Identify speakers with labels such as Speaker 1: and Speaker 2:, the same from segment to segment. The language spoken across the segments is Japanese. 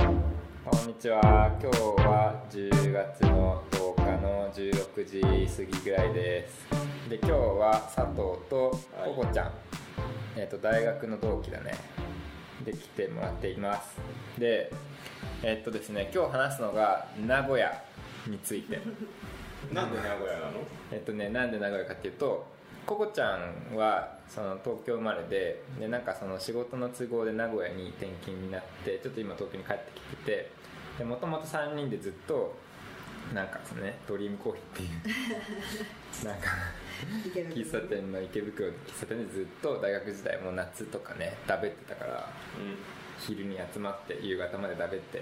Speaker 1: んにちは。今日は10月の10日の16時過ぎぐらいです。で今日は佐藤と
Speaker 2: はい
Speaker 1: ここちゃん、えっ、と大学の同期だね。で来てもらっています。でえっ、とですね今日話すのが名古屋について。
Speaker 2: なんで名古屋なの
Speaker 1: えっとねなんで名古屋かっていうとココちゃんはその東京生まれででなんかその仕事の都合で名古屋に転勤になってちょっと今東京に帰ってきててでもともと3人でずっとなんかそのねドリームコーヒーっていうなんか
Speaker 3: いける
Speaker 1: 喫茶店の池袋の喫茶店でずっと大学時代もう夏とかね食べってたから昼に集まって夕方まで食べて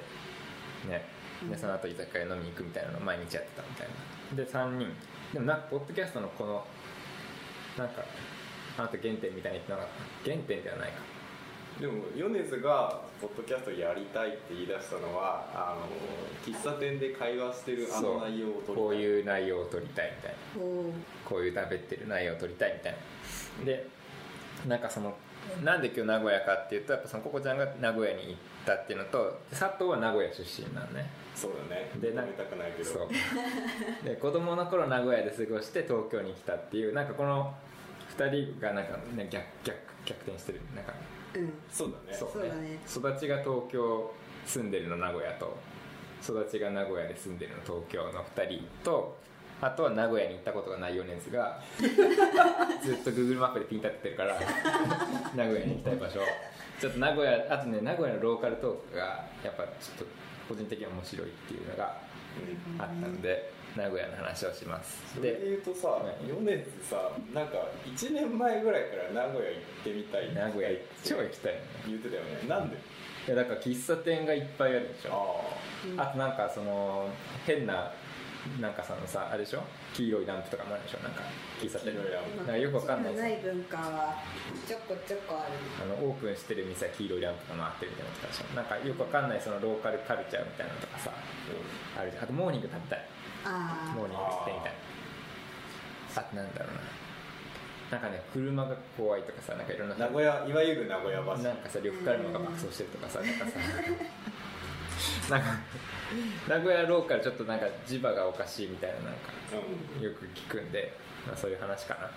Speaker 1: ね
Speaker 3: う
Speaker 1: で
Speaker 3: ん
Speaker 1: その後居酒屋飲みに行くみたいなのを毎日やってたみたいなで3人でもなんかポッドキャストのこのなんかあなた原点みたいに言ってなかった原点ではないか
Speaker 2: でも米津がポッドキャストやりたいって言い出したのはあの喫茶店で会話してるあ
Speaker 1: そ
Speaker 2: の
Speaker 1: う
Speaker 2: 内容を取りたい
Speaker 1: こう
Speaker 2: う、
Speaker 1: いう内容を撮りたいみたいな
Speaker 3: おー
Speaker 1: こういう食べってる内容を撮りたいみたいなでなんかそのなんで今日名古屋かっていうとやっぱそのココちゃんが名古屋に行ったっていうのとで佐藤は名古屋出身なのね
Speaker 2: そうだね
Speaker 1: でな
Speaker 2: 飲みたくないけど
Speaker 1: そう で子供の頃名古屋で過ごして東京に来たっていうなんかこの2人がなんか、ね、逆逆逆転してるなんか
Speaker 3: うん
Speaker 2: そうだね
Speaker 3: そうだね
Speaker 1: 育ちが東京住んでるの名古屋と育ちが名古屋で住んでるの東京の2人とあとは名古屋に行ったことがない米津 がずっと Google マップでピン立ってるから名古屋に行きたい場所ちょっと名古屋あとね名古屋のローカルトークがやっぱちょっと個人的に面白いっていうのが
Speaker 2: うん
Speaker 1: あったので名古屋の話をします
Speaker 2: それで
Speaker 1: で
Speaker 2: 言うとさ
Speaker 1: はい
Speaker 2: 米津さなんか1年前ぐらいから名古屋行ってみたい
Speaker 1: 名古屋超行きたいよね
Speaker 2: 言ってたよねなんで
Speaker 1: いやだから喫茶店がいっぱいあるでしょ
Speaker 2: あ
Speaker 3: うん
Speaker 1: あとなんかその変ななんかそのさあれでしょ黄色いランプとかもあるでしょなんか喫茶
Speaker 2: あい
Speaker 1: 店の
Speaker 2: ろいろ
Speaker 3: まあ
Speaker 1: なんかよくわかんないです
Speaker 3: ない文化はちょこちょこある
Speaker 1: あのオープンしてる店は黄色いランプが回ってるみたいなのとかでしょなんかよくわかんないそのローカルカルチャーみたいなのとかさあるじゃんあとモーニング食べたい
Speaker 3: あ
Speaker 1: モーニング食ってみたいなあとなんだろうななんかね車が怖いとかさなんかいろんな
Speaker 2: 名古屋いわゆる名古屋バス
Speaker 1: なんかさ、呂布カルマが爆走してるとかさ、なんかさ、なんか、名古屋ローカルちょっとなんか磁場がおかしいみたいななんか、
Speaker 2: う
Speaker 1: よく聞くんで、まあそういう話かな。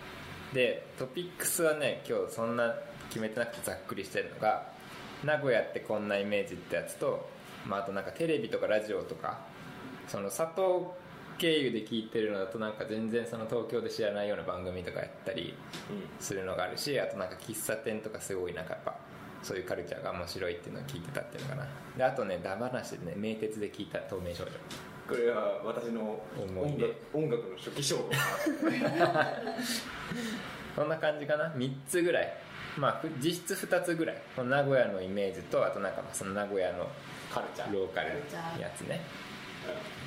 Speaker 1: で、トピックスはね、今日そんな決めてなくてざっくりしてるのが、名古屋ってこんなイメージってやつと、まああとなんかテレビとかラジオとか、その佐藤経由で聞いてるのだとなんか全然その東京で知らないような番組とかやったり、
Speaker 2: ん
Speaker 1: するのがあるしあとなんか喫茶店とかすごいなんかやっぱそういうカルチャーが面白いっていうのを聞いてたっていうのかなであとねダマなしでね名鉄で聞いた透明少女
Speaker 2: これは私の
Speaker 1: 思い
Speaker 2: 音
Speaker 1: 出
Speaker 2: 楽音楽の初期衝動
Speaker 1: そんな感じかな3つぐらいまあふ実質2つぐらいこの名古屋のイメージとあとなんかまあその名古屋の
Speaker 2: カルチャー
Speaker 1: ローカルやつね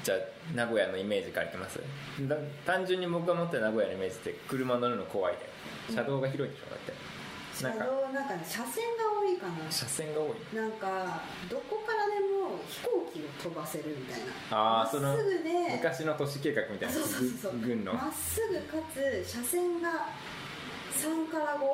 Speaker 1: じゃあ名古屋のイメージからいきますだ単純に僕が持ってる名古屋のイメージって車乗るの怖いで車道が広いんでしょだって
Speaker 3: 車
Speaker 1: なんか
Speaker 3: 道なんかね車線が多いかな
Speaker 1: 車線が多い
Speaker 3: なんかどこからでも飛行機を飛ばせるみたいな
Speaker 1: ああそ
Speaker 3: ま
Speaker 1: の
Speaker 3: っすぐで
Speaker 1: 昔の都市計画みたいな
Speaker 3: そうそうそう
Speaker 1: ぐ軍の
Speaker 3: まっすぐかつ車線が3から5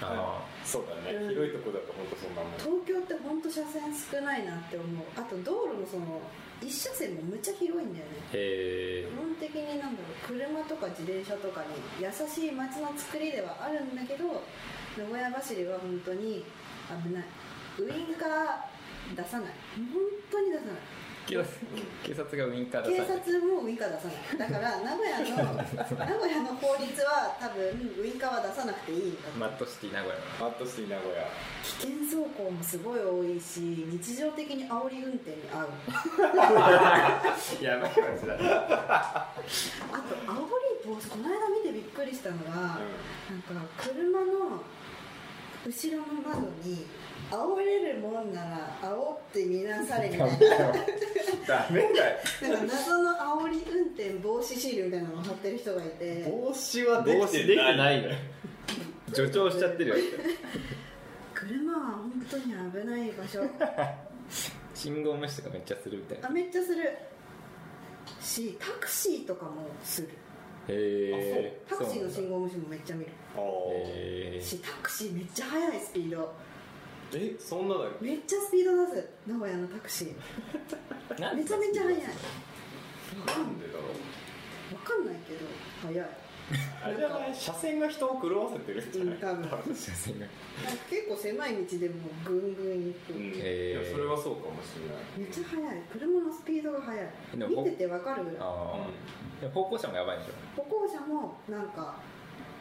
Speaker 1: あ
Speaker 2: そうだね、
Speaker 3: うん
Speaker 2: 広いとこだと本当そんなもん
Speaker 3: 東京ってほんと車線少ないなって思うあと道路のその一車線もむっちゃ広いんだよね
Speaker 1: ーへ
Speaker 3: 基本的になんだろう車とか自転車とかに優しい街の作りではあるんだけど名古屋走りは本当に危ないウインカー出さない本当に出さない
Speaker 1: え警察警察がウインカー出
Speaker 3: 警
Speaker 1: さない
Speaker 3: 察もウインカー出さないだから名古屋の名古屋の法律は多分ウインカーは出さなくていいんだ
Speaker 1: マットシティ名古屋の
Speaker 2: マットシティ名古屋
Speaker 3: 危険走行もすごい多いし日常的に煽り運転に遭う
Speaker 1: やばい感じだね
Speaker 3: あと煽り防止この間見てびっくりしたのが、
Speaker 2: う
Speaker 3: なんか車の後ろの窓に煽れるもんなら煽ってみなされみ たいな
Speaker 1: ダメだよ
Speaker 3: なんか謎の煽り運転防止シールみたいなのを貼ってる人がいて
Speaker 2: ん帽子は
Speaker 1: 帽子できてないいのよ助長しちゃってるよ
Speaker 3: 車は本当に危ない場所
Speaker 1: 信号無視とかめっちゃするみたいな
Speaker 3: あめっちゃするしタクシーとかもする
Speaker 1: へえ
Speaker 3: タクシーの
Speaker 1: そう
Speaker 3: 信号無視もめっちゃ見る
Speaker 2: おー
Speaker 1: へえ
Speaker 3: しタクシーめっちゃ速いスピード
Speaker 2: えそんなだっけ
Speaker 3: めっちゃスピード出す名古屋のタクシー
Speaker 1: なんで
Speaker 3: めちゃめちゃ速いわ
Speaker 2: なんでだろう
Speaker 3: かんないけど速い
Speaker 2: あれじゃない車線が人を狂わせてるんじゃない、
Speaker 3: うん多分
Speaker 1: 車線が
Speaker 3: 結構狭い道でもぐんぐん行く、
Speaker 2: うん
Speaker 1: へー
Speaker 2: いやそれはそうかもしれない
Speaker 3: めっちゃ速い車のスピードが速い
Speaker 1: でも
Speaker 3: 見ててわかるぐらい
Speaker 1: ああ、でも方向車もやばいんでしょ
Speaker 3: 歩行者もなんか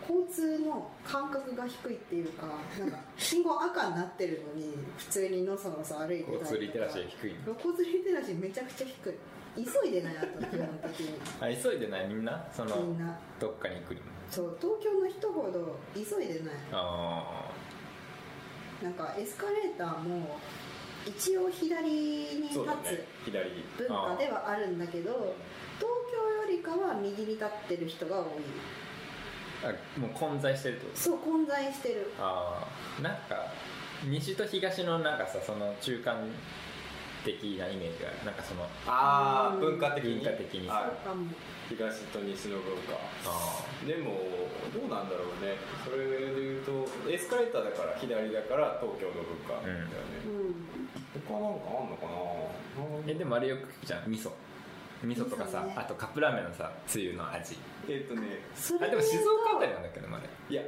Speaker 3: 交通の感覚が低いっていうかなんか信号赤になってるのに普通にのそのそ歩いてたりとか
Speaker 1: 交通リテラシーが低い
Speaker 3: 交通リテラシーめちゃくちゃ低い急いでないあと基本的 に
Speaker 1: あ急いでないみんなそ
Speaker 3: み
Speaker 1: の
Speaker 3: んな
Speaker 1: どっかに来るの
Speaker 3: そう東京の人ほど急いでない
Speaker 1: あ
Speaker 3: なんかエスカレーターも一応左に立
Speaker 2: そうだね
Speaker 3: つ
Speaker 2: 左
Speaker 3: 文化ではあるんだけど、東京よりかは右に立ってる人が多い
Speaker 1: ーあもう混在してるってこと
Speaker 3: そう混在してる
Speaker 1: ああなんか西と東のなんかさその中間的なイメージがあるなんかその
Speaker 2: ああ文化的に
Speaker 1: 文化的に
Speaker 3: そう
Speaker 2: は
Speaker 3: かも
Speaker 2: い、東と西の文化
Speaker 1: あ
Speaker 2: でもどうなんだろうねそれで言うとエスカレーターだから左だから東京の文化だよね、
Speaker 3: うん
Speaker 2: 他なんかあんのかな
Speaker 1: えでもあれよく聞くじゃん味噌味噌とかさ、
Speaker 3: 味噌ね
Speaker 1: あとカップラーメンのさつゆの味
Speaker 2: えっとね
Speaker 3: そ
Speaker 1: あ
Speaker 3: れ
Speaker 1: でも
Speaker 3: 言うと
Speaker 1: 静岡あたりなんだけどまだ
Speaker 2: いや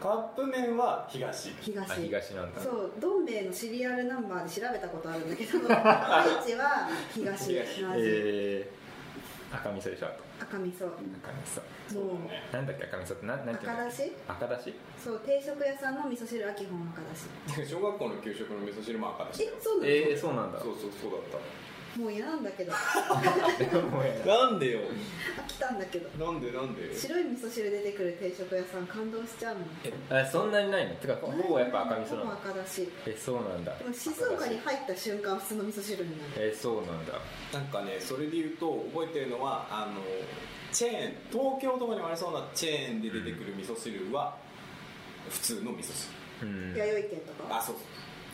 Speaker 2: カップ麺は東
Speaker 3: 東
Speaker 1: あ東なんだ
Speaker 3: そうどん兵衛のシリアルナンバーで調べたことあるんだけ ど愛知は東の味、
Speaker 1: えー、赤味噌でしょあと
Speaker 3: 赤味
Speaker 1: 赤
Speaker 3: 噌
Speaker 1: 味
Speaker 2: そうだね
Speaker 1: 噌なんだっけ赤味噌ってななんていうんだっけ赤だし
Speaker 3: そう定食屋さんの味噌汁は基本赤だし
Speaker 2: 小学校の給食の味噌汁も赤でしたよ
Speaker 3: えそうなの、
Speaker 1: えー、そうなんだ
Speaker 2: そうそうそうだっ
Speaker 3: もう嫌なんだけど
Speaker 1: もうや
Speaker 2: たなんでよ
Speaker 3: 飽きたんだけど
Speaker 2: なんでなんで
Speaker 3: 白い味噌汁出てくる定食屋さん感動しちゃうの
Speaker 1: だ あそんなにないのてかほぼやっぱ赤味噌な
Speaker 3: ほぼ
Speaker 1: の
Speaker 3: 赤だし
Speaker 1: えそうなんだ
Speaker 3: でも静岡に入った瞬間普通の味噌汁になる
Speaker 1: えそうなんだ
Speaker 2: なんかねそれで言うと覚えてるのはあのチェーン東京とかにもありそうなチェーンで出てくる味噌汁は普通の味噌汁
Speaker 1: うん
Speaker 3: 弥
Speaker 1: 弥
Speaker 3: 生県と
Speaker 2: あ
Speaker 3: か
Speaker 2: そうそう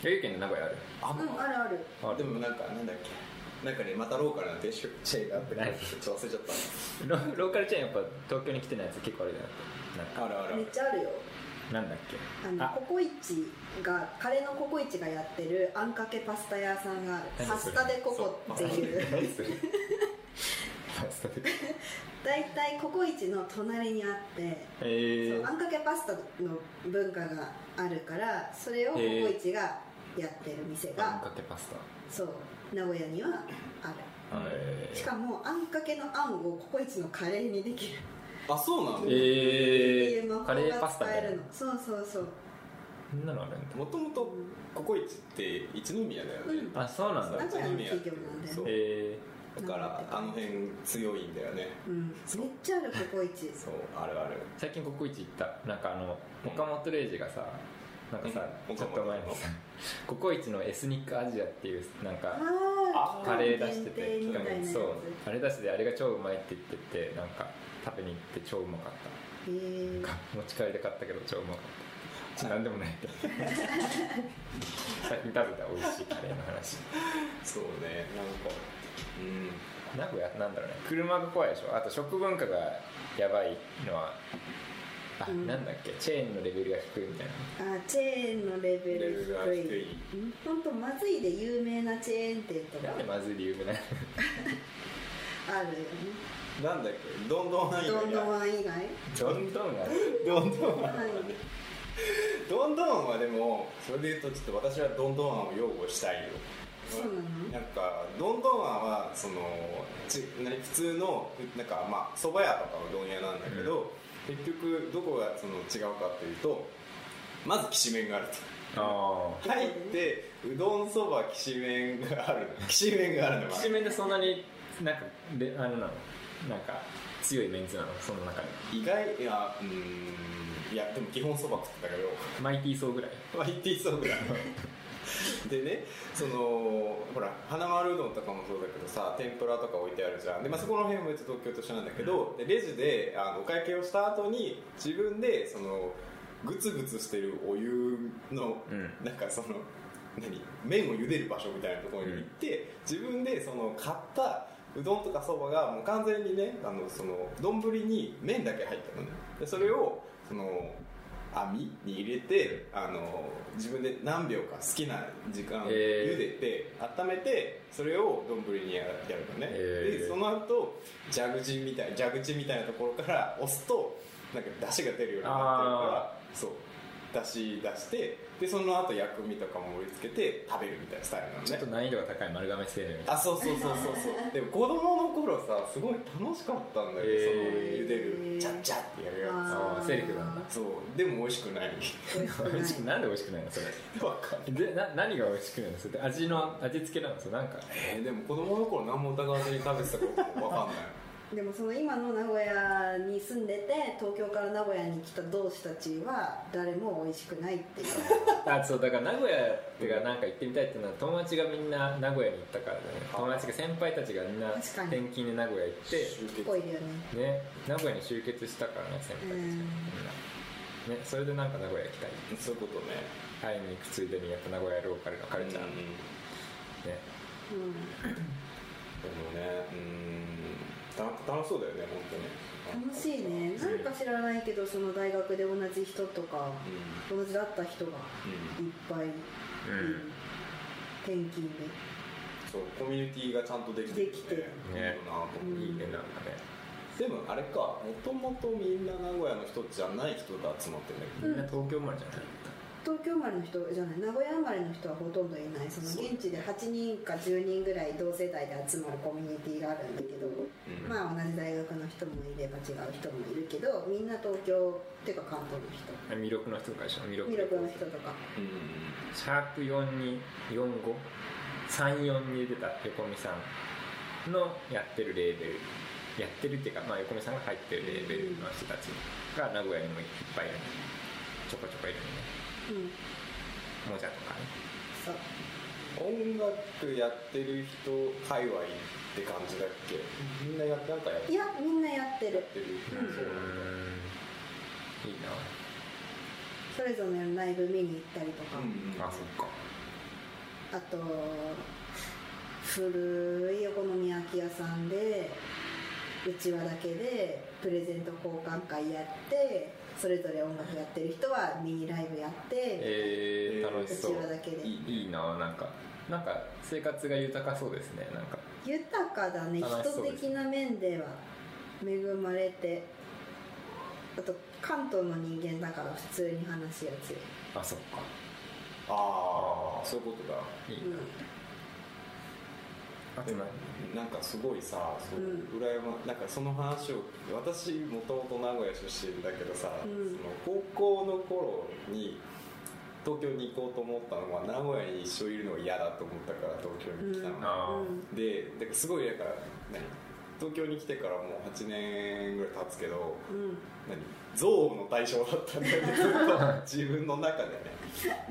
Speaker 1: 生県の名古屋ある
Speaker 2: あ
Speaker 3: うんあるある
Speaker 1: あ
Speaker 2: でもなんかなんだっけなんかねまたローカルな定食チェーンがあって
Speaker 1: 何
Speaker 2: ちょっと忘れちゃっ
Speaker 1: ロローカルチェーンやっぱ東京に来てないやつ結構あるじゃない
Speaker 2: たあるあるあ
Speaker 3: めっ
Speaker 2: る
Speaker 3: ちゃあるよ
Speaker 1: なんだっけ
Speaker 3: あのココイチがカレーのココイチがやってるあんかけパスタ屋さんがある
Speaker 1: 何
Speaker 3: パ
Speaker 1: そ
Speaker 3: ス
Speaker 1: れ
Speaker 3: タでココっていう
Speaker 1: 何それパスタで
Speaker 3: 大体ココイチの隣にあって
Speaker 1: え
Speaker 3: そう
Speaker 1: ー
Speaker 3: あ、んかけパスタの文化があるからそれをココ
Speaker 1: へー
Speaker 3: イチがやってる店
Speaker 1: あん
Speaker 3: が
Speaker 1: かけパス
Speaker 3: そう名古屋にはあ
Speaker 1: タえ
Speaker 3: るし
Speaker 1: ー
Speaker 3: かもあんかけのあんをココイチのカレーにできる
Speaker 2: あそうなの
Speaker 3: って
Speaker 1: え
Speaker 3: いう
Speaker 1: ー、
Speaker 3: 魔法
Speaker 1: カレーパスタ
Speaker 3: が
Speaker 1: みた
Speaker 3: 使え
Speaker 1: いな
Speaker 3: るのそうそうそう
Speaker 1: そんなのあるんだ
Speaker 2: もともとココイチって一宮だよね、
Speaker 1: あそうなんだ
Speaker 3: 名古屋の企業なんだよ
Speaker 2: そう
Speaker 1: え
Speaker 2: だからあの辺強いんだよね
Speaker 3: うんめっちゃあるココイチ
Speaker 2: そうあるある
Speaker 1: ー、最近ココイチ行ったなんかあの岡本零士がさなんかさ、
Speaker 2: うん
Speaker 1: ちょっと前にさココイチのエスニックアジアっていうなんか
Speaker 2: あ
Speaker 3: あー
Speaker 1: カレー出してて
Speaker 3: 限定みたいなやつ
Speaker 1: そうあれ出しててあれが超うまいって言っててなんか食べに行って超うまかっ
Speaker 3: へ
Speaker 1: た
Speaker 3: ー
Speaker 1: なんか持ち帰りで買ったけど超うまかったちょなんでもないけど 最近食べた美味しいカレーの話
Speaker 2: そうねなんかうん
Speaker 1: 名古屋なんだろうね車が怖いでしょあと食文化がやばいのはあ、
Speaker 3: うん
Speaker 1: なんだっけチェーンのレベルが低いみたいな
Speaker 3: あーチェーンのレベ
Speaker 2: レベル
Speaker 3: ル
Speaker 2: が
Speaker 3: 低
Speaker 2: 低
Speaker 3: い
Speaker 2: い
Speaker 3: うんほんとまずいで有名なチェーン店とか
Speaker 1: なんでまずい理由がない
Speaker 3: あるよね
Speaker 2: なんだっけどんどん範囲
Speaker 3: どんどん
Speaker 2: が
Speaker 3: は以外
Speaker 1: どんどんが
Speaker 2: どんどんは
Speaker 3: はい
Speaker 2: どんどんはでもそれで言うとちょっと私はどんどん案を擁護したいよ
Speaker 3: そうなの
Speaker 2: なんかどんどん案はそのち何普通のなんかまあ蕎麦屋とかうどん屋なんだけど、結局どこがその違うかというとまずきしめんがある
Speaker 1: あ
Speaker 2: と入ってうどんそばきしめんがあるきしめんがある
Speaker 1: あ
Speaker 2: の
Speaker 1: き
Speaker 2: が
Speaker 1: しめんでそんなになんかであれなのなんか強いメンツなのその中で
Speaker 2: 意外いやうーんいやでも基本そば食ってたけど
Speaker 1: マイティーソーぐらい
Speaker 2: まあ言っていそうぐらいのでねそのほら花丸うどんとかもそうだけどさ天ぷらとか置いてあるじゃんで、まあ、そこの辺も別に東京と一緒なんだけど、でレジであのお会計をした後に自分でそのグツグツしてるお湯の、
Speaker 1: うん
Speaker 2: なんかその何麺を茹でる場所みたいなところに行って、自分でその買ったうどんとかそばがもう完全にねあのその丼に麺だけ入ったのねでそれをその網に入れてあの自分で何秒か好きな時間
Speaker 1: えー
Speaker 2: 茹でて、温めてそれを丼にややるのね、
Speaker 1: えー
Speaker 2: でその後蛇口みたい蛇口みたいなところから押すとなんか出汁が出るようになってるからそう出汁出してでその後薬味とかも盛り付けて食べるみたいなスタイルなのね
Speaker 1: ちょっと難易度が高い丸亀製麺みたい
Speaker 2: あそうそうそうそう そうでも子供の頃さすごい楽しかったんだよ、ねその
Speaker 1: へ
Speaker 2: 茹
Speaker 3: ー
Speaker 2: でるチャッチャッってやるや
Speaker 1: な
Speaker 3: あ
Speaker 1: あーセリフなんだ
Speaker 2: つそうでも美味しくない
Speaker 3: 美味しく ない
Speaker 1: 美味しくなんで美味しくないのそれ
Speaker 2: わかんない
Speaker 1: でな何が美味しくないのそれって味の味付けなのそれなんか
Speaker 2: えーでも子供の頃何も疑わずに食べてたかもわかんない
Speaker 3: でもその今の名古屋に住んでて東京から名古屋に来た同志たちは誰も美味しくないっていう
Speaker 1: あそうだから名古屋ってかなんか行ってみたいっていうのは友達がみんな名古屋に行ったからだね友達が先輩たちがみんな
Speaker 3: 確かに
Speaker 1: 転勤で名古屋行って
Speaker 2: 集
Speaker 3: っ
Speaker 2: 結
Speaker 3: ぽいよね
Speaker 1: ね名古屋に集結したからね先輩たちがみんな、ね、それでなんか名古屋行きたい
Speaker 2: そういうことね
Speaker 1: 会いに行くついでにやっぱ名古屋ローカルのカルチャー、
Speaker 2: うんで
Speaker 1: ね
Speaker 2: も
Speaker 3: う
Speaker 2: ねうんた楽しそうだよね本当
Speaker 3: ん
Speaker 2: に
Speaker 3: 楽しいねなんか知らないけどその大学で同じ人とか
Speaker 2: うん
Speaker 3: 同じだった人が
Speaker 2: うん
Speaker 3: いっぱいいる
Speaker 1: うん
Speaker 3: 転勤で
Speaker 2: そうコミュニティがちゃんとできて
Speaker 3: できてる
Speaker 2: ね
Speaker 1: ね
Speaker 2: いいよなと思う
Speaker 1: いいねなんかね
Speaker 2: でもあれかもともとみんな名古屋の人じゃない人が集まってるん
Speaker 1: みん
Speaker 2: だ
Speaker 1: な東京生まれじゃない、
Speaker 3: 東京生まれの人じゃない名古屋生まれの人はほとんどいないその現地で8人か10人ぐらい同世代で集まるコミュニティがあるんだけど、
Speaker 2: うん
Speaker 3: まあ同じ大学の人もいれば違う人もいるけどみんな東京っていうか関東の人
Speaker 1: あ魅力の人とかでしょ魅力
Speaker 3: 魅力の人とか
Speaker 2: けど、
Speaker 1: シャープ424534に出た横見さんのやってるレーベルやってるっていうか、まあ、横見さんが入ってるレーベルの人たちが名古屋にもいっぱいいるちょこちょこいるのね
Speaker 3: うん
Speaker 1: もじゃとかね
Speaker 3: そう
Speaker 2: 音楽やってる人界隈って感じだっけみんなやってなんかやって
Speaker 3: いやみんなやってる
Speaker 2: てる
Speaker 1: う
Speaker 2: そうなん
Speaker 1: いい
Speaker 3: それぞれのライブ見に行ったりとか、
Speaker 2: だ
Speaker 1: なあそっか
Speaker 3: あと古いお好み焼き屋さんでうちわだけでプレゼント交換会やってそれぞれ音楽やってる人はミニライブやって
Speaker 1: えー、
Speaker 2: えー
Speaker 1: 楽しそう
Speaker 3: うちわだけで
Speaker 1: いいいいななんかなんか生活が豊かそうですねなんか
Speaker 3: 豊かだね
Speaker 1: 楽しそう
Speaker 3: 人
Speaker 1: です
Speaker 3: 的な面では恵まれてあと関東の人間だから普通に話しやすい、
Speaker 1: あそっか
Speaker 2: ああそういうことだ
Speaker 1: いいうな、
Speaker 3: ん、
Speaker 1: あと何
Speaker 2: なんかすごいさそう、
Speaker 3: うん
Speaker 2: 羨まなんかその話を私もともと名古屋出身だけどさ、
Speaker 3: うん
Speaker 2: その高校の頃に東京に行こうと思ったのは名古屋に一緒いるのが嫌だと思ったから東京に来たの、
Speaker 3: うん
Speaker 2: ね
Speaker 1: あー
Speaker 3: うん
Speaker 2: でだからすごいだから何東京に来てからもう8年ぐらい経つけど
Speaker 3: うん
Speaker 2: 何憎悪の対象だったんだよ ねずっと自分の中でね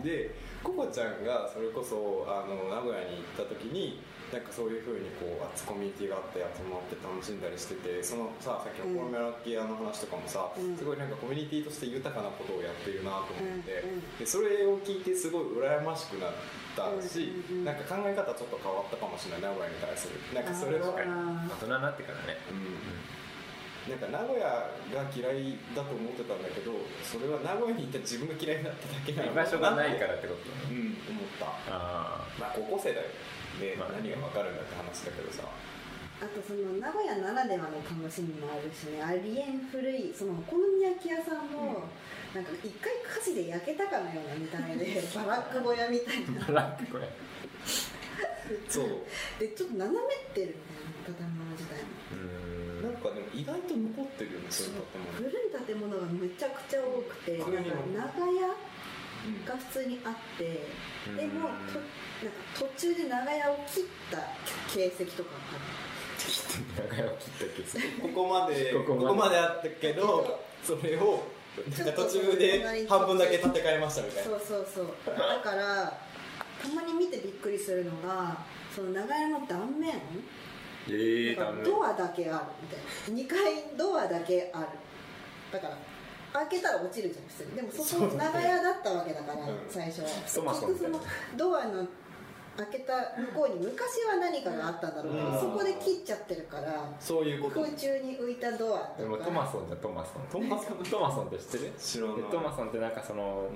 Speaker 2: でココちゃんがそれこそあの名古屋に行った時になんかそういうふうにこうあつコミュニティがあって集まって楽しんだりしててそのささっきのコロメラ系の話とかもさ、
Speaker 3: うん
Speaker 2: すごいなんかコミュニティとして豊かなことをやってるなと思って、
Speaker 3: うんうん
Speaker 2: でそれを聞いてすごい羨ましくなったし、
Speaker 3: うんうんうん
Speaker 2: なんか考え方ちょっと変わったかもしれない名古屋に対するなんかそれは
Speaker 1: 確かに
Speaker 3: あー
Speaker 1: 大人になってからね
Speaker 2: うんなんか名古屋が嫌いだと思ってたんだけどそれは名古屋に行った自分が嫌いになっただけなの
Speaker 1: 居
Speaker 2: かな
Speaker 1: 場所がないからってこと
Speaker 2: うん思った
Speaker 1: あ
Speaker 2: まあ高校生だよで、
Speaker 1: まあ
Speaker 2: 何が分かるんだって話だけどさ
Speaker 3: あとその名古屋ならではの楽しみもあるしねありえん古いそのお好み焼き屋さんも、なんか一回火事で焼けたかのような見た目 でバラック小屋みたいな
Speaker 1: あラックこれ
Speaker 2: そう
Speaker 3: でちょっと斜めってるみたいな建物自体も
Speaker 1: うーん
Speaker 2: なんかでも意外と残ってるよねそういう建
Speaker 3: 古い建物がめちゃくちゃ多くてなん
Speaker 2: 古いの
Speaker 3: か長屋
Speaker 2: 物
Speaker 3: が普通にあって
Speaker 1: うん
Speaker 3: でもとなんか途中で長屋を切った形跡とかがある
Speaker 1: 長屋を切ったけど
Speaker 2: うんここまで
Speaker 1: ここまで
Speaker 2: あったけどそれをなんか途中で半分だけ建て替えましたみたいな
Speaker 3: そうそうそうだからたまに見てびっくりするのがその長屋の断面
Speaker 1: ええ
Speaker 3: なんかドアだけあるみたいな2階ドアだけあるだから開けたら落ちるじゃん普通にでもそこ長屋だったわけだから
Speaker 2: うん
Speaker 3: 最初は
Speaker 1: そもそも
Speaker 3: 結局そのドアの開けた向こうに昔は何かがあったんだろうけ
Speaker 2: うん
Speaker 3: どそこで切っちゃってるから
Speaker 2: そういうこと
Speaker 3: 空中に浮いたドア
Speaker 1: で
Speaker 3: と
Speaker 1: も
Speaker 3: か
Speaker 1: トマソンじゃトマソン
Speaker 2: トマソン
Speaker 1: トマソンって知ってる
Speaker 2: 知らない
Speaker 1: でトマソンってなんかその、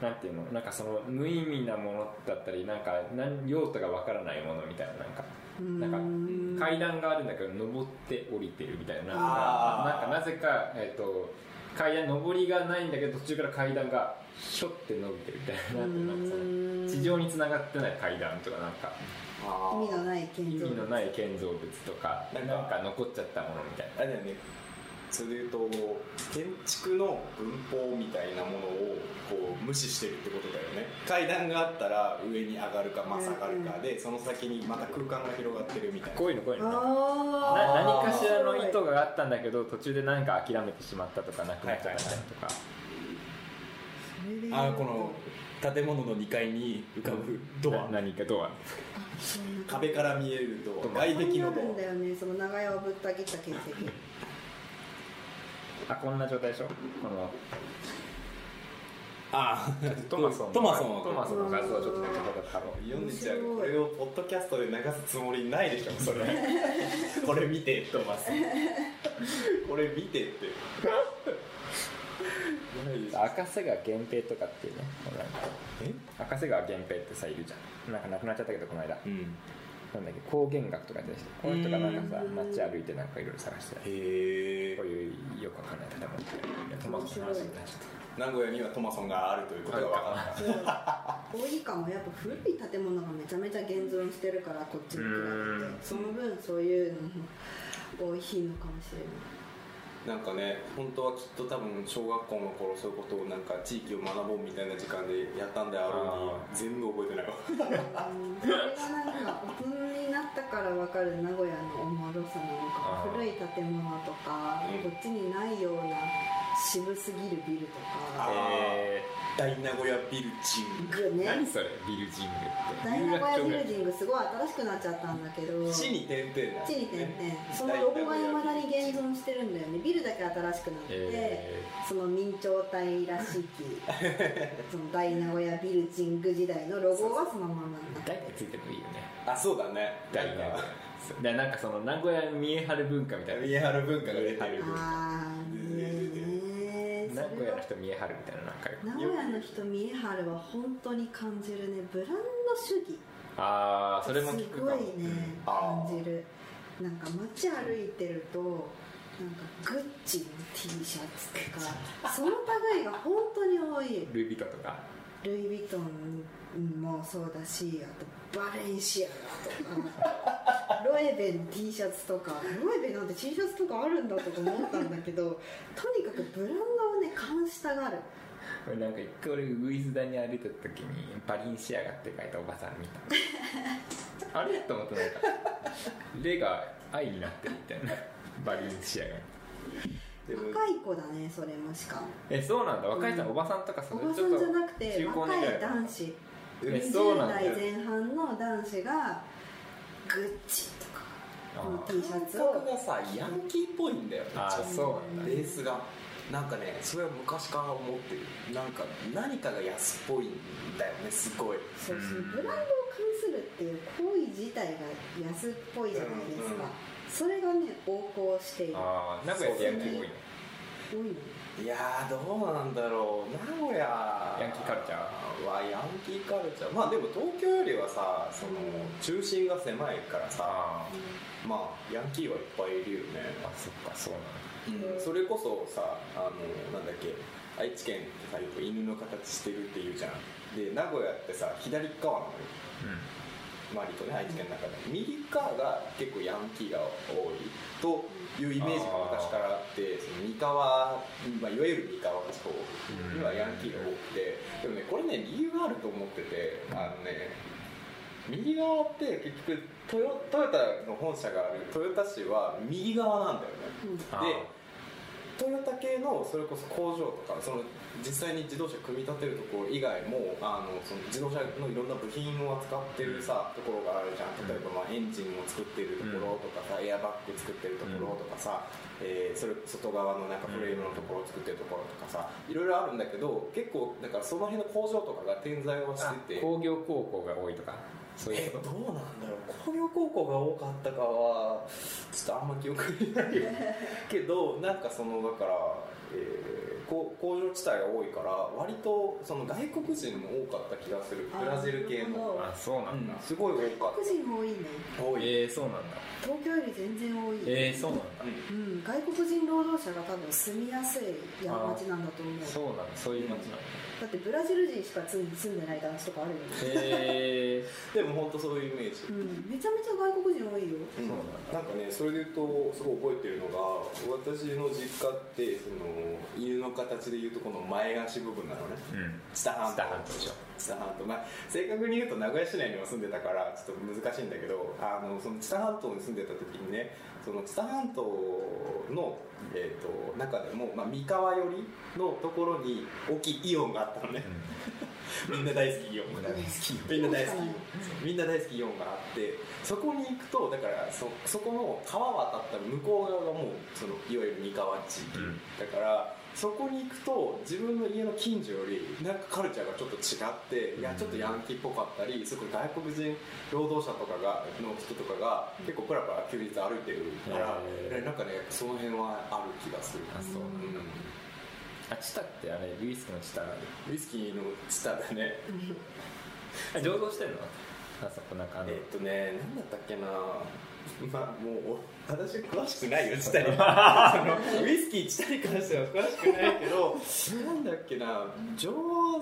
Speaker 2: うん
Speaker 1: なんていうのなんかその無意味なものだったりなんかなん用途がわからないものみたいななんかなんか
Speaker 3: うん
Speaker 1: 階段があるんだけど登って降りてるみたいななん
Speaker 2: あ
Speaker 1: か
Speaker 2: ー
Speaker 1: なぜか、えー、と階段上りがないんだけど途中から階段がひょって伸びてるみたいななんていうのなんかその
Speaker 3: うん
Speaker 1: 地上に繋がってない階段とかなんか
Speaker 2: あー
Speaker 3: 意味のない建
Speaker 1: 意
Speaker 3: 造
Speaker 1: 味
Speaker 3: 物
Speaker 1: のない建造物とか
Speaker 2: なんか
Speaker 1: なんか残っちゃったものみたい
Speaker 2: あれだよねそれで言うと建築の文法みたいなものをこう無視してるってことだよね階段があったら上に上がるかまあ下がるかでその先にまた空間が広がってるみたい
Speaker 1: な
Speaker 2: な
Speaker 1: こういうのこういうのな
Speaker 3: あ
Speaker 1: 何
Speaker 3: ー
Speaker 1: かしらの意図があったんだけど途中で何か諦めてしまったとかなくなっちゃったりとか、
Speaker 3: それで
Speaker 2: あーこの建物の2階に浮かぶドア
Speaker 1: な何かドア
Speaker 3: あそういうの
Speaker 2: 壁から見えるドア外
Speaker 3: ここ
Speaker 2: 壁
Speaker 3: にあ
Speaker 2: の
Speaker 3: る
Speaker 2: ド
Speaker 3: んだよねその長屋をぶった切った形跡
Speaker 1: あこんな状態でしょこの
Speaker 2: アああ
Speaker 1: トマソンの
Speaker 2: トマソン
Speaker 1: トマソンの画像はちょっとなんかただ多分
Speaker 2: 読んでちゃうこれをポッドキャストで流すつもりないでしょ それこれ見てトマソンこれ見てってないでしょ
Speaker 1: 赤瀬川源平とかっていうねこのなんか
Speaker 2: え
Speaker 1: 赤瀬川源平ってさいるじゃんなんか亡くなっちゃったけどこの間
Speaker 2: うん
Speaker 1: なんだっけ光源学とかやってた人この人がなんかさ
Speaker 3: うん
Speaker 1: 街歩いてなんかいろいろ探してたこ
Speaker 2: へえ
Speaker 1: ういうよくわかんない建物いやトマソンの話になっちゃっ
Speaker 2: 名古屋にはトマソンがあるということが分かっ
Speaker 3: そう大井館はやっぱ古い建物がめちゃめちゃ現存してるからこっちに比べ
Speaker 1: うん
Speaker 3: てその分そういうのも多いのかもしれな
Speaker 2: たなんかね本当はきっと多分小学校の頃そういうことをなんか地域を学ぼうみたいな時間でやったんであろ
Speaker 1: あ
Speaker 2: うに全部覚えてないわ
Speaker 3: いうんそれがなんか大人になったから分かる名古屋のおもろさなの
Speaker 1: あ
Speaker 3: か
Speaker 1: ー
Speaker 3: 古い建物とか
Speaker 2: うん
Speaker 3: こっちにないような渋すぎるビルと
Speaker 1: た
Speaker 2: あ
Speaker 3: か
Speaker 1: え
Speaker 2: 大名古屋ビルチン
Speaker 3: 行くよ
Speaker 1: ー、何
Speaker 3: ね
Speaker 1: それビルジングって
Speaker 3: 大名古屋ビ
Speaker 1: が
Speaker 3: ルディングすごい新しくなっちゃったんだけど
Speaker 2: 地に点々だ
Speaker 3: 地に点
Speaker 2: ね
Speaker 3: 々そのロゴがいまだに現存してるんだよねビルだけ新しくなって、
Speaker 1: え
Speaker 3: その明朝体ら しきその大名古屋ビルジング時代のロゴはそのままにな
Speaker 1: ー、
Speaker 3: って
Speaker 1: 大工ついてもいいよね
Speaker 2: あそうだね
Speaker 1: 大名古屋そうでなんかその名古屋見え張る文化みたいな
Speaker 2: 見え張る文化が出てる
Speaker 3: ああねえ
Speaker 1: 名古屋の
Speaker 3: そ
Speaker 1: 人見え張るみたいななんか
Speaker 3: れは名古屋の人見え張るは本当に感じるねブランド主義
Speaker 1: ああそれも聞
Speaker 3: す
Speaker 1: く
Speaker 3: ご
Speaker 1: か
Speaker 3: い
Speaker 1: も
Speaker 3: ね
Speaker 2: あー
Speaker 3: 感じるなんか街歩いてるとなんかグッチの T シャツとかその類が本当に多い
Speaker 1: ルイ・ヴィトンとか
Speaker 3: ルイ・ヴィトンもそうだしあとバレンシ アガとかロエベン T シャツとかロエベンなんて T シャツとかあるんだとか思ったんだけどとにかくブランドをね冠したがる
Speaker 1: 俺なんか一回俺ウイズダに歩いた時に「バリンシアガ」って書いたおばさん見 たあれと思ってなんか「レ」が「愛」になってるみたいなバリンシアガ
Speaker 2: でも
Speaker 3: 若い子だねそれもしかも
Speaker 1: えそうなんだ若い人、
Speaker 3: うん
Speaker 1: おばさんとかそ
Speaker 3: お
Speaker 1: れ
Speaker 3: ば
Speaker 1: ち
Speaker 3: さ
Speaker 1: ょっと
Speaker 3: んじゃなくて
Speaker 1: 中高
Speaker 3: 若
Speaker 1: 年ぐら
Speaker 3: い
Speaker 1: いか
Speaker 3: 男子
Speaker 1: えそうな
Speaker 3: 20
Speaker 1: んだ
Speaker 3: 代前半の男子がグッチとかの
Speaker 1: あ
Speaker 3: T シャツを
Speaker 2: がさヤンキーっぽいんだよね
Speaker 1: あ
Speaker 2: ちょ
Speaker 1: ー
Speaker 2: っ
Speaker 1: そうなん
Speaker 2: とベ
Speaker 1: だ
Speaker 2: ースがなんかねそれは昔から思ってるなんか何かが安っぽいんだよねすごい
Speaker 3: そうそううんブランドを冠するっていう行為自体が安っぽいじゃないです
Speaker 2: うんうん
Speaker 3: か、それがね横行している
Speaker 1: あー名古屋ってヤンキー多いね
Speaker 3: 多いの
Speaker 2: いやーどうなんだろう名古屋
Speaker 1: ヤンキーカルチャ
Speaker 2: ーはヤンキーカルチャーまあでも東京よりはさその中心が狭いからさ
Speaker 1: あ
Speaker 2: まあヤンキーはいっぱいいるよね
Speaker 1: ーあそっかそうなんだ
Speaker 2: うんそれこそさあのなんだっけ愛知県ってさよく犬の形してるっていうじゃんで名古屋ってさ左側なのよ周りとね愛知県の中で右側が結構ヤンキーが多いというイメージが昔からあってその三河、まあ、いわゆる三河地方にはヤンキーが多くてでもねこれね理由があると思っててあのね右側って結局トヨトヨタの本社がある豊田市は右側なんだよね
Speaker 3: うん
Speaker 1: あ
Speaker 2: でトヨタ系のそれこそ工場とかその実際に自動車組み立てるところ以外もあのその自動車のいろんな部品を扱ってるさところがあるじゃん例えばまあエンジンを作ってるところとかさ、エアバッグ作ってるところとかさ、えーそれ外側のなんかフレームのところを作ってるところとかさいろいろあるんだけど結構だからその辺の工場とかが点在を
Speaker 1: あ
Speaker 2: してて
Speaker 1: 工業高校が多いとかそういうこ
Speaker 2: え
Speaker 1: と
Speaker 2: どうなんだろう工業高校が多かったかはちょっとあんま記憶に ないけどなんかそのだから、えーこう工場地帯が多いから割とその外国人も多かった気がする
Speaker 3: あ
Speaker 2: ブラジル系
Speaker 3: なるほ
Speaker 2: の、
Speaker 3: ど
Speaker 1: あそうなんだ、
Speaker 2: うんすごい多かっ
Speaker 3: 外国人多いね
Speaker 2: た多い、
Speaker 1: えー、そうなんだ
Speaker 3: 東京より全然多い、
Speaker 1: えー、そうなんだ
Speaker 2: うん
Speaker 3: うん、外国人労働者が多分住みやすい山町なんだと思う
Speaker 1: そうなんだそういう街なんだ
Speaker 3: だってブラジル人しか住ん住んでない団地とかあるよね、
Speaker 1: え
Speaker 2: でも本当そういうイメージ、
Speaker 3: うん、めちゃめちゃ外国人多いよ
Speaker 2: うんなんかねそれで言うとすごい覚えてるのが私の実家ってその犬の形で言うとこの前足部分なのね
Speaker 1: ー、うん
Speaker 2: 下半
Speaker 1: 下半
Speaker 2: 島
Speaker 1: 島でしょ
Speaker 2: 知多半島、まあ、正確に言うと名古屋市内には住んでたからちょっと難しいんだけどあのその知多半島に住んでた時にねその知多半島の、えー、と中でも、まあ、三河寄りのところに大きいイオンがあったのねみんな大好きイオン
Speaker 1: みんな大好きイ
Speaker 2: みんな大好きみんな大好きイオンがあってそこに行くとだからそそこの川渡った向こう側がもうそのいわゆる三河地域、
Speaker 1: うん
Speaker 2: だからそこに行くと自分の家の近所よりなんかカルチャーがちょっと違っていやちょっとヤンキーっぽかったりすごい外国人労働者とかがの人とかが結構プラプラ休日歩いてるから、
Speaker 1: へー
Speaker 2: なんかねその辺はある気がする
Speaker 1: あそう
Speaker 2: うん
Speaker 1: あチタってあれウイスキーのチタ
Speaker 2: ウイスキーの地下だね
Speaker 1: あ醸造してんのあそこなんかあの、
Speaker 2: えーっとね、なんだったっけな、まあ、もうお私、詳しくな いよ、チタにそのウイスキー、チタに関しては詳しくないけど、なんだっけな、醸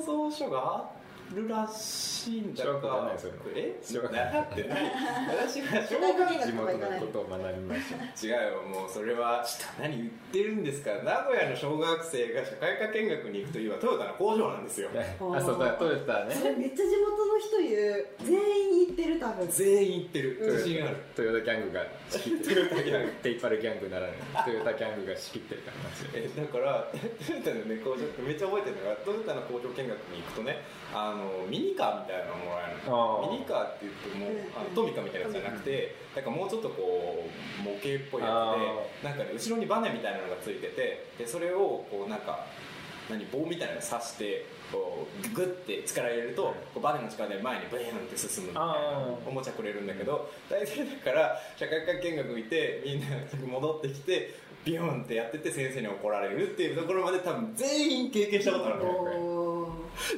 Speaker 2: 造所があるらしいんだ
Speaker 1: 小学校じゃない
Speaker 2: か
Speaker 1: そういうの、
Speaker 2: え
Speaker 1: 小学校
Speaker 2: 習ってない、 私は小
Speaker 3: 外
Speaker 2: 学
Speaker 3: 国人が
Speaker 1: 地
Speaker 3: とか
Speaker 1: 元
Speaker 3: 行かな
Speaker 1: の
Speaker 3: い
Speaker 1: ことを学びま しょう
Speaker 2: 違うよもうそれは何言ってるんですか名古屋の小学生が社会科見学に行くといえばトヨタの工場なんですよ
Speaker 1: あそうだトヨタね
Speaker 3: それめっちゃ地元の人言う全員行ってる多分
Speaker 2: 全員行ってる自信ある
Speaker 1: トヨタギャングが仕切って
Speaker 2: トヨタギャン
Speaker 1: る
Speaker 2: グ
Speaker 1: テイパルギャングならぬトヨタギャングが仕切ってるからマジで
Speaker 2: えだからトヨタのね工場めっちゃ覚えてるのがトヨタの工場見学に行くとねあのミニカーみたいなのもらえる
Speaker 1: あ
Speaker 2: の
Speaker 1: ー
Speaker 2: ミニカーって言っても
Speaker 3: うん
Speaker 2: あのトミカみたいなやつじゃなくてなんかもうちょっとこう模型っぽいやつでなんかね後ろにバネみたいなのがついててでそれをこうなんか何棒みたいなの刺してこうグッて力入れるとこうバネの力で前にブーンって進むみたいな
Speaker 1: あー
Speaker 2: おもちゃくれるんだけど大体だから社会科見学行ってみんな戻ってきてビヨンってやってて先生に怒られるっていうところまで多分全員経験したことあるの
Speaker 3: おー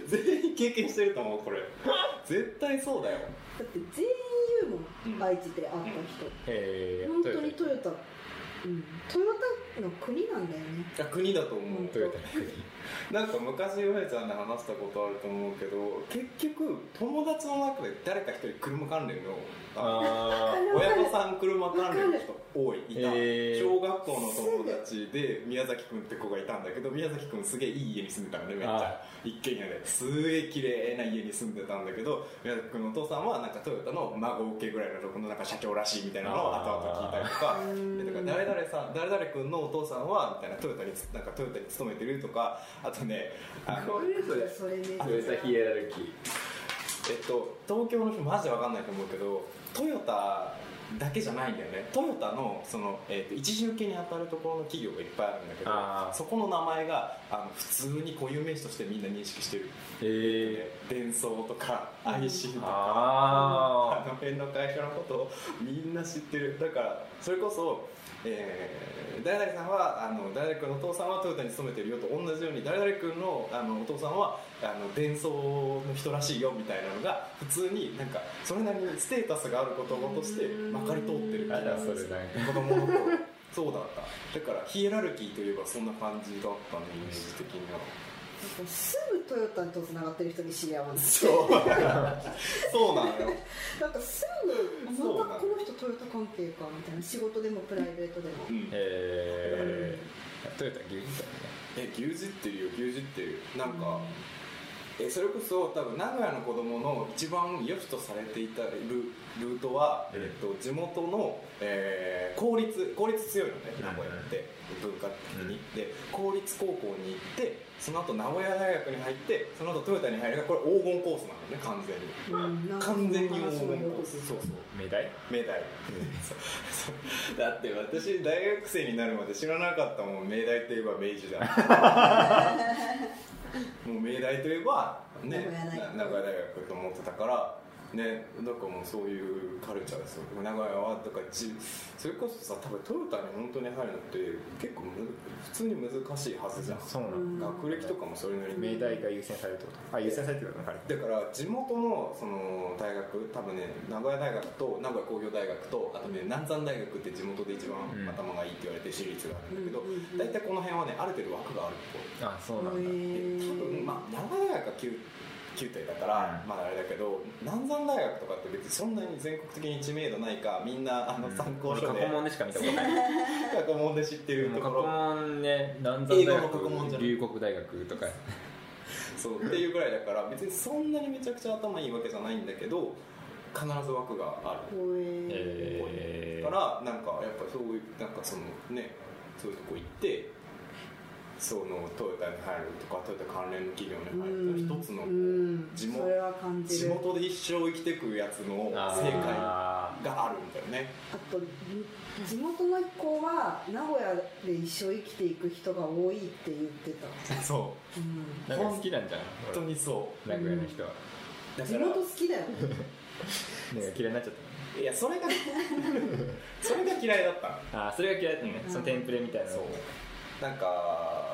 Speaker 2: 全員経験してると思う これ絶対そうだよ
Speaker 3: だって全員言うもん、
Speaker 2: うん
Speaker 3: 愛知で会った
Speaker 1: え
Speaker 3: 人、
Speaker 1: ー、
Speaker 3: 本当にトヨタ、うん、トヨタの国なんだよね
Speaker 2: いや国だと思
Speaker 3: うん
Speaker 1: トヨタの国
Speaker 2: うなんか昔ヨネちゃんで話したことあると思うけど結局友達の中で誰か一人車関連のあ
Speaker 1: あ
Speaker 3: あれわか
Speaker 2: 親
Speaker 3: る
Speaker 2: 御さん車関連の人多いいた、
Speaker 1: へー
Speaker 2: 小学校の友達で宮崎くんって子がいたんだけど宮崎くんすげえいい家に住んでたのねめっちゃ一軒家ですげえ綺麗な家に住んでたんだけど宮崎くんのお父さんはなんかトヨタの孫受けぐらいのとこのなんか社長らしいみたいなのを
Speaker 1: あー
Speaker 2: 後々聞いたりとかでだから誰々さん誰々くんのお父さんはみたいなトヨタになんかトヨタに勤めてるとかあとねあの
Speaker 1: これそれ
Speaker 3: それめっちゃ
Speaker 1: トヨタヒエラルキー
Speaker 2: えっと、東京の人マジで分かんないと思うけどトヨタだけじゃないんだよねトヨタのその、えっと一時受けに当たるところの企業がいっぱいあるんだけど
Speaker 1: あー
Speaker 2: そこの名前があの普通に固有名詞としてみんな認識してる、
Speaker 1: え
Speaker 2: 伝送とか IC と
Speaker 1: ー、
Speaker 2: か、あ
Speaker 1: あ
Speaker 2: の辺の会社のことをみんな知ってるだからそれこそ、えー、誰々さんはあの誰々君のお父さんはトヨタに勤めてるよと同じように誰々君のあのお父さんはあの伝送の人らしいよみたいなのが普通になんかそれなりにステータスがあることとしてまかり通って
Speaker 1: ー
Speaker 2: る気
Speaker 1: あら
Speaker 2: が
Speaker 1: そ
Speaker 2: す
Speaker 1: れ
Speaker 2: る
Speaker 1: なんか
Speaker 2: 子供の頃そうだっただからヒエラルキーといえばそんな感じだったねイメージ的には
Speaker 3: すぐトヨタとつながってる人に知り合わない
Speaker 2: そう そうなのよ
Speaker 3: なんかすぐ
Speaker 2: そうな
Speaker 3: ま
Speaker 2: ん
Speaker 3: た
Speaker 2: だ
Speaker 3: この人トヨタ関係かみたいな仕事でもプライベートでも
Speaker 2: うん
Speaker 1: えー、トヨタ牛乳
Speaker 2: え牛耳ってるよ牛耳ってるなんか、えそれこそ多分名古屋の子供の一番良しとされていたルルートは、
Speaker 1: うん
Speaker 2: えっと、地元の、えー公立公立強いのね
Speaker 1: うん
Speaker 2: 名古屋って、文化的に、
Speaker 1: う
Speaker 2: で公立高校に行ってその後名古屋大学に入ってその後トヨタに入るがこれ黄金コースなのね完全に
Speaker 3: うんなんか
Speaker 2: 完全に黄
Speaker 3: そんな
Speaker 2: 金
Speaker 3: 話を
Speaker 2: コ
Speaker 3: よ
Speaker 2: ー
Speaker 3: く
Speaker 2: スそうそう
Speaker 1: メダイ
Speaker 2: 明大そうそう だって私大学生になるまで知らなかったもん明大といえば明治だ もう明大といえばね
Speaker 3: 名古屋大学
Speaker 2: な名古屋大学と思ってたからねなんかもうそういうカルチャーですよ名古屋はだからじそれこそさ多分トヨタに本当に入るのって結構む普通に難しいはずじゃん
Speaker 1: そうなの、
Speaker 3: うん
Speaker 2: 学歴とかもそれなりに
Speaker 1: 命題が優先されるってことあ優先されてるのかな
Speaker 2: だから地元のその大学多分ね名古屋大学と名古屋工業大学とあとね南山大学って地元で一番
Speaker 1: うん
Speaker 2: 頭がいいって言われて私立があるんだけど
Speaker 3: うんうんうん
Speaker 2: 大体この辺はねある程度枠があるっぽい
Speaker 1: あそうなんだ、
Speaker 2: で多分まあ名古屋大学が 9, 9体だから、
Speaker 1: うん
Speaker 2: まああれだけど南山大学とかって別にそんなに全国的に知名度ないかみんなあの参考書
Speaker 1: うん
Speaker 2: で
Speaker 1: 俺過去問でしか見たことない
Speaker 2: 過去問で知ってる
Speaker 1: も
Speaker 2: と
Speaker 1: う
Speaker 2: こ
Speaker 1: 過去
Speaker 2: ろ
Speaker 1: 問ね南山
Speaker 2: 英語
Speaker 1: 大
Speaker 2: の過去問じ
Speaker 1: 学
Speaker 2: ゃない
Speaker 1: 龍谷大学とか
Speaker 2: そうっていうぐらいだから別にそんなにめちゃくちゃ頭いいわけじゃないんだけど必ず枠がある
Speaker 3: ほえ
Speaker 1: えー、
Speaker 2: からなんかやっぱそういうなんかそのねそういうとこ行ってそのトヨタに入るとかトヨタ関連の企業に入るとか一つの
Speaker 3: うん
Speaker 2: 地元
Speaker 3: それは感じ
Speaker 2: 地
Speaker 3: る
Speaker 2: 元で一生生きてくやつの
Speaker 1: あー
Speaker 2: 正解があるんだよね
Speaker 3: あとん地元の子は名古屋で一生生きていく人が多いって言ってた、
Speaker 2: そ
Speaker 3: うん
Speaker 1: なんか好きなんじゃん
Speaker 2: う本当にそ
Speaker 1: 名古屋の人は、
Speaker 2: うだか
Speaker 3: 地
Speaker 2: ら
Speaker 3: 元好きだよね
Speaker 1: なんか嫌いになっちゃっ
Speaker 2: いやそれがそれが嫌いだったの
Speaker 1: たああそれが嫌いだったね、
Speaker 3: うん
Speaker 1: そのテンプレみたいなの
Speaker 2: そうなんか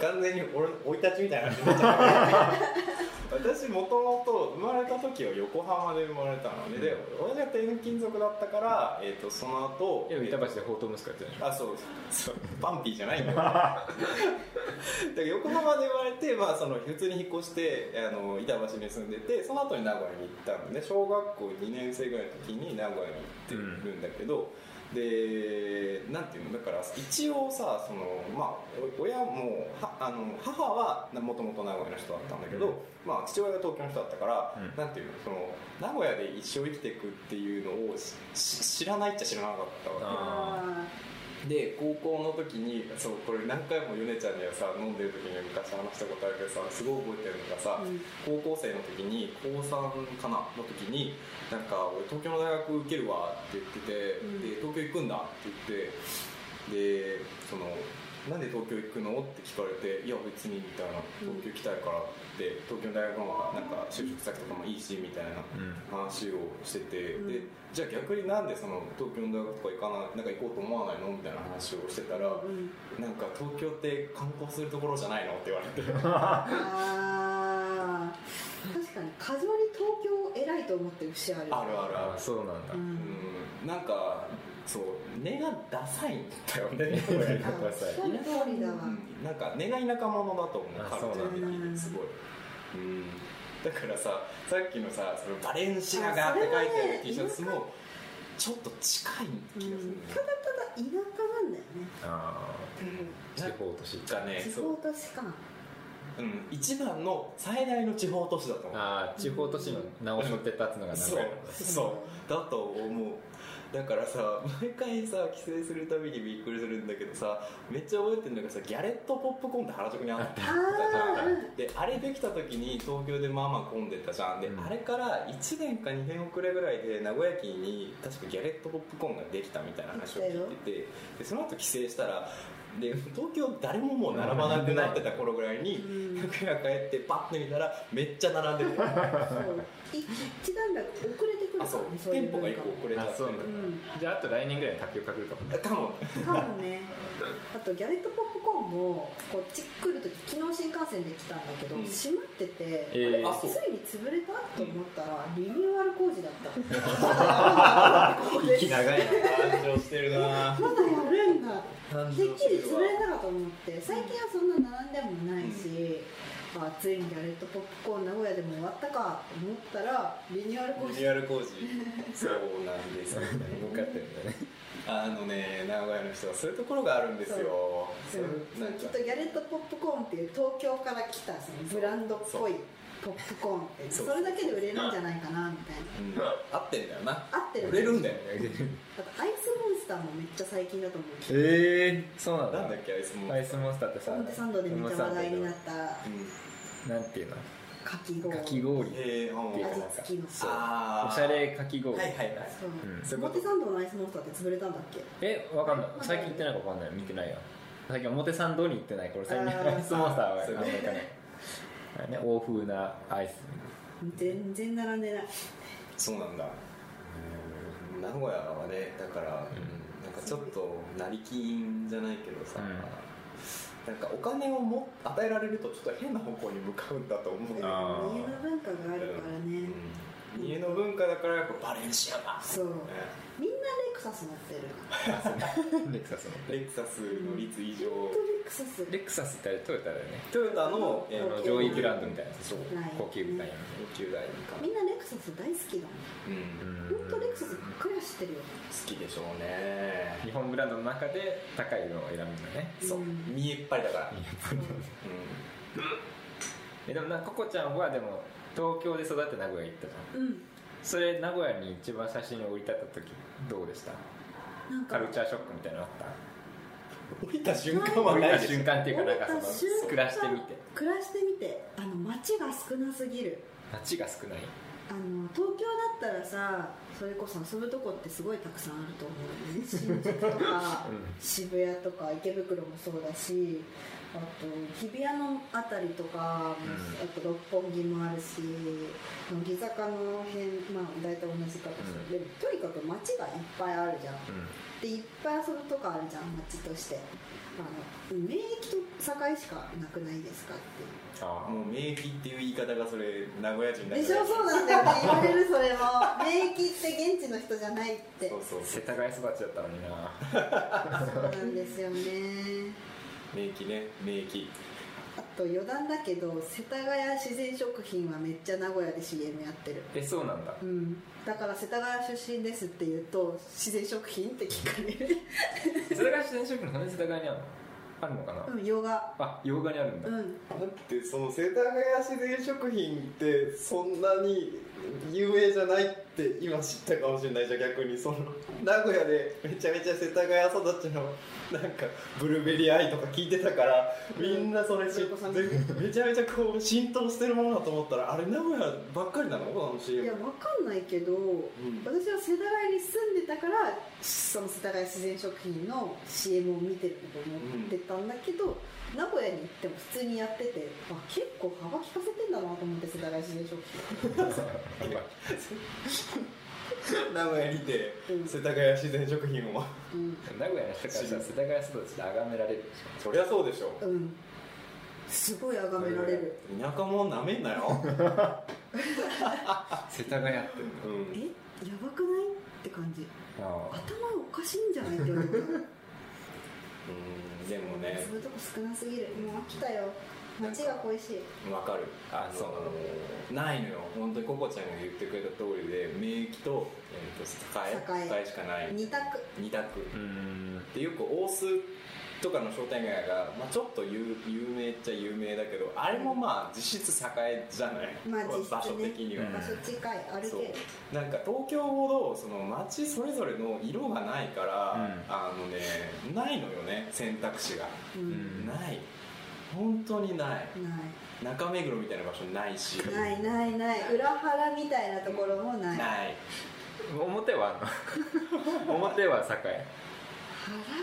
Speaker 2: 完全に俺の生い立ちみたいな話になっちゃ うけど私もともと生まれた時は横浜で生まれたのねで親が転勤族だったから、えー、とその後
Speaker 1: いや板橋で宝刀息子やってたでしょ
Speaker 2: あそうそうパンピーじゃ ないんだよだから横浜で生まれて、まあ、その普通に引っ越してあの板橋に住んでてその後に名古屋に行ったので小学校2年生ぐらいの時に名古屋に行ってるんだけど、でなんていうのだから一応さその、まあ、お親もはあの母はもともと名古屋の人だったんだけど、
Speaker 1: うん
Speaker 2: まあ、父親が東京の人だったから、
Speaker 1: うん
Speaker 2: なんていうのその名古屋で一生生きていくっていうのをしし知らないっちゃ知らなかったわけ
Speaker 1: あ
Speaker 2: で高校の時にそうこれ何回もヨネちゃんにはさ飲んでる時に昔話したことあるけどさすごい覚えてるのが
Speaker 3: あ
Speaker 2: さ、
Speaker 3: ーうん
Speaker 2: 高校生の時に高3かなの時になんか俺東京の大学受けるわって言ってて、
Speaker 3: うん
Speaker 2: で東京行くんだって言ってでそのなんで東京行くのって聞かれていや別にみたいな
Speaker 3: う
Speaker 2: 東
Speaker 3: ん
Speaker 2: 京行きたいからって東京の大学の方がなんか就職先とかもいいしみたいな
Speaker 1: うん
Speaker 2: 話をしてて、
Speaker 3: うん
Speaker 2: でじゃあ逆になんでその東京の大学とか行かないなんか行こうと思わないのみたいな話をしてたら、
Speaker 3: うん
Speaker 2: なんか東京って観光するところじゃないのって言われて
Speaker 3: あー確かに過剰に東京を偉いと思ってる節ある
Speaker 2: あるある
Speaker 1: あ
Speaker 2: あ
Speaker 1: あ
Speaker 2: る
Speaker 1: そうなんだ、
Speaker 3: う
Speaker 1: うん
Speaker 3: ん
Speaker 2: うんなんかそう根がダサいんだよ ねこれ
Speaker 3: あおっしゃる通りだわ
Speaker 2: うんなんか根が田舎者だと思う
Speaker 1: あ
Speaker 2: カルチャ
Speaker 3: そうな
Speaker 2: ー
Speaker 3: ん
Speaker 2: 的
Speaker 3: だ
Speaker 2: にすごい、うん、だからささっきのさそのバレンシア
Speaker 3: あ
Speaker 2: ガ
Speaker 3: そ
Speaker 2: っ
Speaker 3: れ
Speaker 2: て
Speaker 3: は
Speaker 2: 書
Speaker 3: ね
Speaker 2: いてある T シャツもちょっと近い気がするんだよね
Speaker 3: ただただ田舎なんだよね
Speaker 1: ああ地方都市
Speaker 2: なんかね
Speaker 3: 地
Speaker 2: そう
Speaker 3: 方都市感
Speaker 2: うん、一番の最大の地方都市だと思う
Speaker 1: ああ地方都市の直しをってったっつうのが名古
Speaker 2: そう
Speaker 1: 屋なんだ
Speaker 2: そうだと思うだからさ毎回さ帰省するたびにびっくりするんだけどさめっちゃ覚えてるのがさギャレットポップコーンって原宿にあ った
Speaker 3: ああうん
Speaker 2: であれできた時に東京でまあまあ混んでたじゃんで、
Speaker 1: うん
Speaker 2: あれから1年か2年遅れぐらいで名古屋駅に確かギャレットポップコーンができたみたいな話を聞いててでその後帰省したらで東京誰ももう並ばなくなってた頃ぐらいに
Speaker 3: うん
Speaker 2: 名古屋帰ってパッと見たらめっちゃ並んで た
Speaker 3: そうい一段落遅れてくる
Speaker 2: あ
Speaker 3: か
Speaker 2: そう
Speaker 3: らねそうい
Speaker 2: 店
Speaker 3: う
Speaker 2: 舗が
Speaker 3: 文
Speaker 2: 一
Speaker 3: 化
Speaker 2: 個遅れちゃって
Speaker 1: あそうなんだ
Speaker 3: う
Speaker 1: じゃああと来年ぐらいに卓球かけるかもね
Speaker 2: かも
Speaker 3: んかもねあとギャレットポップコーンもこっち来るとき昨日新幹線で来たんだけど
Speaker 2: うん
Speaker 3: 閉まってて
Speaker 1: えー
Speaker 2: あ
Speaker 3: つ
Speaker 2: そう
Speaker 3: いに潰れたと思ったらリニューアル工事だ った
Speaker 1: 息 長いな
Speaker 2: 誕生してるな
Speaker 3: まだやるんだ
Speaker 2: 誕
Speaker 3: てっきり潰れたかと思って最近はそんな並んでもないし、あついにギャレットポップコーン名古屋でも終わったかと思ったらリニューアル工
Speaker 2: リニ
Speaker 3: 事
Speaker 2: ューアル工事 そうなんですよ
Speaker 1: よかったよね
Speaker 2: あのね名古屋の人はそういうところがあるんですよそ
Speaker 3: そ
Speaker 2: う
Speaker 3: う
Speaker 2: なん
Speaker 3: き
Speaker 2: か
Speaker 3: っとギャレットポップコーンっていう東京から来たそのブランドっぽいポップコーンって
Speaker 2: そ
Speaker 3: そうれだけで売れるんじゃないかなみたい
Speaker 2: うん合ってんだよな
Speaker 3: な合ってる
Speaker 2: 売れるんだよ
Speaker 3: あとアイスモンスターもめっちゃ最近だと思う
Speaker 1: ええそうなんだ
Speaker 2: なんだっけあいつも、
Speaker 1: アイスモンスターってさ
Speaker 3: 表参道でめっちゃ話題になった
Speaker 2: うん、
Speaker 1: なんていうの
Speaker 3: かき氷
Speaker 1: かき氷
Speaker 2: へえあ
Speaker 1: っていうかな
Speaker 2: ー
Speaker 1: んか
Speaker 3: 味付きの
Speaker 1: そう
Speaker 2: あー
Speaker 1: おしゃれかき氷
Speaker 2: はいはいはい
Speaker 3: そう、
Speaker 1: うん
Speaker 2: そういうこと
Speaker 3: 表参道のアイスモンスターって潰れたんだっけ
Speaker 1: えわかんない最近行ってないかわかんない見てないよ最近表参道に行ってないから最近
Speaker 3: あー
Speaker 1: アイスモンスターはあ
Speaker 2: そ
Speaker 1: ん
Speaker 2: う
Speaker 1: ま行かないあれね欧風なアイス
Speaker 3: 全然並んでない
Speaker 2: そうなんだうん名古屋はねだから、
Speaker 1: ん
Speaker 2: なんかちょっと成金じゃないけどさ、
Speaker 1: うん
Speaker 2: なんかお金をも与えられるとちょっと変な方向に向かうんだと思う
Speaker 3: 家
Speaker 2: な
Speaker 1: あー
Speaker 3: の文化があるからね、
Speaker 2: うん家の文化だからやっぱバレンシアだ
Speaker 3: そう
Speaker 2: ね
Speaker 3: みんなレクサス乗ってるから
Speaker 1: レクサスの
Speaker 2: レクサスの率以上
Speaker 3: 本当レクサス
Speaker 1: レクサスってあれトヨタだよね
Speaker 2: トヨタの,、
Speaker 1: あ
Speaker 2: え
Speaker 1: の
Speaker 2: ー
Speaker 1: 上位ブランドみたいなやつ
Speaker 2: そう
Speaker 3: ない
Speaker 1: 高級みたいな
Speaker 2: 高級代か
Speaker 3: みんなレクサス大好きだもん
Speaker 2: うん、
Speaker 3: 本当レクサスばっかり走ってるよ
Speaker 2: 好きでしょうね
Speaker 1: 日本ブランドの中で高いのを選ぶのね
Speaker 2: そう、
Speaker 3: うん
Speaker 2: 見えっぱりだから、
Speaker 1: えでもなココちゃんはでも東京で育って名古屋行ったじゃん
Speaker 3: うん
Speaker 1: それ名古屋に一番最初に降り立った時どうでした
Speaker 3: なん
Speaker 1: カ
Speaker 3: か
Speaker 1: ルチャーショックみたいなのあった
Speaker 2: うん降りた瞬間は
Speaker 1: 降り
Speaker 2: ない
Speaker 1: た
Speaker 2: でしょ
Speaker 1: 瞬間っていうかなんかそ
Speaker 3: 降りた瞬
Speaker 1: の
Speaker 3: 間
Speaker 1: 暮らしてみて
Speaker 3: 暮らしてみてあの街が少なすぎる
Speaker 1: 街が少ない
Speaker 3: あの東京だったらさそれこそ遊ぶとこってすごいたくさんあると思うよ ね新宿とか、
Speaker 1: うん
Speaker 3: 渋谷とか池袋もそうだしあと日比谷の辺りとか、
Speaker 1: うん
Speaker 3: あと六本木もあるし乃木坂の辺まあ大体同じかもしれない、でもとにかく街がいっぱいあるじゃん
Speaker 1: う
Speaker 3: でいっぱい遊ぶとこあるじゃん街としてあの免疫と境しかなくないですかっていう
Speaker 1: あ
Speaker 2: もう免疫っていう言い方がそれ名古屋人だ
Speaker 3: でしょそうなんだよね言われるそ れも免疫って現地の人じゃないって
Speaker 2: そうそう
Speaker 1: あ世田谷育ちだったのにな
Speaker 3: そうなんですよね
Speaker 2: 免疫ね免疫
Speaker 3: あと余談だけど世田谷自然食品はめっちゃ名古屋で CM やってる
Speaker 1: えそう なんだ
Speaker 3: うんだから世田谷出身ですって言うと自然食品って聞かれる
Speaker 1: 世田谷自然食品の世田谷にあるのあるのかな、
Speaker 3: うん洋画
Speaker 1: あ洋画にあるん だ、
Speaker 3: うん
Speaker 2: だってその世田谷自然食品ってそんなに有名じゃないって今知ったかもしれないじゃん逆にその名古屋でめちゃめちゃ世田谷育ちのなんかブルーベリーアイとか聞いてたからみんなそれ知って
Speaker 3: うん
Speaker 2: めちゃめちゃこう浸透してるものだと思ったらあれ名古屋ばっかりなのあの
Speaker 3: い
Speaker 2: CM
Speaker 3: やわかんないけど、
Speaker 2: ん
Speaker 3: 私は世田谷に住んでたからその世田谷自然食品の CM を見てると思ってたんだけど、名古屋に行っても普通にやっててあ結構幅利かせてんだなと思って世田谷自然食
Speaker 2: 名古屋にて
Speaker 3: うん
Speaker 2: 世田谷自然食品を
Speaker 3: 品
Speaker 1: 名古屋の人からしたら世田谷育ちで崇められるでし
Speaker 2: そりゃそうでしょ
Speaker 3: うん、うん、すごい崇められる、
Speaker 2: 田舎もんなめんなよ
Speaker 1: ょ世田谷って
Speaker 2: うん
Speaker 3: えやばくないって感じ
Speaker 1: ああ
Speaker 3: 頭おかしいんじゃないって言われた
Speaker 2: うんでもね
Speaker 3: そういうとこ少なすぎるもう飽きたよ街が恋しい
Speaker 2: わかる
Speaker 1: あ
Speaker 2: の
Speaker 1: そう
Speaker 2: ないのよ本当にココちゃんが言ってくれた通りで免疫と,、えー、と栄
Speaker 3: 栄
Speaker 2: え栄えしかない
Speaker 3: 二択
Speaker 2: 二択
Speaker 1: うーん
Speaker 2: でよく大須とかの商店街が、まあ、ちょっと有有名っちゃ有名だけどあれもまあ実質栄えじゃない、
Speaker 3: まあ実質ね
Speaker 2: 場所的には、
Speaker 1: うん
Speaker 3: 場所近い歩ける
Speaker 2: そうなんか東京ほどその街それぞれの色がないか
Speaker 1: う
Speaker 2: ら、
Speaker 1: ん
Speaker 2: あのねないのよね選択肢が、
Speaker 3: うん
Speaker 1: うん
Speaker 2: ない本当にない
Speaker 3: ない
Speaker 2: 中目黒みたいな場所ないし
Speaker 3: ないないない裏腹みたいなところもない原
Speaker 2: ない
Speaker 1: 表はあ の表は栄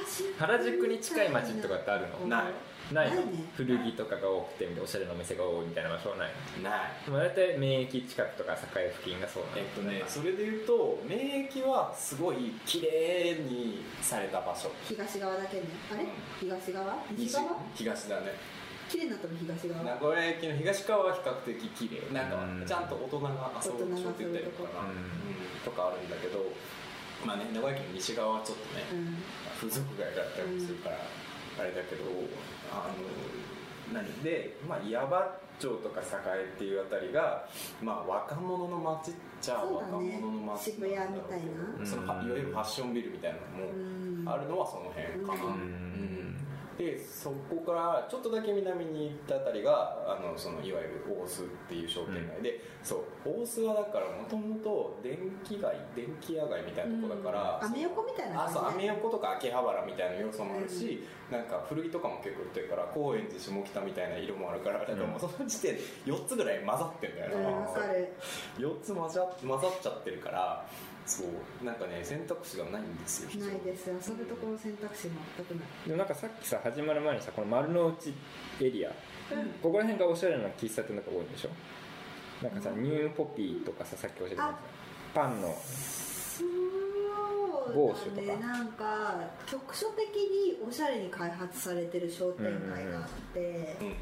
Speaker 3: 宿
Speaker 1: 原宿に近い街とかってあるの
Speaker 2: ない
Speaker 1: ないの
Speaker 3: ないね
Speaker 1: 古着とかが多くてみたいなおしゃれなお店が多いみたいな場所はない
Speaker 2: ない
Speaker 1: のまあ大体免疫近くとか栄付近がそうなの
Speaker 2: えっとねそれで言うと免疫はすごい綺麗にされた場所
Speaker 3: 東側だけねあれ
Speaker 2: うん
Speaker 3: 東側西側
Speaker 2: 東だね
Speaker 3: 綺麗になったの東
Speaker 2: 名
Speaker 3: 側
Speaker 2: 古屋駅の東側は比較的綺麗な
Speaker 1: う
Speaker 2: ん
Speaker 1: ん
Speaker 2: かちゃんと大人が遊ぶ場所って言ったりとか
Speaker 1: う
Speaker 2: な
Speaker 1: ん
Speaker 2: うんとかあるんだけどまあね名古屋駅の西側はちょっとね
Speaker 3: うん
Speaker 2: 風俗街だったりもするから、あれだけどあの何で、まあ、矢場町とか栄っていうあたりが、まあ、若者の街っちゃ
Speaker 3: そう
Speaker 2: 若
Speaker 3: だね
Speaker 2: 者の街んだろうけど
Speaker 3: 渋谷みたい
Speaker 1: な
Speaker 2: その
Speaker 1: う
Speaker 2: は
Speaker 1: ん
Speaker 2: いわゆるファッションビルみたいな
Speaker 3: うん
Speaker 2: のもあるのはその辺かな、
Speaker 3: うん
Speaker 2: でそこからちょっとだけ南に行ったあたりがあのそのいわゆる大須っていう商店街で、そう大須はだからもともと電気街電気屋街みたいなとこだから、
Speaker 3: うんアメ横みたい
Speaker 2: あ
Speaker 3: な感じ
Speaker 2: そうアメ横とか秋葉原みたいな要素もある
Speaker 3: うん
Speaker 2: し、なんか古着とかも結構売ってるから高円寺下北みたいな色もあるから、なんかもうその時点で4つぐらい混ざってんだよ
Speaker 3: う
Speaker 2: な、
Speaker 3: んわかる
Speaker 2: 4つ混ざ混ざっちゃってるからそうなんかね選択肢がないんですよ非常に
Speaker 3: ないです遊ぶところ選択肢全くない
Speaker 1: でもなんかさっきさ始まる前にさこの丸の内エリア
Speaker 3: うん
Speaker 1: ここら辺がおしゃれな喫茶店とか多いんでしょなんかさニューポピーとかささっき教えてもらったパンの
Speaker 3: そう
Speaker 1: 某所
Speaker 3: だ
Speaker 1: と
Speaker 3: ね
Speaker 1: か
Speaker 3: なんか局所的におしゃれに開発されてる商店街があって、
Speaker 2: うん
Speaker 3: こ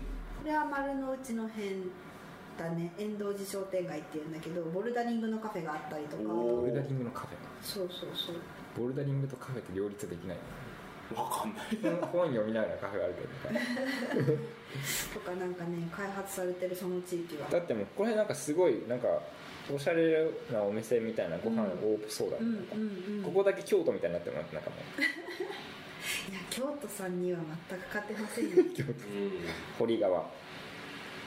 Speaker 3: れは丸の内の辺だね遠藤寺商店街っていうんだけどボルダリングのカフェがあったりとか
Speaker 1: ボ
Speaker 2: おー
Speaker 1: ルダリングのカフェな
Speaker 3: そうそうそう
Speaker 1: ボルダリングとカフェって両立できない
Speaker 2: わかんない
Speaker 1: 本本読みながらカフェあるけど
Speaker 3: とかなんかね開発されてるその地域は
Speaker 1: だってもうこれなんかすごいなんかおしゃれなお店みたいなご飯多そうだね、
Speaker 3: うん
Speaker 1: なんか
Speaker 3: うんうん
Speaker 1: ここだけ京都みたいになってもらってなんかも
Speaker 3: いや京都さんには全く勝てま せんよ
Speaker 2: うん
Speaker 1: う堀川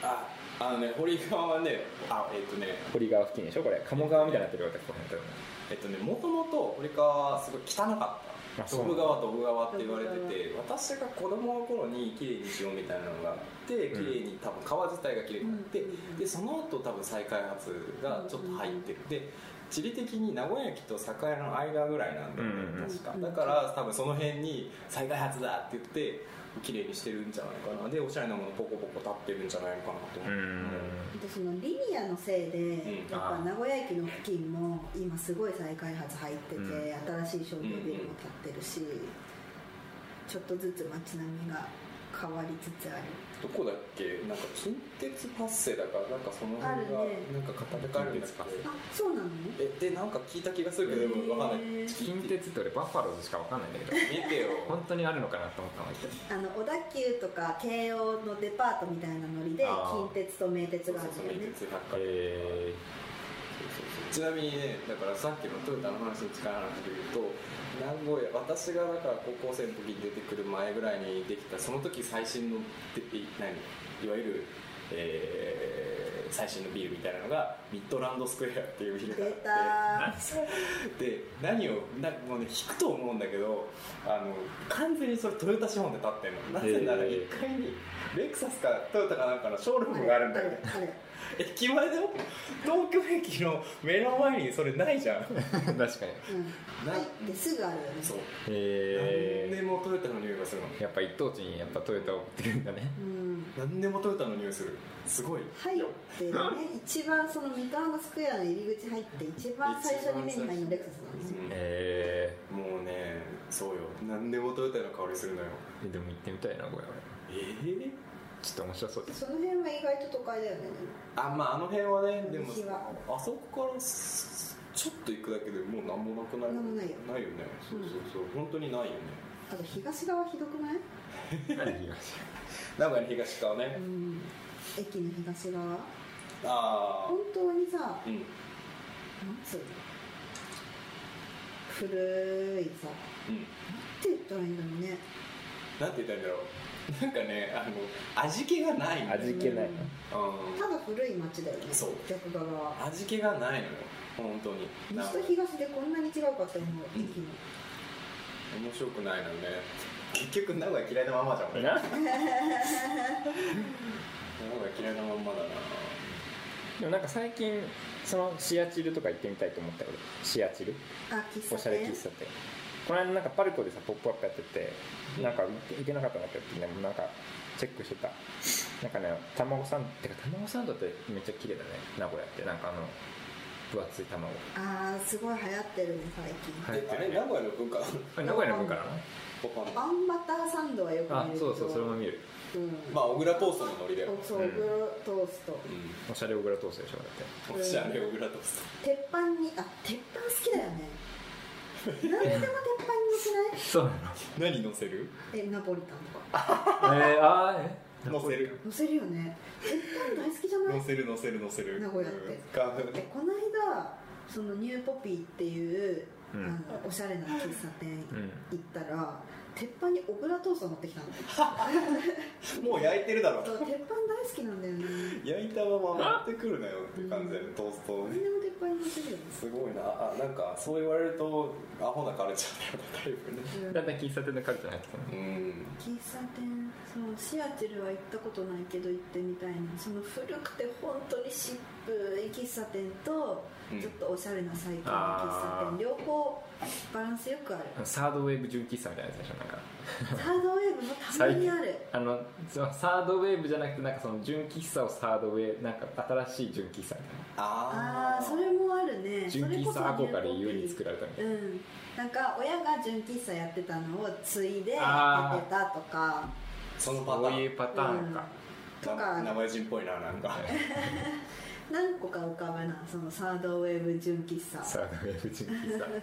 Speaker 2: ああのね堀川はねあえっ、とね
Speaker 1: 堀川付近でしょこれ鴨川みたいになってるわけこの辺多分
Speaker 2: えっとねもともと堀川はすごい汚かっ
Speaker 1: あ
Speaker 2: た
Speaker 1: そう
Speaker 2: ドブ川ドブ川って言われ
Speaker 3: ド
Speaker 2: てて私が子供の頃に綺麗にしようみたいなのがあって綺
Speaker 1: うん
Speaker 2: 麗に多分川自体が綺麗になって、
Speaker 3: うんうんうん
Speaker 2: でその後多分再開発がちょっと入ってる、で地理的に名古屋駅と栄の間ぐらいなんだよね、
Speaker 1: うんうん
Speaker 2: 確か
Speaker 3: うん
Speaker 2: だから多分その辺に再開発だって言って綺麗にしてるんじゃないかなでおしゃれなものポコポコ立ってるんじゃないのかなと思
Speaker 1: う
Speaker 2: う、
Speaker 1: ん
Speaker 3: でそのリニアのせいで
Speaker 2: ん
Speaker 1: あ
Speaker 3: やっぱ
Speaker 1: ー
Speaker 3: 名古屋駅の付近も今すごい再開発入ってて、
Speaker 1: う
Speaker 3: 新しい商業ビルも建ってるし、ちょっとずつ街並みが変わりつつある
Speaker 2: どこだっけなんか近鉄パッセだからなんかその辺が
Speaker 3: あるね
Speaker 2: なんか語かれるんですか
Speaker 3: あそうなの
Speaker 2: えでなんか聞いた気がするけどでもわかんない
Speaker 3: へー
Speaker 1: 近鉄って俺バッファローズしか分かんないんだけど
Speaker 2: 見てよ
Speaker 1: 本当にあるのかなと思ったのに
Speaker 3: あの小田急とか京王のデパートみたいなノリで
Speaker 1: あー
Speaker 3: 近鉄と名鉄
Speaker 2: そう
Speaker 3: があ
Speaker 2: そう
Speaker 3: るん
Speaker 2: そう近鉄
Speaker 3: だよね
Speaker 2: 百貨店
Speaker 1: え
Speaker 2: ちなみにねだからさっきのトヨタの話に近い話で言うと名古屋私がだから高校生の時に出てくる前ぐらいにできたその時最新のでい何いわゆる、えー最新のビルみたいなのがミッドランドスクエアっていうビルがあ
Speaker 3: 出
Speaker 2: って
Speaker 3: た
Speaker 2: で何をなもうね引くと思うんだけどあの完全にそれトヨタ資本で立ってんのなぜなら
Speaker 1: へ
Speaker 2: 1
Speaker 1: ー
Speaker 2: 階にレクサスかトヨタかなんかのショールームがあるんだよね
Speaker 3: あれ
Speaker 2: 駅前でも東京駅の目の前にそれないじゃん
Speaker 1: ー、 確かに
Speaker 3: うん
Speaker 2: ない
Speaker 3: 入ってすぐあるよね
Speaker 2: そう何で
Speaker 1: え
Speaker 2: もトヨタの匂いがするの
Speaker 1: ー、やっぱ一等地にやっぱトヨタを持ってくるんだね
Speaker 3: うん
Speaker 2: 何でもトヨタの匂いするすごい
Speaker 3: 入ってね一番そのミッドランドスクエアの入り口入って一番最初に目に入るレクサスなのね
Speaker 2: うん
Speaker 1: え
Speaker 2: もうねそうよ何でもトヨタの香りするのよ
Speaker 1: ー、でも行ってみたいなこれ
Speaker 2: ええ
Speaker 1: ちょっと面白そうです
Speaker 3: その辺は意外と都会だよね
Speaker 2: あまああの辺はねでも
Speaker 3: 西は
Speaker 2: あそこからすちょっと行くだけでもう何もなくない
Speaker 3: なんもないよ
Speaker 2: ないよねそうそうそう、本当にないよね
Speaker 3: あと東側ひどくない、
Speaker 1: 何東
Speaker 2: 名古屋の東側ね、
Speaker 3: うん、駅の東側
Speaker 2: あ
Speaker 3: 本当にさなん
Speaker 2: あうん
Speaker 3: つうの古いさ
Speaker 2: うん
Speaker 3: って言ったらいいんだろうね
Speaker 2: なんて言ったらいいんだろうなんかねあの味気がないの
Speaker 1: 味気ないの
Speaker 2: う
Speaker 3: ただ古い街だよね
Speaker 2: そう
Speaker 3: 逆側は
Speaker 2: ん味気がないのよ本当になん
Speaker 3: 西
Speaker 2: か
Speaker 3: と東でこんなに違うかって思う
Speaker 2: うん
Speaker 3: 駅の
Speaker 2: 面白くないのよね結局名古屋嫌いなままじゃん俺名
Speaker 1: な
Speaker 2: 古屋嫌いなまんまだな
Speaker 1: でもなんか最近そのシアチルとか行ってみたいと思ったけどシアチル
Speaker 3: あ喫茶店
Speaker 1: おしゃれ喫茶店この間なんかパルコでさポップアップやっててなんか行け行けなかったんだけどでもなんかチェックしてたなんかね卵サンドてか卵サンドってめっちゃ綺麗だね名古屋ってなんかあの分厚い卵
Speaker 3: あーすごい流行ってるね最近、
Speaker 1: はい
Speaker 2: えあれ名古屋の文化なの
Speaker 1: あれ名古屋の分かな
Speaker 2: ポパン
Speaker 3: あんバターサンドはよく見るけど
Speaker 1: あそうそうそれも見る
Speaker 3: うん
Speaker 2: まあ小倉トーストのノリだよ
Speaker 3: そうグロトースト
Speaker 2: う
Speaker 1: おしゃれ小倉トーストでしょだって
Speaker 2: んおしゃれ小倉トース
Speaker 3: 鉄板にあ鉄板好きだよね何でも鉄板にし
Speaker 1: そう
Speaker 2: ト何乗せる
Speaker 3: ないえナポリタンとか
Speaker 1: なのえー、あーえ
Speaker 2: 乗せる
Speaker 3: 乗せるよね鉄板大好きじゃない
Speaker 2: 乗せる乗せる乗せる
Speaker 3: 名古屋って
Speaker 2: うんか
Speaker 3: えこの間そのニューポピーっていう、
Speaker 1: うん
Speaker 3: あのおしゃれな喫茶店
Speaker 1: うん
Speaker 3: 行ったら鉄板に小倉トースト乗ってきたの
Speaker 2: もう焼いてるだろ
Speaker 3: そう鉄板大好きなんだよね
Speaker 2: 焼いたまま持ってくるなよっていう感じだよねトーストをね
Speaker 3: 何でも鉄板に乗せるよね
Speaker 2: すごいなあなんかそう言われると アホなカルチャーだよねだいぶね
Speaker 1: だんだん喫茶店のカルチャーになってきたね
Speaker 2: うん
Speaker 3: 喫茶店そのシアテルは行ったことないけど行ってみたいなその古くて本当にシップい喫茶店と
Speaker 2: うん
Speaker 3: ちょっとおしゃれな最近の喫茶
Speaker 1: あ
Speaker 3: 店、
Speaker 1: ー
Speaker 3: 両方バランスよ くある
Speaker 1: サードウェーブ純喫茶みたいなやつでしょなんか
Speaker 3: サードウェーブもたまにある
Speaker 1: あのそのサードウェーブじゃなくてなんかその純喫茶をサードウェーブなんか新しい純喫茶みたい
Speaker 2: あ
Speaker 3: ああーそれもあるね
Speaker 1: な純喫茶
Speaker 3: それこそ
Speaker 1: 憧れゆえに作られたみたい
Speaker 3: うん、なんか親が純喫茶やってたのを継いでや
Speaker 1: あー
Speaker 3: ってたとか
Speaker 2: その
Speaker 1: な
Speaker 2: パタ
Speaker 1: そう
Speaker 2: ー
Speaker 1: い
Speaker 2: ン
Speaker 1: うパターンか、
Speaker 3: とか
Speaker 2: な名前人っぽいななんか
Speaker 3: 何個か浮かぶなそのサードウェーブ純喫茶あ
Speaker 1: サードウェーブ純喫茶
Speaker 2: へ
Speaker 3: と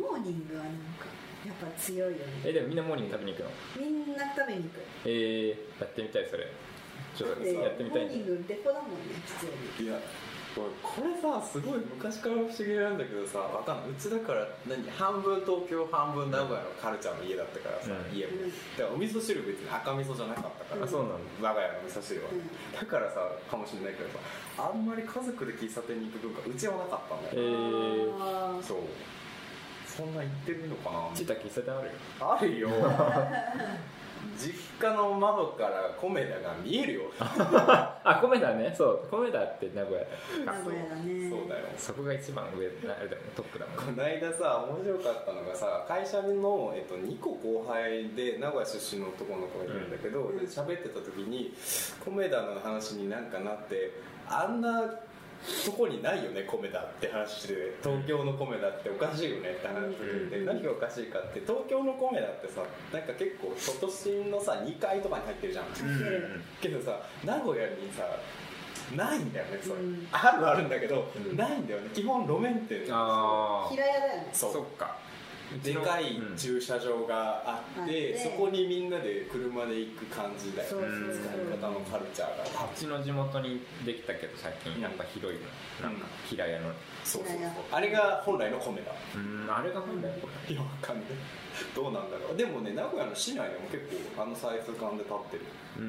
Speaker 3: モーニングはなんかやっぱ強いよね
Speaker 1: えでもみんなモーニング食べに行くの
Speaker 3: みんな食べに行く
Speaker 1: えー、やってみたいそれちょっ
Speaker 3: だ
Speaker 1: と
Speaker 3: って
Speaker 1: やってみたい
Speaker 3: モーニン
Speaker 1: ね
Speaker 3: グデコだもんね普通に
Speaker 2: えいやこれこれさすごい昔から不思議なんだけどさわかんないうちだから何半分東京半分名古屋のカルチャーの家だったからさ、
Speaker 1: うん
Speaker 2: 家も
Speaker 3: う
Speaker 2: だ
Speaker 3: ん
Speaker 2: からお味噌汁別に赤味噌じゃなかったから
Speaker 1: あそうなんだ
Speaker 2: 我が家の味噌汁は、
Speaker 3: うん
Speaker 2: だからさかもしれないけどさあんまり家族で喫茶店に行く文化うちはなかったんだよ
Speaker 1: えー、
Speaker 3: あー
Speaker 2: そうそんな行ってるのかな
Speaker 1: ちーた喫茶店あるよ
Speaker 2: あるよ 実家の窓からコメダが見えるよ
Speaker 1: あ米田ねそう米田って名古屋だ
Speaker 3: 名古屋だね
Speaker 2: そうだよ
Speaker 1: そこが一番上あれだもんトップだもんね
Speaker 2: この間さ面白かったのがさ会社の、えっと、2個後輩で名古屋出身の男の子がいるんだけど
Speaker 3: うん
Speaker 2: で喋、ってた時にコメダの話になんかなってあんなとこにないよねコメダって話してて東京のコメダっておかしいよねって話してて、
Speaker 3: うん
Speaker 2: 何がおかしいかって東京のコメダってさなんか結構都心のさ2階とかに入ってるじゃん
Speaker 3: 入っ
Speaker 2: け
Speaker 3: てる
Speaker 2: どさ名古屋にさないんだよねそれ、
Speaker 3: うん
Speaker 2: あるはあるんだけど、
Speaker 1: うん
Speaker 2: ないんだよね基本路面店
Speaker 1: ああ
Speaker 3: 平屋だよね
Speaker 2: そ
Speaker 1: そうっか
Speaker 2: でかい
Speaker 1: うん
Speaker 2: 駐車場があ
Speaker 3: あ
Speaker 2: っ、
Speaker 3: ってて
Speaker 2: そこにみんなで車で行く感じだよ
Speaker 3: そうそう
Speaker 1: うん
Speaker 2: 使い
Speaker 3: そ
Speaker 2: 方のカルチャーが多分
Speaker 1: うちの地元にできたけど最近やっぱ広いの、
Speaker 2: う
Speaker 1: な
Speaker 2: ん
Speaker 1: んか平屋の
Speaker 2: そうそうそう
Speaker 3: いやいや
Speaker 2: あれが本来の米だ
Speaker 1: うんあれが本来これ
Speaker 2: いやわかんないどうなんだろうでもね名古屋の市内でも結構あのサイズ感で立ってる
Speaker 1: う
Speaker 3: う、う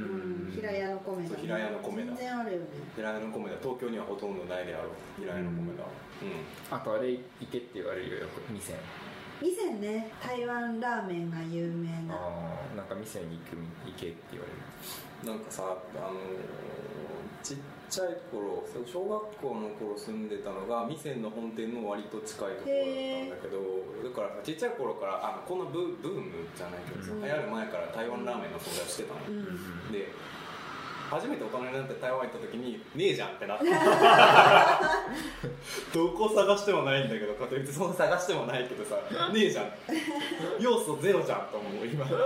Speaker 3: ん、平屋の米だ、
Speaker 2: そう
Speaker 3: ね、
Speaker 2: 平屋の米だ
Speaker 3: 全然あるよね
Speaker 2: 平屋の米だ東京にはほとんどないであろう平屋の米だう
Speaker 1: あとあれ行けって言われるよよく店
Speaker 3: 以前ね台湾ラーメンが有名な
Speaker 1: ああなんか店に行く行けって言われる
Speaker 2: んなんかさあのーちっちゃい頃そう小学校の頃住んでたのが店の本店の割と近いところだったんだけどだからさちっちゃい頃からあのこのブブームじゃないけどさ、
Speaker 1: うん
Speaker 2: 流行る前から台湾ラーメンの相談してたの、
Speaker 3: うん、
Speaker 2: で初めて大人になって台湾行った時にねえじゃんってなってどこ探してもないんだけどかといってそんな探してもないけどさねえじゃん要素ゼロじゃんと思う今
Speaker 3: だ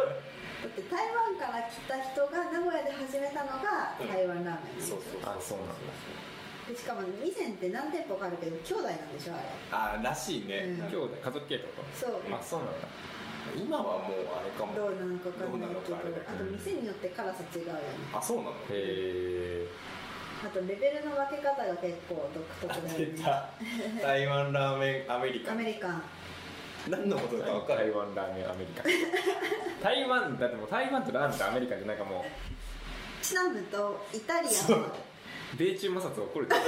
Speaker 3: って台湾から来た人が名古屋で始めたのが
Speaker 2: うん
Speaker 3: 台湾ラーメン、
Speaker 2: そうそう
Speaker 1: あそうなんだ
Speaker 3: でしかも以前って何店舗かあるけど兄弟なんでしょあれ
Speaker 2: あらしいね、
Speaker 3: うん
Speaker 2: なんか
Speaker 1: 兄弟家族系ってこ
Speaker 3: そう
Speaker 1: とあそうなんだ
Speaker 2: 今はもうあれかも
Speaker 3: どうなのか分かんない
Speaker 2: ど
Speaker 3: けど
Speaker 2: うなのか
Speaker 3: あと店によって辛さ違うよね
Speaker 2: あそうなの
Speaker 1: へえ
Speaker 3: あとレベルの分け方が結構独特だ
Speaker 2: あ
Speaker 3: よ
Speaker 2: 出
Speaker 3: ね
Speaker 2: た台湾ラーメンアメリカ
Speaker 3: アメリカン
Speaker 2: 何のことだか分か
Speaker 1: 台
Speaker 2: る
Speaker 1: 湾ラーメンアメリカ 台湾だってもう台湾とラーメンとアメリカでなんかも
Speaker 3: チナムとイタリア
Speaker 2: そ
Speaker 3: ン
Speaker 2: う
Speaker 3: もある
Speaker 1: う米中摩擦起こるってマ
Speaker 3: イ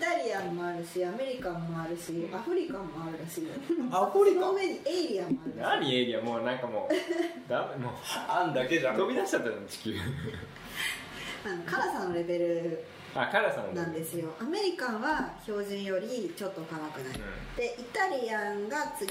Speaker 3: タリアンもあるしアメリカンもあるしアフリカンもあるらしいよ
Speaker 2: アフリ
Speaker 3: そ
Speaker 2: カ
Speaker 3: の上にエイリアンも
Speaker 1: ジで
Speaker 3: あるし
Speaker 1: 何エイリアンもうなんかもうダメもう
Speaker 2: あんだけじゃん
Speaker 1: 飛び出しちゃったの地球
Speaker 3: あの辛さのレベル
Speaker 1: あ辛さも
Speaker 3: なんですよアメリカンは標準よりちょっと辛くない、
Speaker 1: う
Speaker 3: でイタリアンがつ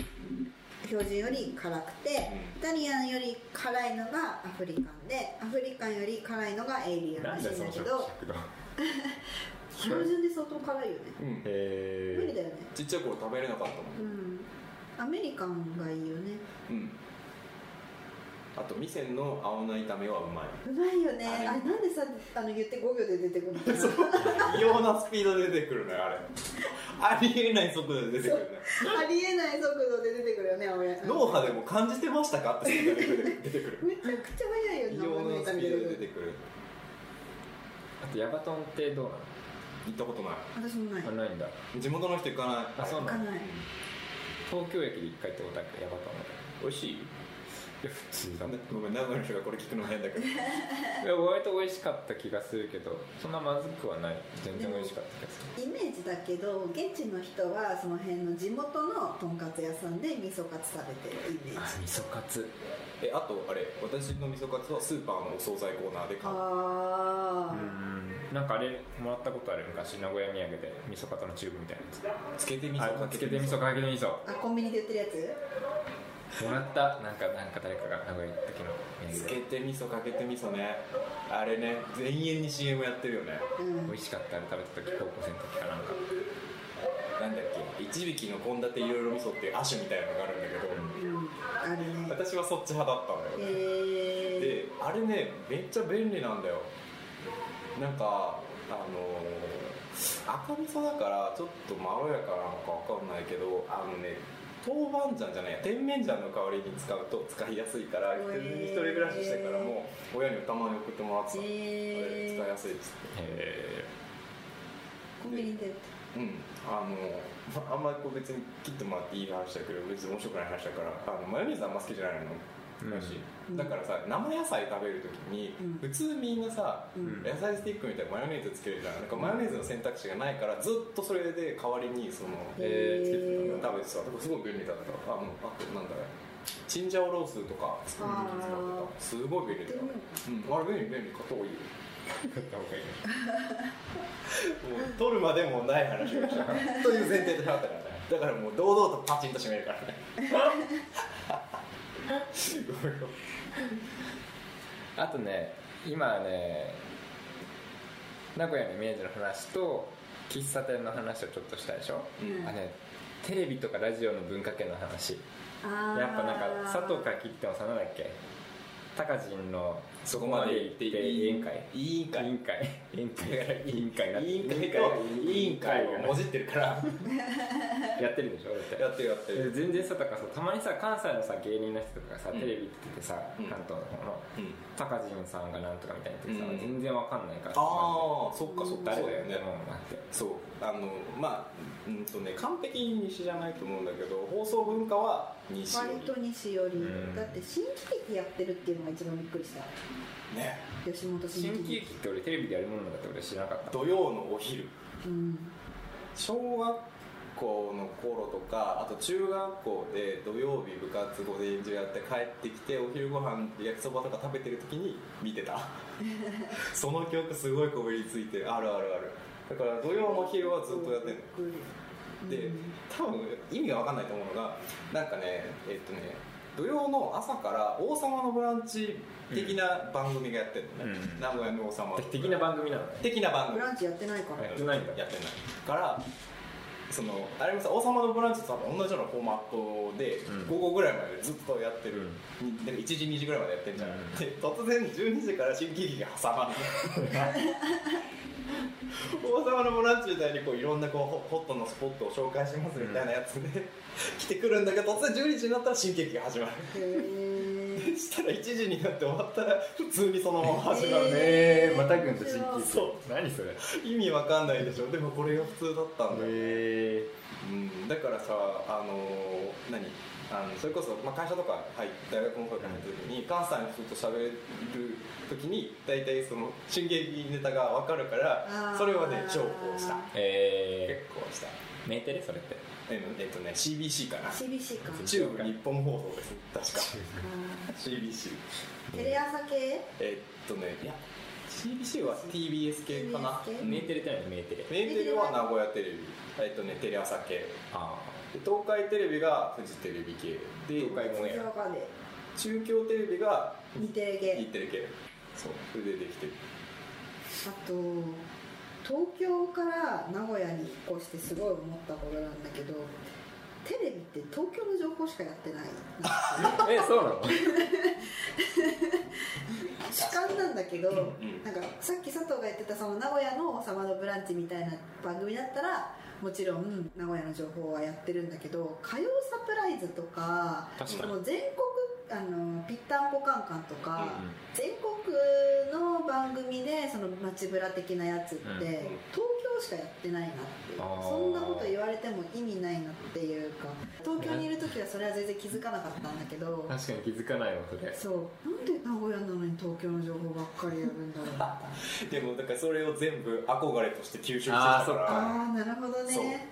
Speaker 3: 標準より辛くて、
Speaker 2: う
Speaker 3: イタリアンより辛いのがアフリカンでアフリカンより辛いのがエイリアン
Speaker 1: な
Speaker 3: ら
Speaker 1: ん
Speaker 3: しい
Speaker 1: だ
Speaker 3: ん
Speaker 1: よその
Speaker 3: だけ
Speaker 1: 食
Speaker 3: ど
Speaker 1: 食堂
Speaker 3: 標準で相当辛いよね
Speaker 2: うん
Speaker 1: へ
Speaker 3: 無理
Speaker 1: え
Speaker 3: だよね
Speaker 2: ちっちゃい頃食べれなかったもん
Speaker 3: うんアメリカンがいいよね
Speaker 2: うんあと店の青菜炒めはうまいう
Speaker 3: まいよね
Speaker 2: あれ
Speaker 3: あれなんでさあの言って5秒で出てくるの かな
Speaker 2: 異様なスピードで出てくるねあれありえない速度で出てくるね
Speaker 3: ありえない速度で出てくるよね青柳さん
Speaker 2: 脳波でも感じてましたかってスピードで出てくる出てく る
Speaker 3: めちゃくちゃ速い
Speaker 2: 異
Speaker 3: よね
Speaker 2: 様なスピードで出て
Speaker 3: る
Speaker 2: くる
Speaker 1: あとヤバトンってどう
Speaker 2: 行ったことな
Speaker 3: 私もない
Speaker 1: なのあないんだ
Speaker 2: い地元の人行かない
Speaker 1: あそう
Speaker 3: 行
Speaker 1: な
Speaker 3: か
Speaker 1: んだ
Speaker 3: ない
Speaker 2: うん
Speaker 1: 東京駅で一回行ったことあるからヤバトン
Speaker 2: 美味しい
Speaker 1: いや普通だもん
Speaker 2: ごめん名古屋の人がこれ聞くのも変だ けど
Speaker 1: いや割と美味しかった気がするけどそんなまずくはない全然美味しかった気がする
Speaker 3: イメージだけど現地の人はその辺の地元のとんかつ屋さんで味噌カツ食べてるイメージ
Speaker 1: 味噌カツ
Speaker 2: えあとあれ私の味噌カツはスーパーのお惣菜コーナーで買う
Speaker 3: あ
Speaker 1: うんなんかあれもらったことある昔名古屋土産で味噌カツのチューブみたいなやつ
Speaker 2: つけて味
Speaker 1: あ
Speaker 2: 噌か
Speaker 1: つけて味噌かけて味噌
Speaker 3: ーあコンビニで売ってるや
Speaker 1: もらったなんかなんか誰かが名古屋行った時の土
Speaker 2: つ
Speaker 1: 産
Speaker 2: け
Speaker 1: で
Speaker 2: て味噌かけて味噌ねあれね延々に CM やってるよね
Speaker 3: つうん
Speaker 1: 美味しかったあれ食べた時高校生の時かなんか
Speaker 2: なんだっけ一匹の献立いろいろ味噌っていう亜種みたいなのがあるんだけど、
Speaker 3: うんあるね
Speaker 2: 私はそっち派だったんだよね、
Speaker 3: え
Speaker 2: であれねめっちゃ便利なんだよなんかあのー赤味噌だからちょっとまろやかなのかわかんないけどあのね豆板醤じゃないや甜麺醤の代わりに使うと使いやすいから普通に一人暮らししてからも親にたまに送ってもらって
Speaker 3: ー
Speaker 2: た、
Speaker 3: え
Speaker 2: 使いや
Speaker 3: ー
Speaker 2: すいっつって
Speaker 1: え
Speaker 3: コンビニで売って
Speaker 2: うんあのまああんまりこう別に切ってもらっていい話だけど別に面白くない話だからあのマヨネーズあんま好きじゃない
Speaker 1: う
Speaker 2: の、
Speaker 1: ん
Speaker 2: だし
Speaker 3: うん
Speaker 2: だからさ生野菜食べるときに、
Speaker 3: うん
Speaker 2: 普通みんなさ
Speaker 3: う
Speaker 1: うん
Speaker 3: ん
Speaker 2: 野菜スティックみたいなマヨネーズつけるじゃんなんかマヨネーズの選択肢がないからずっとそれで代わりにその、
Speaker 1: ー、えー、つけてたんだ
Speaker 2: 食べ
Speaker 3: へー
Speaker 2: てさだからすごい便利だったあもうあとなんだろうチンジャオロースとか作る時使ってたすごい便利だったうん、あれ便利便利買った方がいいよ
Speaker 1: 買った方がいい
Speaker 2: もう取るまでもない話をしたという前提でなかったからねだからもう堂々とパチンと締めるからねごめんごめん
Speaker 1: あとね今ね名古屋のイメージの話と喫茶店の話をちょっとしたでしょ、
Speaker 3: うん
Speaker 1: あねテレビとかラジオの文化圏の話
Speaker 3: あー
Speaker 1: やっぱなんか佐藤かきってもさなんだっけタカジンの
Speaker 2: そこまで言っていい
Speaker 1: 委員会
Speaker 2: 委員
Speaker 1: 委
Speaker 2: 会
Speaker 1: 員会委員会が委員会になって
Speaker 2: 委員会
Speaker 1: 委員
Speaker 2: と
Speaker 1: 会
Speaker 2: 委員会をもじってるから
Speaker 1: やってるでしょだって
Speaker 2: やってるやって
Speaker 1: で
Speaker 2: る
Speaker 1: 全然さだからさたまにさ関西のさ芸人の人とかがさ、
Speaker 2: うん
Speaker 1: テレビっててさ
Speaker 2: うん
Speaker 1: 関東の方の
Speaker 2: うん
Speaker 1: タカジンさんがなんとかみたいに言ってさ、
Speaker 2: うん
Speaker 1: 全然わかんないからさ
Speaker 2: ああそっかそっか
Speaker 1: 誰
Speaker 2: そう
Speaker 1: だ
Speaker 2: だ
Speaker 1: よ
Speaker 2: よ
Speaker 1: ね
Speaker 2: ね
Speaker 1: もうなって
Speaker 2: そうあのまあうんとね完璧に西じゃないと思うんだけど放送文化は西よ
Speaker 3: 割と西寄り、
Speaker 1: うん
Speaker 3: だって新喜劇やってるっていうのが一番びっくりした
Speaker 2: りね
Speaker 3: 吉本
Speaker 1: 新
Speaker 3: 新喜
Speaker 1: 喜
Speaker 3: 劇
Speaker 1: 劇って俺テレビでやるものだって俺知らなかった
Speaker 2: 土曜のお昼
Speaker 3: うん
Speaker 2: 小学校の頃とかあと中学校で土曜日部活午前中やって帰ってきてお昼ご飯焼きそばとか食べてる時に見て たその記憶すごいこびりついてるあるあるあるだから土曜の昼はずっとやってんの
Speaker 3: うん
Speaker 2: で多分意味が分かんないと思うのがなんかねえっとね土曜の朝から「王様のブランチ」的な番組がやってるのね、
Speaker 1: うん
Speaker 2: 名古屋の王様
Speaker 1: て的な番組なのね
Speaker 2: 的な番
Speaker 3: ブ
Speaker 2: 組
Speaker 3: ランチやってないから、
Speaker 1: やってないんだ
Speaker 2: やってないからそのあれもさ「王様のブランチ」と多分同じようなフォーマットで、
Speaker 1: うん
Speaker 2: 午後ぐらいまでずっとやってる、で1時2時ぐらいまでやってんじゃん、
Speaker 1: うん
Speaker 2: で突然12時から新喜劇が挟まる王様のブランチみたいにこういろんなこうホホットのスポットを紹介しますみたいなやつで、来てくるんだけど突然12時になったら新喜劇が始まる
Speaker 3: へー
Speaker 2: そしたら1時になって終わったら普通にそのまま始まるね、
Speaker 1: え
Speaker 3: えーまた軍と新喜劇
Speaker 1: そう何それ
Speaker 2: 意味わかんないでしょでもこれが普通だったんだよ、
Speaker 1: え
Speaker 2: うん、だからさあのー何あのそれこそ、まあ、会社とか入っ大学の方から入った時に関西の人と喋る時に大体その新劇ネタが分かるから
Speaker 3: あー
Speaker 2: それはね重宝した結
Speaker 1: え
Speaker 2: 構した
Speaker 1: ー、メーテレそれって
Speaker 2: えっとえっとね CBC かな
Speaker 3: 厳しいか
Speaker 2: 中部日本放送です確か
Speaker 3: あ
Speaker 2: CBC
Speaker 3: ーテレ朝系
Speaker 2: えっとねいや CBC は TBS 系かな
Speaker 3: TBS 系
Speaker 1: メーテレって何メーテレ
Speaker 2: メインテレは名古屋テレビえっとねテレ朝系
Speaker 1: あ
Speaker 2: で東海テレビがフジテレビ系で
Speaker 1: 東海オンエ
Speaker 3: 静岡で
Speaker 2: 中京テレビが
Speaker 3: 日テレ
Speaker 2: 日
Speaker 3: 系
Speaker 2: テレ系そうそれでできてる
Speaker 3: あと東京から名古屋に越してすごい思ったことなんだけどテレビって東京の情報しかやってない
Speaker 1: あえそうなの
Speaker 3: 主観なんだけど、
Speaker 2: ん
Speaker 3: なんかさっき佐藤が言ってたその名古屋の「王様のブランチ」みたいな番組だったらもちろん名古屋の情報はやってるんだけど火曜サプライズとか
Speaker 1: 確かに
Speaker 3: その全国あのぴったんこカンカンとか、
Speaker 2: うん
Speaker 3: 全国の番組でその街ブラ的なやつって、
Speaker 1: うん
Speaker 3: 東京しかやってないなっていう
Speaker 1: あー
Speaker 3: そんなこと言われても意味ないなっていうか東京にいる時はそれは全然気づかなかったんだけど
Speaker 1: 確かに気づかないわそれ
Speaker 3: そうなんで名古屋なのに東京の情報ばっかりやるんだろうみたい
Speaker 2: で
Speaker 3: な
Speaker 2: もだからそれを全部憧れとして吸収してきた
Speaker 1: あーそっ
Speaker 2: から
Speaker 1: か
Speaker 3: ああなるほど
Speaker 2: そう
Speaker 3: ね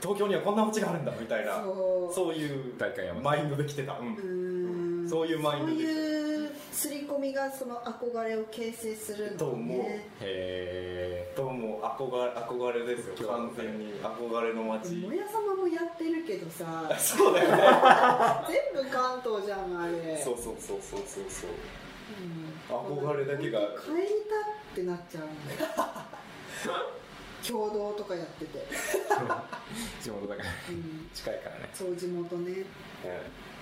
Speaker 2: 東京にはこんな街があるんだみたいな
Speaker 3: そう
Speaker 2: そういう
Speaker 1: 大会山
Speaker 2: マインドで来てた、うん
Speaker 3: うーん
Speaker 2: そういうマインドで
Speaker 3: そういう刷り込みがその憧れを形成するんだ
Speaker 2: と
Speaker 3: ね
Speaker 2: 思う
Speaker 1: へ
Speaker 2: どうも憧れ憧れですよ完全に憧れの街
Speaker 3: もやさまもやってるけどさ
Speaker 2: そうだよね
Speaker 3: 全部関東じゃんあれ
Speaker 2: そうそうそうそうそうそう
Speaker 3: うん
Speaker 2: 憧れだけが
Speaker 3: 本当帰りたってなっちゃうんだよ共同とかやってて、
Speaker 1: え地元だから
Speaker 3: うん、
Speaker 1: 近いからね
Speaker 3: そう地元ね
Speaker 2: ね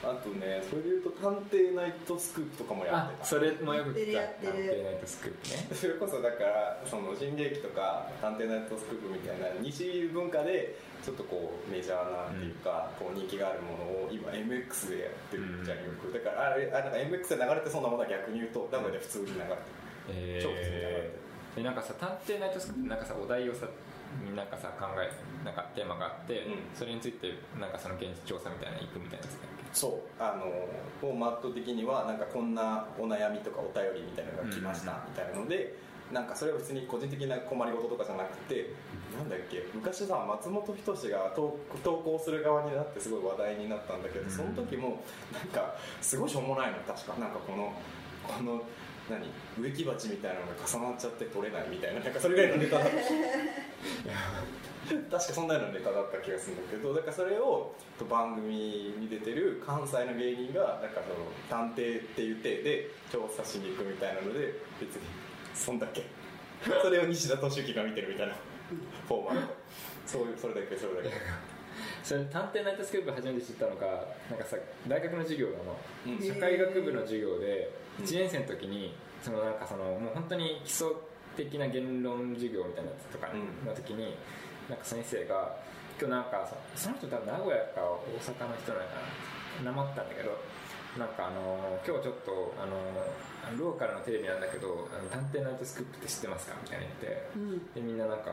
Speaker 2: あとねそれでいうと「探偵ナイトスクープ」とかもや
Speaker 1: あ
Speaker 2: ってた
Speaker 1: それもよく聞い
Speaker 3: やってるやってる
Speaker 1: ナイトスクープね
Speaker 2: それこそだからその新劇とか「探偵ナイトスクープ」みたいな西文化でちょっとこうメジャーなっていうか、こう人気があるものを今 MX でやってるじゃんよく、だからあれあなんか MX で流れてそうなものは逆に言うと名古屋で普通に流れてる、
Speaker 1: え
Speaker 2: 超普通に流れてる
Speaker 1: えでなんかさ「探偵ナイトスクープ」なんかさお題をさなんかさ考えなんかテーマがあって、
Speaker 2: うん
Speaker 1: それについてなんかその現地調査みたいなの行くみたいなやつだっ
Speaker 2: そうあのフォーマット的にはなんかこんなお悩みとかお便りみたいなのが来ましたみたいなので、なんかそれは別に個人的な困りごととかじゃなくてなんだっけ昔さ松本人志が投投稿する側になってすごい話題になったんだけ
Speaker 1: う
Speaker 2: ど
Speaker 1: ん
Speaker 2: その時もなんかすごいしょうもないの確かなんかこのこの何植木鉢みたいなのが重なっちゃって取れないみたいななんかそれぐらいの ネタだった確かそんなようなネタだった気がするんだけどだからそれをと番組に出てる関西の芸人がなんかその探偵っていう体で調査しに行くみたいなので別にそんだけそれを西田敏行が見てるみたいなフォーマットそういうそれだけそれだけ
Speaker 1: けそれ「探偵ナイトスクープ」初めて知ったのがなんかさ大学の授業の
Speaker 2: うん
Speaker 1: 社会学部の授業で
Speaker 2: うん
Speaker 1: 1年生の時にそのなんかそのもう本当に基礎的な言論授業みたいなやつとか
Speaker 2: うん
Speaker 1: の時になんか先生が今日なんかそその人多分名古屋か大阪の人なのかななまったんだけどなんかあの今日ちょっとあのローカルのテレビなんだけど「あの探偵ナイトスクープって知ってますか?」みたいな言って
Speaker 3: うん
Speaker 1: でみんななんか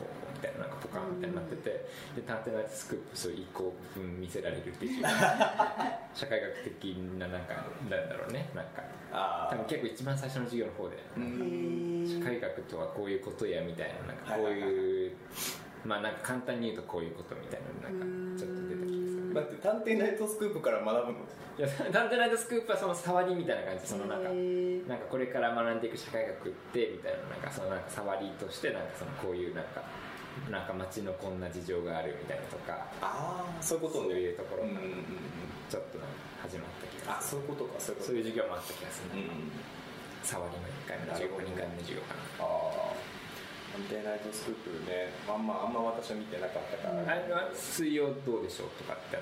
Speaker 1: ほうみたいななんかポカンみたいになっててで探偵ナイトスクープそう一個分見せられる っていう社会学的ななんかなんだろうねなんか
Speaker 2: あ
Speaker 1: 多分
Speaker 2: あ
Speaker 1: 結構一番最初の授業の方で
Speaker 2: う
Speaker 3: へ
Speaker 2: ん
Speaker 1: 社
Speaker 3: ー
Speaker 1: 会学とはこういうことやみたいななんか
Speaker 2: はい
Speaker 1: こう
Speaker 2: はいはい
Speaker 1: いうまあなんか簡単に言うとこういうことみたいななんかちょっと出てきて
Speaker 2: だって探偵ナイトスクープから学ぶの
Speaker 1: いや探偵ナイトスクープはその触りみたいな感じそのなんか
Speaker 3: へー
Speaker 1: なんかこれから学んでいく社会学ってみたいななんかそのなんか触りとしてなんかそのこういうなんかなんか街のこんな事情があるみたいなとか
Speaker 2: ああそういうこ
Speaker 1: そ
Speaker 2: と
Speaker 1: う
Speaker 2: ね
Speaker 1: いうとこ
Speaker 2: う
Speaker 1: ろ
Speaker 2: んうん
Speaker 1: が
Speaker 2: うんうん
Speaker 1: ちょっとなんか始まった気
Speaker 2: あ
Speaker 1: がす
Speaker 2: そういうことかそういう
Speaker 1: るそういう授業も
Speaker 2: ことか
Speaker 1: あった気がす
Speaker 2: うん
Speaker 1: る触りの1回目の授業
Speaker 2: なるほど
Speaker 1: 2回目の授業かな
Speaker 2: ああ探偵ナイトスクープねあんまあんま私は見てなかったから
Speaker 1: あれは水曜どうでしょうとかってあ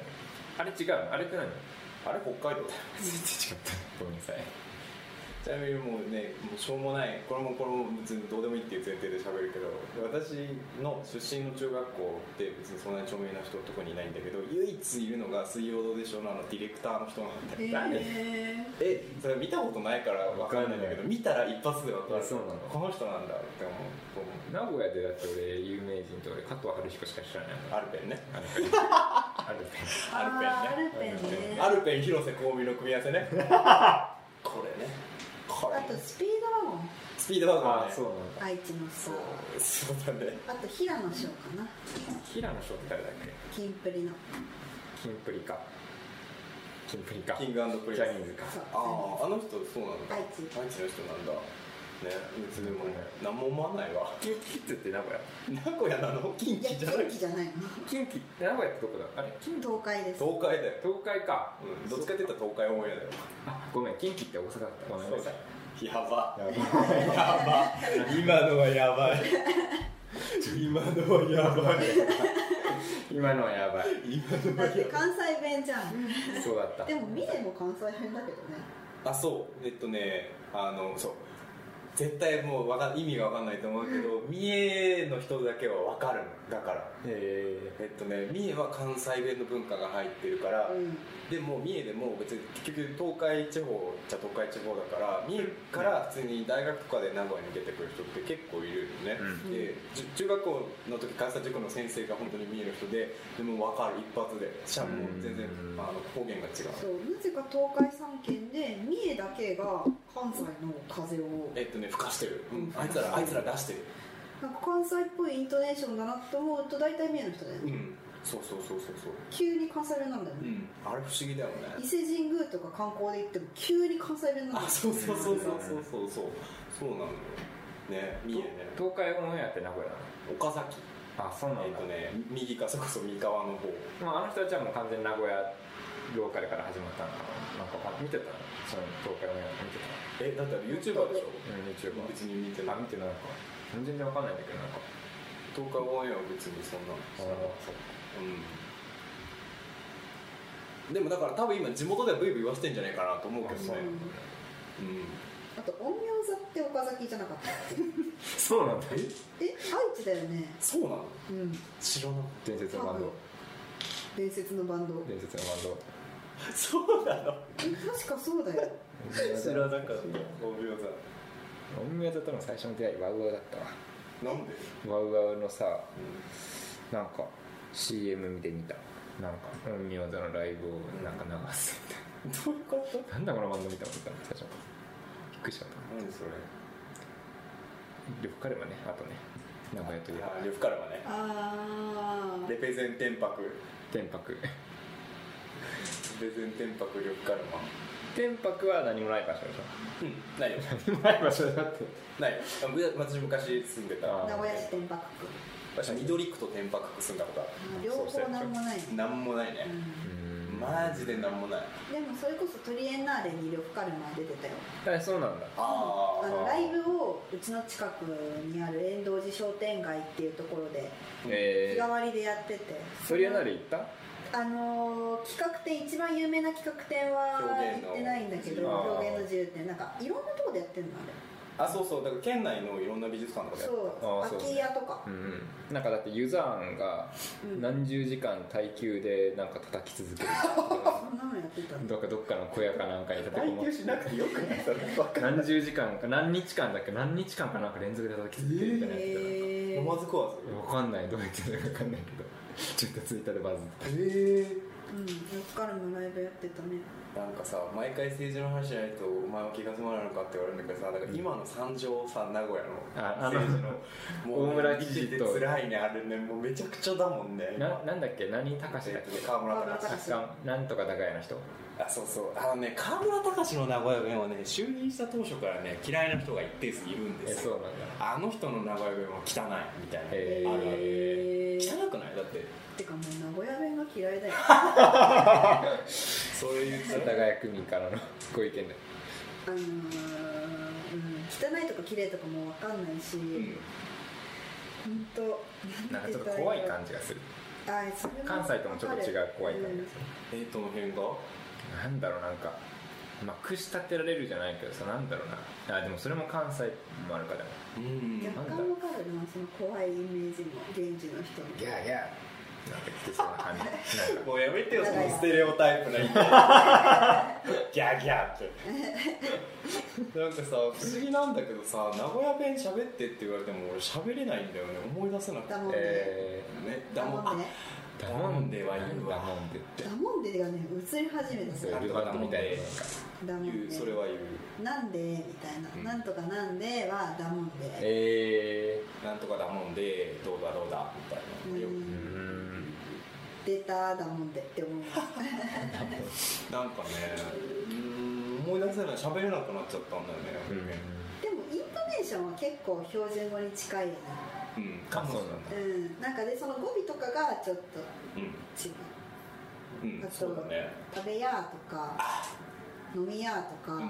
Speaker 1: るあれ違うのあれって何
Speaker 2: あれ北海道だよ
Speaker 1: 全然違ったごめんなさい
Speaker 2: ちなみにもうねもうしょうもないこれもこれも別にどうでもいいっていう前提で喋るけど私の出身の中学校って別にそんなに著名な人とこにいないんだけど唯一いるのが「水曜どうでしょう」のあのディレクターの人なんだよ
Speaker 1: 誰
Speaker 2: え
Speaker 3: へー
Speaker 2: それ見たことないから分かんないんだけど見たら一発で分か
Speaker 1: あ
Speaker 2: る
Speaker 1: そうなの
Speaker 2: この人なんだって思うと思
Speaker 1: 名古
Speaker 2: う
Speaker 1: 屋でだって俺有名人と俺加藤春彦しか知らないもん
Speaker 2: アルペンね
Speaker 1: あるペンあるペンア
Speaker 3: あー
Speaker 1: ルペンね
Speaker 2: アルペン
Speaker 3: アルペンね
Speaker 2: 広瀬香美の組み合わ せねこれねこ
Speaker 3: あ
Speaker 2: れ
Speaker 3: と
Speaker 2: ね
Speaker 3: スピードワゴン
Speaker 2: スピードワゴン
Speaker 1: あ
Speaker 2: ね
Speaker 1: そうなんだ
Speaker 3: 愛知のさ
Speaker 2: そうそうだね
Speaker 3: あと平野翔かな
Speaker 1: 平野翔って誰だっけ
Speaker 3: キンプリの
Speaker 1: キンプリかキンプリか
Speaker 2: キン
Speaker 1: ジ
Speaker 2: グプリンス
Speaker 1: ャニーズか
Speaker 3: そう
Speaker 2: あああの人そうなんだ
Speaker 3: 愛知
Speaker 2: 愛知の人なんだね別にもうね何も思わないわ
Speaker 1: キンキッズって名古屋
Speaker 2: 名古屋なの近
Speaker 3: いや
Speaker 2: 畿じゃない
Speaker 3: 元気じゃないの
Speaker 1: キンキ名古屋ってどこだあれ近
Speaker 3: 東海です
Speaker 2: 東海だよ、
Speaker 1: 東海か
Speaker 2: うん、どっちかって言ったら東海オンエアだよ
Speaker 1: あごめんキンキって大阪だったごめんなさい
Speaker 2: やば
Speaker 1: やばい
Speaker 2: やば今のはやばい今のはやばい
Speaker 1: 今のはやばい
Speaker 2: 今のは
Speaker 3: だって
Speaker 2: やばい
Speaker 3: 関西弁じゃん
Speaker 1: そうだった
Speaker 3: でも見ても関西弁だけどね
Speaker 2: あそうえっとねあのそう絶対もうわかん意味が分かんないと思うけど三重の人だけは分かるのだから
Speaker 1: え
Speaker 2: えっとね三重は関西弁の文化が入ってるから、
Speaker 3: うん
Speaker 2: でも三重でも別に結局東海地方じゃ東海地方だから三重から普通に大学とかで名古屋に出てくる人って結構いるよね、
Speaker 1: うん
Speaker 2: でじゅ中学校の時関西塾の先生が本当に三重の人ででも分かる一発でしゃもう全
Speaker 1: う
Speaker 2: 然
Speaker 1: ん
Speaker 2: あの方言が違う
Speaker 3: そうなぜか東海三県で三重だけが関西の風を
Speaker 2: えっとね吹かしてる、
Speaker 3: うん
Speaker 2: あいつらあいつら出してる
Speaker 3: なんか関西っぽいイントネーションだなと思うと大体三重の人だよね、
Speaker 2: うんそうそうそうそうそう
Speaker 3: 急に関西弁なんだよ
Speaker 2: う
Speaker 3: ね、
Speaker 2: んあれ不思議だよね
Speaker 3: 伊勢神宮とか観光で行っても急に関西弁
Speaker 2: あ
Speaker 3: なんだよ
Speaker 2: そうそうそうそうそうそうそうそうなのよね三重ね
Speaker 1: 東海オンエアって名古屋な
Speaker 2: 岡崎
Speaker 1: のあそうなんだ、
Speaker 2: えっとね右かそれこそ三河の方
Speaker 1: まあ、あの人たちはもう完全に名古屋ローカルから始まったのかななんか見てたのその東海オンエア見てた
Speaker 2: えだってあれ YouTuber でしょ
Speaker 1: のうん YouTuber
Speaker 2: 別に見てな
Speaker 1: あ
Speaker 2: い
Speaker 1: 見てないのか全然わかんないんだけどなんか
Speaker 2: 東海オンエアは別にそんなの知らなかったうんでもだから多分今地元ではブイブイ言わせてんじゃないかなと思うけどね
Speaker 3: うん
Speaker 2: うん
Speaker 3: あと陰陽座って岡崎じゃなかった
Speaker 1: そうなんだ
Speaker 2: え
Speaker 3: え愛知だよね
Speaker 2: そうなの
Speaker 3: うん
Speaker 2: 知らな
Speaker 1: 伝説のバンド
Speaker 3: 伝説のバンド
Speaker 1: 伝説のバンド
Speaker 2: いそうなの
Speaker 3: え確かそうだよ
Speaker 2: 5秒
Speaker 1: 音楽との最初の出会いワウワウだったわ
Speaker 2: だなんで
Speaker 1: ワウワウのさなんか CM で見たなんか陰陽座のライブをなんか流すみたい
Speaker 2: どういうこと
Speaker 1: ななんだこのバンド見たことか最初びっくりしちゃった
Speaker 2: 何それ
Speaker 1: 呂布カルマねあとね名古屋といえば
Speaker 2: あ呂布カルマね
Speaker 3: ああ
Speaker 2: レペゼン天白
Speaker 1: 天白
Speaker 2: レペゼン天白呂布カルマ
Speaker 1: 天白は何もない場所でし
Speaker 2: うんないよ
Speaker 1: ょ 何もない場所だって
Speaker 2: ないよあむ私昔住んでた
Speaker 1: あー
Speaker 3: 名古屋市天白区
Speaker 2: 私緑区と天白区住んだことあ
Speaker 3: あ
Speaker 2: る
Speaker 3: ー両方なんもないね
Speaker 2: なんもないうね
Speaker 3: ん
Speaker 1: うん
Speaker 2: マジでなんもない
Speaker 3: でもそれこそトリエンナーレに呂布カルマ出てたよ
Speaker 1: あそうなんだ
Speaker 2: あー
Speaker 3: あのライブをうちの近くにある遠道寺商店街っていうところで
Speaker 1: え
Speaker 3: 日替
Speaker 1: ー、
Speaker 3: わりでやってて
Speaker 1: ソリアナーレ行った
Speaker 3: あのー企画展一番有名な企画展は
Speaker 2: 表現の
Speaker 3: 行ってないんだけど
Speaker 1: あー
Speaker 3: 表現の自由ってなんかいろんなとこでやってるのあ
Speaker 2: あそうそうだから県内のいろんな美術館と
Speaker 3: れ
Speaker 2: かでや
Speaker 3: そ
Speaker 2: っ
Speaker 1: あーそう
Speaker 3: う空き家とか
Speaker 1: うんうんなんかだってユザーンが
Speaker 3: うん
Speaker 1: 何十時間耐久でなんか叩き 続ける
Speaker 3: そんなのやってたんだ
Speaker 1: どっかどっかの小屋かなんかに立
Speaker 2: た
Speaker 1: てこもって
Speaker 2: しなくてよくないそれバ カ
Speaker 1: 何十時間か何日間だっけ何日間かなんか連続で叩き続けるみたいなやつだな
Speaker 3: へ
Speaker 2: 飲まず食わ
Speaker 1: わかんないどうやってやるかわかんないけどちょっとツイッターでバズっ
Speaker 2: ずへえ
Speaker 3: うん呂布カルマライブやってたね
Speaker 2: なんかさ毎回政治の話じゃないとお前は気が済まないのかって言われるんだけどさだから今の惨状をさ名古屋
Speaker 1: あ
Speaker 2: の
Speaker 1: あの
Speaker 2: 政治のもう
Speaker 1: 大村知事と
Speaker 2: 見てて辛いねあれねもうめちゃくちゃだもんね
Speaker 1: たななんだっけ何高しだっ
Speaker 2: えっと
Speaker 1: け
Speaker 2: 川村
Speaker 3: 川村
Speaker 2: 隆
Speaker 3: 隆
Speaker 1: なんかなんとか高屋の人
Speaker 2: あそうそうあのね川村隆の名古屋弁はね就任した当初からね嫌いな人が一定数いるんで
Speaker 1: え
Speaker 2: す
Speaker 1: そう
Speaker 2: よ
Speaker 1: なんだ
Speaker 2: あの人の名古屋弁は汚いみたいな、
Speaker 1: へ
Speaker 2: あるある
Speaker 3: へー
Speaker 2: 汚くないだって
Speaker 3: てかもう名古屋弁が嫌いだよ
Speaker 2: そういう
Speaker 1: 世田谷区民からのご意見で
Speaker 3: あのーうん、汚いとか綺麗とかもわかんないし、
Speaker 2: うん
Speaker 3: 本当
Speaker 1: なんかちょっと怖い感じがする
Speaker 3: あそれも
Speaker 1: 関西ともちょっと違う怖い感じがする
Speaker 2: えー、どの辺が
Speaker 1: なんだろうなんかまあ串立てられるじゃないけどさなんだろうなあでもそれも関西もあるかでも
Speaker 2: う
Speaker 3: うんん若干わかるなその怖いイメージも現地の人の
Speaker 1: ギャーギャーなんか来てそうな感じなんか
Speaker 2: もうやめてよそのステレオタイプな意味ギャーギャーってなんかさ不思議なんだけどさ名古屋弁喋ってって言われても俺喋れないんだよね思い出せなくて
Speaker 3: だ
Speaker 2: ね
Speaker 3: もんで、
Speaker 1: え
Speaker 3: だ
Speaker 2: だ
Speaker 3: も
Speaker 2: も
Speaker 3: ん
Speaker 2: ん
Speaker 3: で
Speaker 2: ね
Speaker 1: ー、ダモンデ
Speaker 3: ね
Speaker 1: は言うわダモンデって
Speaker 3: だもんでがね映り始めた
Speaker 1: そう
Speaker 3: だ
Speaker 1: ルバンドみたいななんか
Speaker 3: もん
Speaker 2: 言う
Speaker 3: で
Speaker 2: それは言う
Speaker 3: なんでみたいな、
Speaker 2: うん
Speaker 3: なんとかなんではだもんで
Speaker 1: え
Speaker 2: なんとかだもんでどうだどうだみたいなよ
Speaker 3: う
Speaker 1: ー、うーん
Speaker 3: 出ただもんでって思う
Speaker 2: くなんかねうーん思い出せない喋れなくなっちゃったんだよね
Speaker 1: う
Speaker 2: うんん、
Speaker 3: でもイントネーションは結構標準語に近いよね
Speaker 1: あそうなんだ
Speaker 3: うんなんかでその語尾とかがちょっと違う
Speaker 2: うん、う
Speaker 3: あ
Speaker 2: ん、
Speaker 3: と
Speaker 2: そうだね
Speaker 3: 食べやーとか飲みやーと
Speaker 2: うんう
Speaker 3: か、
Speaker 2: ん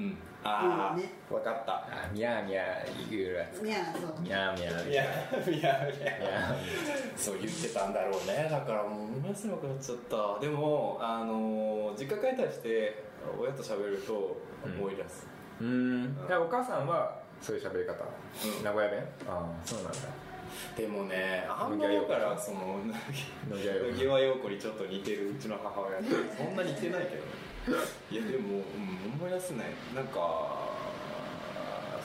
Speaker 2: うんああ、
Speaker 3: いいよね
Speaker 2: 分かった
Speaker 1: あミャーミャー言うやつ
Speaker 3: みやーそう
Speaker 1: ミャーミャー
Speaker 2: いやいやいや
Speaker 1: ミャーミ
Speaker 2: そう言ってたんだろうねだからもう思い出せなくなっちゃったでもあのー実家帰ったりして親と喋ると思い出す、
Speaker 1: ャーうーんだからお母さんはそういう喋り方、
Speaker 2: うん
Speaker 1: 名古屋弁ああそうなんだ
Speaker 2: でもねあんまだからその
Speaker 1: 野際
Speaker 2: 野際陽子にちょっと似てるうちの母親ってそんな似てないけどねいやでも、うん、思い出せないなんか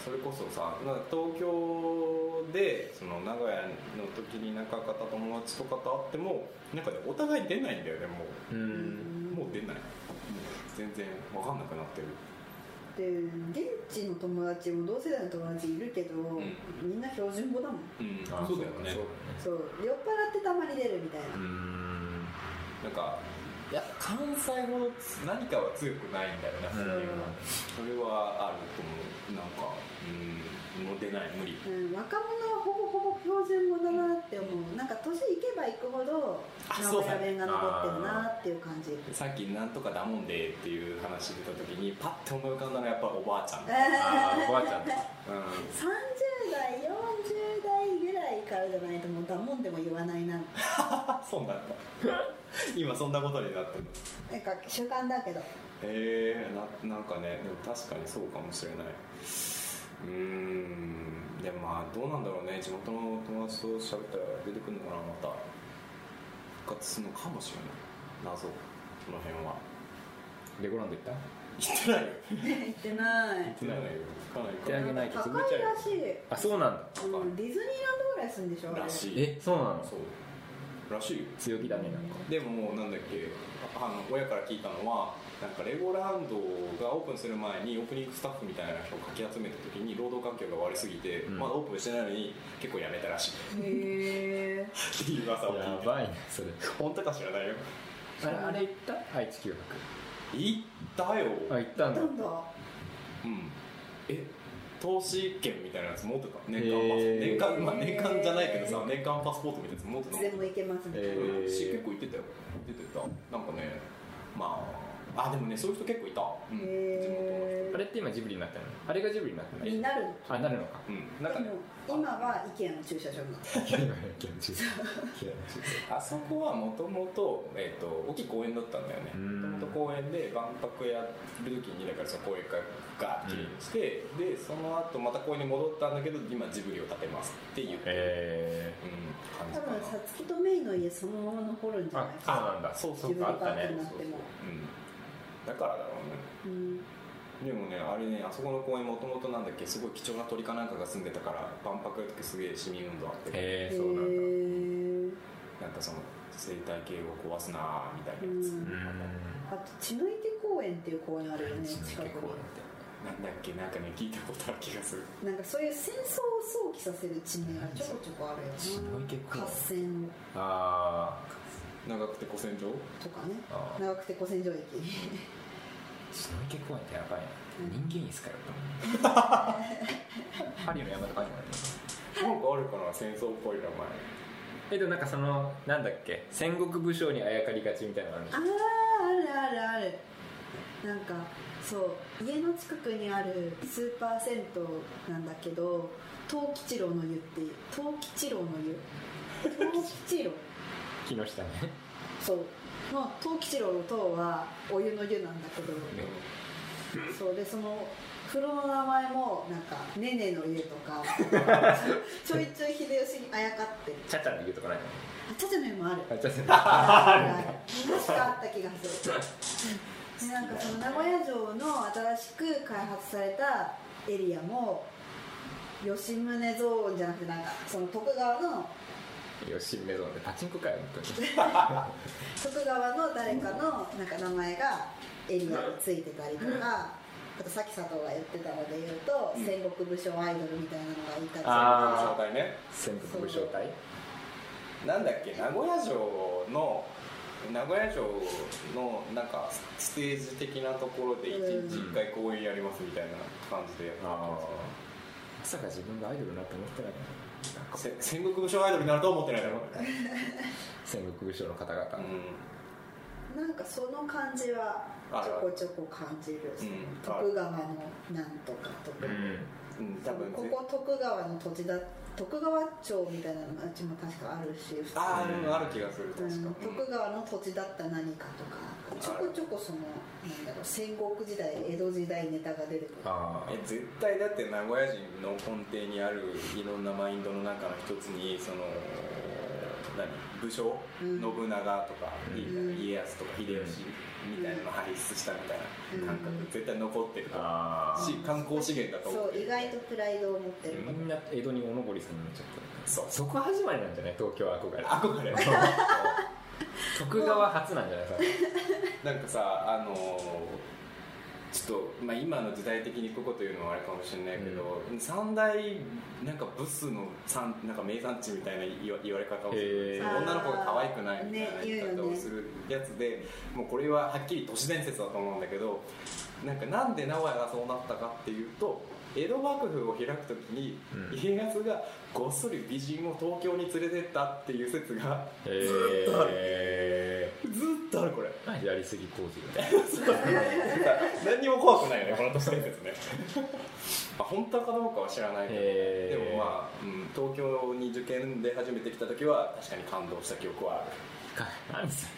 Speaker 2: それこそさなんか東京でその名古屋の時に仲良かった友達とかと会ってもなんかねお互い出ないんだよねも
Speaker 1: う
Speaker 3: うん
Speaker 2: うんもう出ないもう全然分かんなくなってる
Speaker 3: で現地の友達も同世代の友達いるけど、
Speaker 2: ん
Speaker 3: みんな標準語だもん
Speaker 2: うん
Speaker 1: あ
Speaker 2: そうだよね
Speaker 1: そう
Speaker 3: そう酔っ払ってたまに出るみたいな、
Speaker 1: だねうん
Speaker 2: なんかいや関西ほど何かは強くないんだよね、そういうのはそれはあると思うなんかうんもう出ない無理
Speaker 3: うん、若者はほぼほぼ標準語だなって思うなんか年いけばいくほど
Speaker 2: あ
Speaker 3: 名
Speaker 2: そう
Speaker 3: 古
Speaker 2: だ
Speaker 3: 屋弁が残ってるなっていう感じ
Speaker 2: さっき「なんとかだもんで」っていう話出た時にパッて思い浮かんだのはやっぱおばあちゃん、うん、
Speaker 1: ああおばあちゃんだ
Speaker 3: 30代40代ぐらいからじゃないともうだもんでも言わないなな
Speaker 2: あそうなんだ今そんなことになってる
Speaker 3: んか習慣だけど
Speaker 2: へえななんかねでも確かにそうかもしれないうーんでもまあどうなんだろうね地元の友達と喋ったら出てくるのかなまた復活するのかもしれない謎その辺は
Speaker 1: レゴランド行った
Speaker 2: 言ってないよ
Speaker 3: 言ってない
Speaker 2: 言ってないよ行か
Speaker 1: 行って
Speaker 2: ない
Speaker 1: ない
Speaker 2: か
Speaker 1: よ
Speaker 3: なんか高いらしい、
Speaker 1: あそうなんだ
Speaker 3: うん、ディズニーランドぐらい住んでしょあれ
Speaker 2: らしい
Speaker 1: えそうなの
Speaker 2: そうらしいよ
Speaker 1: 強気だねなんか
Speaker 2: でもなんだっけあの親から聞いたのはなんかレゴランドがオープンする前にオープニングスタッフみたいな人をかき集めた時に労働環境が悪すぎて、
Speaker 1: うん
Speaker 2: まだオープンしてないのに結構やめたらしい
Speaker 3: へえ
Speaker 2: っていう噂を聞い
Speaker 1: や
Speaker 2: て
Speaker 1: ばいなそれ
Speaker 2: 本当か知らないよ
Speaker 1: あれあれ行った愛知九
Speaker 2: 行ったよ、
Speaker 1: 博あ行ったんだ
Speaker 3: ど んど
Speaker 2: うんえ投資券みたいなやつ持ってた年間パス、
Speaker 1: へー
Speaker 2: 年間まあ年間じゃないけどさ
Speaker 3: へー
Speaker 2: 年間パスポートみたいなやつ持ってた
Speaker 3: んでも行けますね、
Speaker 1: え
Speaker 2: うんし結構行ってたよ出てたなんかねまああでもねそういう人結構いた、うん、地元の人
Speaker 3: へえ
Speaker 1: あれって今ジブリになったのあれがジブリになってない
Speaker 3: になるの
Speaker 1: あなるのか
Speaker 2: うん、
Speaker 3: で
Speaker 2: なんかね
Speaker 3: も今は IKEA の駐車場になって
Speaker 1: いやいやいや気持ちいい気持ちいい
Speaker 2: あそこはもともと,、えー、と大きい公園だったんだよね
Speaker 1: うん
Speaker 2: もともと公園で万博やる時にだからその公園からガーッてきれいにして、でその後また公園に戻ったんだけど今ジブリを建てますって言って、
Speaker 1: え
Speaker 2: うん、
Speaker 3: 多
Speaker 2: 感じ
Speaker 3: 分
Speaker 2: か
Speaker 3: さ
Speaker 2: な
Speaker 3: つきとメイの家そのまま残るんじ
Speaker 1: ー、
Speaker 3: ゃな
Speaker 1: あ
Speaker 3: いです
Speaker 1: そうなんだ
Speaker 2: そう
Speaker 3: か
Speaker 1: そ
Speaker 2: そうう
Speaker 1: かあったね
Speaker 3: 自分で買ってなっても
Speaker 2: うん、だからだろうね
Speaker 3: うん
Speaker 2: でもねあれねあそこの公園もともとなんだっけすごい貴重な鳥かなんかが住んでたから万博の時すげえ市民運動あって、
Speaker 1: え
Speaker 3: へ
Speaker 1: ー、そうなんだ
Speaker 3: え
Speaker 2: なんかその生態系を壊すなーみたいな
Speaker 3: う
Speaker 2: やつ、
Speaker 1: うん
Speaker 3: んあと血の池公園っていう公園あるよね
Speaker 2: 血の池
Speaker 3: 近くに
Speaker 2: 公園なんだっけなんかね聞いたことある気がする
Speaker 3: なんかそういう戦争を想起させる地名がちょこちょこあるよね
Speaker 2: 血の池公園
Speaker 3: 合戦
Speaker 1: あ
Speaker 2: 長くて古戦場
Speaker 3: とかね
Speaker 1: ーあー
Speaker 3: 長くて古戦場駅
Speaker 1: 血の池公園ってやばいな人間椅子かよ パリの山とかにもあるね
Speaker 2: なんかあるかな戦争っぽい名前
Speaker 1: えでもなんかそのなんだっけ戦国武将にあやかりがちみたいなのあるんで
Speaker 3: あ
Speaker 1: し
Speaker 3: あ
Speaker 1: ょ
Speaker 3: あるあるあるなんかそう家の近くにあるスーパー銭湯なんだけど東吉郎の湯っていう東吉郎の湯東吉郎
Speaker 1: 木下ね
Speaker 3: そうの東吉郎の塔はお湯の湯なんだけどそうでその風呂の名前もなんか「ねねの湯」とかちょいちょい秀吉にあやかってる
Speaker 1: ちゃちゃって言うとこないの
Speaker 3: あちゃちゃの湯もある
Speaker 1: あちゃ ちゃ
Speaker 3: あるある確かあった気がするでなんかその名古屋城の新しく開発されたエリアも吉宗ゾーンじゃなくてなんかその徳川の
Speaker 1: 吉メゾンでパチンコかよ本当に
Speaker 3: 徳川の誰かのなんか名前がエリアについてたりとかあとさっき佐藤が言ってたので言うと、
Speaker 2: うん
Speaker 3: 戦国武将アイドルみたいなのがいたりと
Speaker 1: あー
Speaker 2: あ紹介ね
Speaker 1: 戦国武将隊
Speaker 2: なんだっけ名古屋城の名古屋城のなんかステージ的なところで1日1回公演やりますみたいな感じでやった気が
Speaker 1: まさ
Speaker 2: する
Speaker 1: か自分がアイドルになって思ってないからなんか
Speaker 2: せ戦国武将アイドルになるとは思ってないだろう、
Speaker 1: 戦国武将の方々、
Speaker 2: う
Speaker 3: なんかその感じはちょこちょこ感じる、
Speaker 2: んうん、
Speaker 3: 徳川のなんとかと
Speaker 1: う
Speaker 3: か、
Speaker 1: ん
Speaker 2: うん、多分
Speaker 3: ここ徳川の土地だ徳川町みたいな町も確かあるし
Speaker 2: ああ、うん、ある気がする
Speaker 3: う
Speaker 2: 確か、
Speaker 3: ん、
Speaker 2: うん
Speaker 3: 徳川の土地だった何かとかちょこちょこそのなんだろう戦国時代江戸時代ネタが出てくる
Speaker 1: あ
Speaker 2: え絶対だって名古屋人の根底にあるいろんなマインドの中の一つにその何武将、
Speaker 3: うん
Speaker 2: 信長とか、
Speaker 1: うん
Speaker 2: 家康とか秀吉みたいなのを輩出したみたいな感覚、
Speaker 3: うん
Speaker 2: 絶対残ってる
Speaker 1: ー
Speaker 2: か
Speaker 1: あ
Speaker 2: ら、し観光資源だと思
Speaker 3: そ
Speaker 2: っ
Speaker 3: う
Speaker 2: て
Speaker 3: 意
Speaker 2: る
Speaker 3: 外とプライドを持ってる
Speaker 1: ーみんな江戸におのぼりさんになっちゃった
Speaker 2: そう
Speaker 1: そこ始まりなんじゃない東京憧れ
Speaker 2: 憧れ
Speaker 1: 徳川初なんじゃない
Speaker 2: なんかさあのーちょっと、まあ、今の時代的にここというのはあれかもしれないけど、三大なんかブスの三なんか名産地みたいな言わ言われ方をする
Speaker 1: へー
Speaker 2: その女の子が可愛くないみたいな
Speaker 3: ね言うよ
Speaker 2: 言い
Speaker 3: ね
Speaker 2: 方をするやつで、もうこれははっきり都市伝説だと思うんだけどなんかなんで名古屋がそうなったかっていうと江戸幕府を開くときに
Speaker 1: うん
Speaker 2: 家康がごっそり美人を東京に連れてったっていう説が
Speaker 1: ええ
Speaker 2: ずーっとあるこれ。
Speaker 1: ー、やりすぎポーズみたいな
Speaker 2: 何にも怖くないよねこの年伝説ねまあ 本当かどうかは知らないけど、
Speaker 1: へー
Speaker 2: でもまあ、うん東京に受験で初めて来た時は確かに感動した記憶はあ る
Speaker 1: かなんです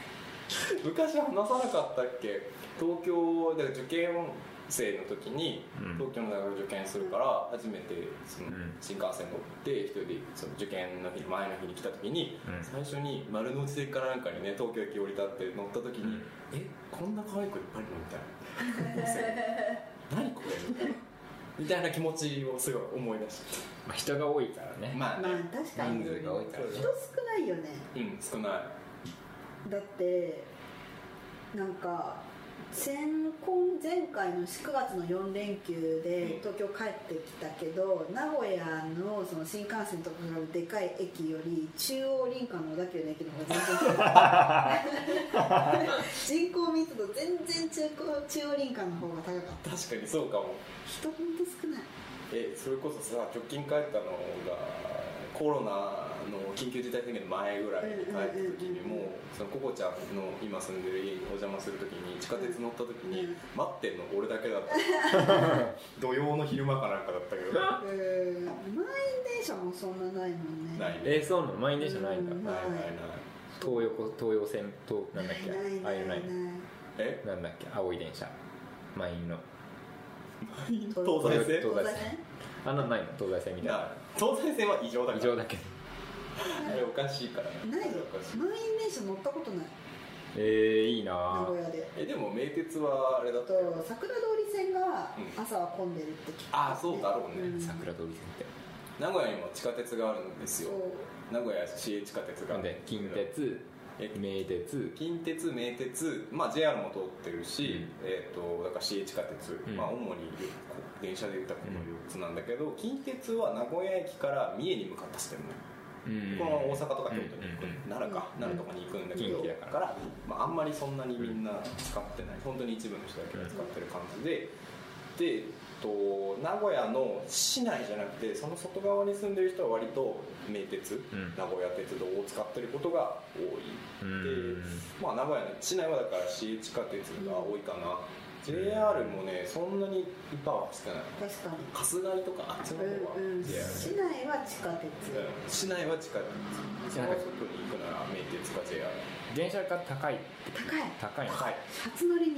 Speaker 2: 昔話さなかったっけ東京で受験生の時に
Speaker 1: うん
Speaker 2: 東京の大学受験するから初めてその
Speaker 1: うん
Speaker 2: 新幹線乗って一人でその受験の日前の日に来た時に
Speaker 1: うん
Speaker 2: 最初に丸の内線からなんかにね東京駅降り立って乗った時に
Speaker 1: うん
Speaker 2: 「えこんな可愛い子いっぱいいるの?」みたいな何これみたいなみたいな気持ちをすごい思い出し
Speaker 1: まあ人が多いからね、
Speaker 2: まあ
Speaker 3: まあ確かに
Speaker 1: 人数が多いからね
Speaker 3: 人少ないよね
Speaker 2: うん少ない
Speaker 3: だってなんか先今前回の9月の4連休
Speaker 2: うん
Speaker 3: で東京帰ってきたけど、名古屋のその新幹線とかのでかい駅より中央林間の小田急の駅の 方が全然人口密度全然中高中央林間の方が高かった
Speaker 2: 確かにそうかも
Speaker 3: 人ほんと少ない
Speaker 2: えそれこそさ直近帰ったのがコロナの緊急事態宣言の前ぐらいに帰った時に
Speaker 3: うんうんうんうん
Speaker 2: もうそのココちゃんの今住んでる家にお邪魔する時に地下鉄乗った時に
Speaker 3: うん
Speaker 2: 待ってんの俺だけだった 土曜の昼間かなんかだったけど
Speaker 3: うーん満員電車もそんなないもんね
Speaker 2: ないね
Speaker 1: えー、そうなの満員電車ないんだ、
Speaker 3: うん
Speaker 2: ないないない
Speaker 1: 東横東洋線となんだっけ
Speaker 3: ない
Speaker 1: ああ
Speaker 3: ないいうな
Speaker 1: ないい
Speaker 3: ない
Speaker 2: え
Speaker 1: なんだっけ青い電車満員の東
Speaker 2: 東西線
Speaker 1: 西
Speaker 3: 東西
Speaker 1: あんなんないの東西線みたい
Speaker 2: な
Speaker 1: ない
Speaker 2: 東西線は異常だ
Speaker 1: 異
Speaker 2: か
Speaker 1: 常
Speaker 2: ら
Speaker 1: だけど
Speaker 2: あれおかしいからね
Speaker 3: 線ないよ
Speaker 2: おかしい
Speaker 3: 満員電車乗ったことない
Speaker 1: えー、いいな
Speaker 3: 名
Speaker 1: ぁ
Speaker 3: 古屋で
Speaker 2: えでも名鉄はあれだ
Speaker 3: あ
Speaker 2: ったよ
Speaker 3: と桜通り線が
Speaker 2: うん
Speaker 3: 朝は混んでるって聞く、
Speaker 2: ああそうだろうね、
Speaker 3: うん
Speaker 1: 桜通り線って
Speaker 2: 名古屋にも地下鉄があるんです
Speaker 3: そ
Speaker 2: よ
Speaker 3: う
Speaker 2: 名古屋市営地下鉄が
Speaker 1: なんで近鉄
Speaker 2: え
Speaker 1: 名鉄
Speaker 2: 近鉄名鉄、まあ、JR も通ってるし、えー、とだから市営地下鉄、
Speaker 1: うん
Speaker 2: まあ、主にこう電車で言ったらこの4つなんだけど、近鉄は名古屋駅から三重に向かったしてるのよ
Speaker 1: うん
Speaker 2: このまま大阪とか京都に行
Speaker 1: うんう
Speaker 2: く、
Speaker 1: んうん
Speaker 2: 奈良か
Speaker 3: うん
Speaker 2: 奈良とかに行くんだけど、
Speaker 1: 近畿だ
Speaker 2: か
Speaker 1: からら
Speaker 2: まあ、あんまりそんなにみんな使ってない本当に一部の人だけが使ってる感じで、で、えっと、名古屋の市内じゃなくてその外側に住んでる人は割と名鉄、
Speaker 1: うん
Speaker 2: 名古屋鉄道を使ってることが多い、
Speaker 1: うん
Speaker 2: まあ、名古屋の市内はだから市営地下鉄が多いかな、JR もねそんなにいっぱいは走ってない
Speaker 3: 確か
Speaker 2: 春日井とかあっちの
Speaker 3: に、
Speaker 2: 方は、
Speaker 3: うんうん、市
Speaker 1: JR
Speaker 3: 内は地下鉄、
Speaker 2: 市内は近いそ
Speaker 1: なん
Speaker 2: の
Speaker 1: か
Speaker 2: 外に行くなら名鉄か JR
Speaker 1: 電車が高い
Speaker 3: 高い
Speaker 1: 高いの
Speaker 2: 高い
Speaker 3: 初乗り210